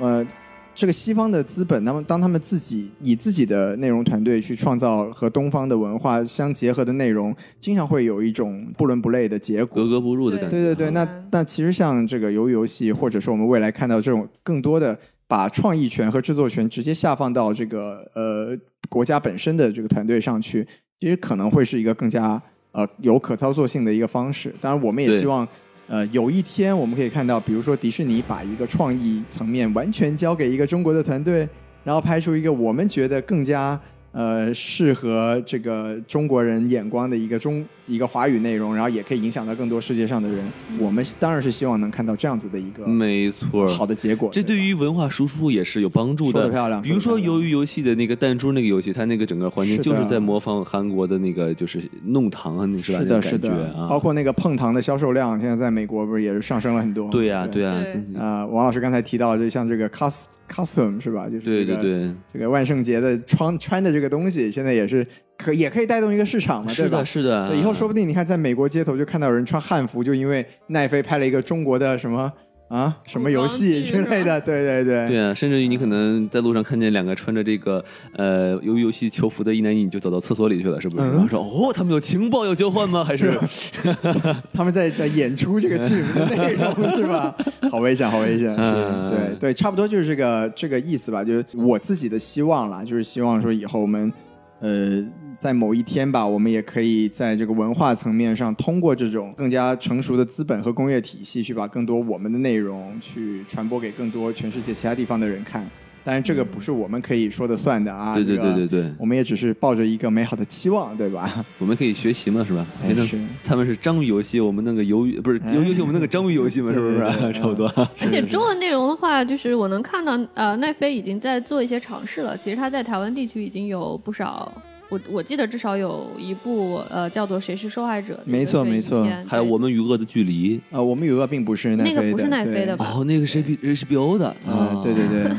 呃，这个西方的资本，那么当他们自己以自己的内容团队去创造和东方的文化相结合的内容，经常会有一种不伦不类的结果。
格格不入的感觉。
对对对，
啊
那
嗯
那其实像这个鱿鱼游戏，或者说我们未来看到这种更多的把创意权和制作权直接下放到这个呃国家本身的这个团队上去，其实可能会是一个更加呃有可操作性的一个方式。当然，我们也
对
希望。呃，有一天我们可以看到，比如说迪士尼把一个创意层面完全交给一个中国的团队，然后拍出一个我们觉得更加呃适合这个中国人眼光的一个中一个华语内容，然后也可以影响到更多世界上的人。我们当然是希望能看到这样子的一个
没错，
好的结果。
这对
吧
于文化输出也是有帮助
说
的。
得漂亮
比如说
说得漂亮
鱿鱼游戏的那个弹珠那个游戏，它那个整个环境
是的
就是在模仿韩国的那个就是弄堂啊，那是吧？
是
那
的，
种
是
感觉
的，
啊，
包括那个碰糖的销售量，现在在美国不是也是上升了很多？
对呀，对呀，嗯
对
对
啊、王老师刚才提到，就像这个 cos custom 是吧？就是、
对对对，
这个万圣节的穿穿的这个东西，现在也是可也可以带动一个市场嘛，
是
对吧
的，？是的，
对，以后说不定你看，在美国街头就看到有人穿汉服，就因为奈飞拍了一个中国的什么啊什么游戏之类的，对对对，
对啊，甚至于你可能在路上看见两个穿着这个呃鱿鱼游戏囚服的一男一女，就走到厕所里去了，是不是？
嗯
然后说哦，他们有情报要交换吗？还是
他们在在演出这个剧里面的内容是
[LAUGHS]
吧？好危险，好危险，
嗯
是对对，差不多就是这个这个意思吧。就是我自己的希望啦，就是希望说以后我们呃在某一天吧，我们也可以在这个文化层面上，通过这种更加成熟的资本和工业体系，去把更多我们的内容去传播给更多全世界其他地方的人看。当然，这个不是我们可以说的算的啊。
对对
这个
对对对，
我们也只是抱着一个美好的期望，对吧？
我们可以学习嘛，是吧？
哎
哎反正
是
他们是章鱼游戏，我们弄个鱿鱼不是鱿鱼游戏，我们弄个章鱼游戏嘛，是不是？
对对对
[LAUGHS] 差不多。
而且中文内容的话，就是我能看到，呃，奈飞已经在做一些尝试了。其实他在台湾地区已经有不少，我我记得至少有一部，呃，叫做《谁是受害者》的一个
没错
悬疑
没错
片
还有
对
我们与恶的距离，
呃，我们有个并不是奈飞
那
的，
个不是奈飞
对
的吧
[LAUGHS] 哦，那个是 B HBO 的啊
嗯，对对，
[LAUGHS]
对，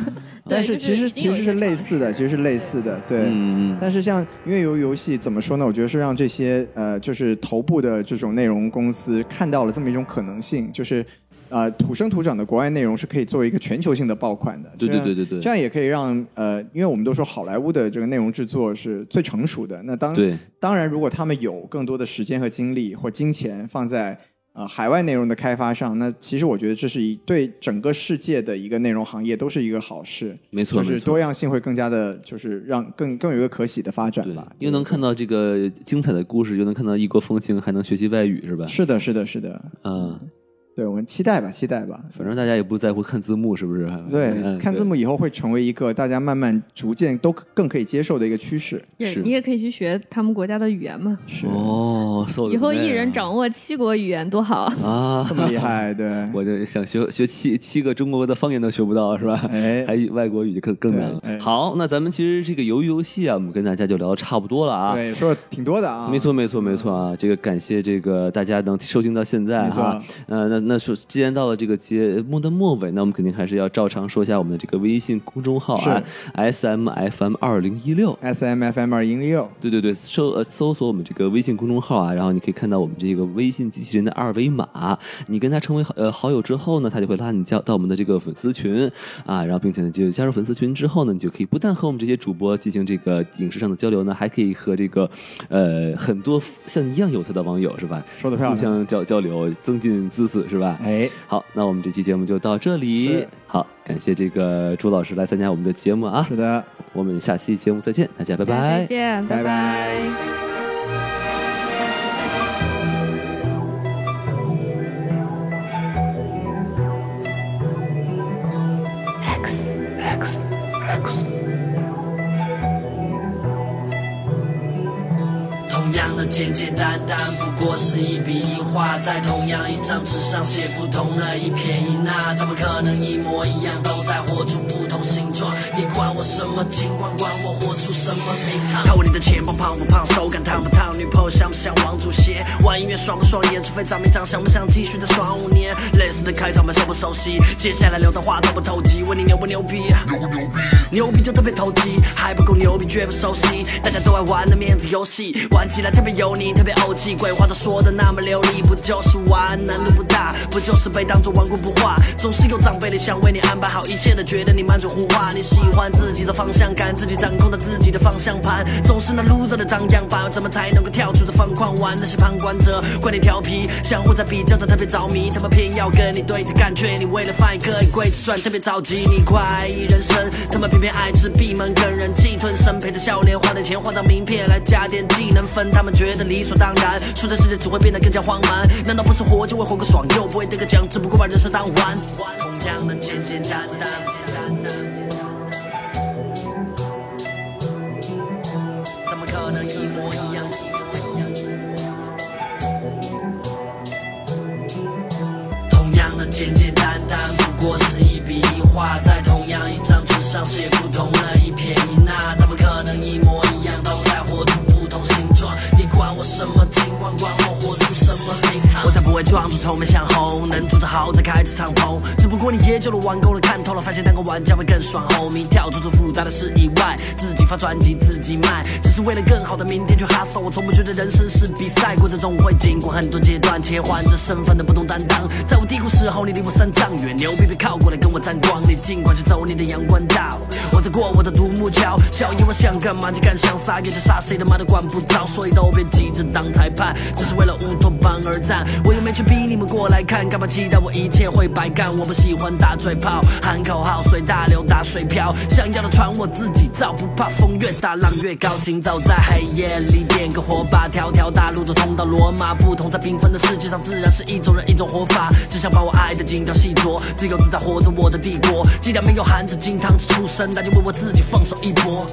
但是
哦就
其
是
实
一定
其
有
实
一
是
个
类
尝
似的，
试
其实是类似的，对。
嗯嗯
但是像因为游游戏怎么说呢？我觉得是让这些呃，就是头部的这种内容公司看到了这么一种可能性，就是呃，土生土长的国外内容是可以作为一个全球性的爆款的。
对
这样
对对对对
这样也可以让呃，因为我们都说好莱坞的这个内容制作是最成熟的，那当
嗯，对，
当然，如果他们有更多的时间和精力或金钱放在呃海外内容的开发上，那其实我觉得这是一对整个世界的一个内容行业都是一个好事，
没
就
错没
是
错
多。样性会更加的，就是让更更有一个可喜的发展
对嗯
吧，。
又能看到这个精彩的故事，又能看到异国风情，还能学习外语，是吧？
是的，是的，是的，
嗯，
对我们期待吧，期待吧。
反正大家也不在乎看字幕，是不是？
对，
嗯
看字幕以后会成为一个大家慢慢逐渐都更可以接受的一个趋势。
也
是
你也可以去学他们国家的语言嘛，
是，
哦，
以后
啊
一人
握
掌握七国语言多好啊！
啊
这，么厉害，对。
[LAUGHS] 我就想学学七七个中国的方言都学不到，是吧？
哎
还外国语就更更难了。
对哎
好，那咱们其实这个鱿鱼游戏啊，我们跟大家就聊的差不多了啊。
对，说的挺多的啊，
没错，没错，没错啊！这个感谢这个大家能收听到现在
没错
哈。呃，那那说，既然到了这个节目的末尾，那我们肯定还是要照常说一下我们的这个微信公众号啊，S M F M 二零一六。
，S M F M 二零六，
对对对，搜呃搜索我们这个微信公众号啊，然后你可以看到我们这个微信机器人的二维码。你跟他成为好呃好友之后呢，他就会拉你加到我们的这个粉丝群啊，然后并且呢就加入粉丝群之后呢，你就可以不但和我们这些主播进行这个影视上的交流呢，还可以和这个呃很多像你一样有才的网友是吧，
说的漂
互
亮，
相交交流，增进知识是吧？
哎。
好，那我们这期节目就到这里
是。
好，感谢这个朱老师来参加我们的节目啊
是，的，
我们下期节目再见，大家拜
[LAUGHS] 再
拜。
见，
拜拜
拜
同样的简简单单，不过是一笔一画，在同样一张纸上写不同的一撇一捺，怎么可能一模一样？都在活出不同形状。你管我什么情况，管我活出什么名堂？看我你的钱包胖不胖，手感烫不烫，女朋友像不像王祖贤？玩音乐爽不爽眼？除非咱们长相不像，继续再爽五年。类似的开场白熟不熟悉？接下来聊的话投不投机？问你牛不牛逼？牛逼就特别投机，还不够牛逼绝不收息。大家都爱玩的面子游戏，玩起来特别边有你，特别怄气。鬼话都说的那么流利，不就是玩？难度不大，不就是被当作顽固不化？总是有长辈的想为你安排好一切的，觉得你满嘴胡话。你喜欢自己的方向感，自己掌控着自己的方向盘，总是那 loser 的张样板。怎么才能够跳出这方框？玩那些旁观者，怪你调皮，相互在比较着特别着迷，他们偏要跟你对着干，却你为了翻一个一柜子算特别着急。你怪异人生，他们偏偏爱吃闭门羹，人气吞声，陪着笑脸，花点钱换张名片来加点技能分，他们觉得理所当然，输在世界只会变得更加荒蛮。难道不是活就会活个爽，又不会得个奖，只不过把人生当玩。同样的简简单单。怎么可能一模一样？同样的简简单单，不过是一笔一画，在同样一张纸上写不同的一撇一捺，怎么可能一模一样？都在活出不同形状，你管我什么金光，管我活出什么灵堂？我才不会装出臭美像猴，能住着豪宅开着敞篷，只不过你也救了玩够了，看透了，发现当个玩家会更爽。后迷跳出这复杂的事以外，自己发专辑自己卖，只是为了更好的明天去 hustle。我从不觉得人生是比赛，过程中我会经过很多阶段，切换着身份的不同担当。在我低谷时候，你离我三丈远，牛逼别靠过来跟我沾光，你尽管去走你的阳关道，我在过我的独木桥。小姨我想干嘛就干，想撒野就撒，谁他妈都管不着，所以都别急着当裁判，只是为了乌托邦而战。我又没去逼你们过来看，干嘛期待我一切会白干？我不喜欢打嘴炮，喊口号随大流打水漂，想要的船我自己造，不怕风越大浪越高，行走在黑夜里点个火把，条条大路都通到罗马。不同在缤纷的世界上，自然是一种人一种活法，只想把我爱的精雕细琢，自由自在活着我的帝国。既然没有含着金汤匙出生，那就为我自己放手一搏。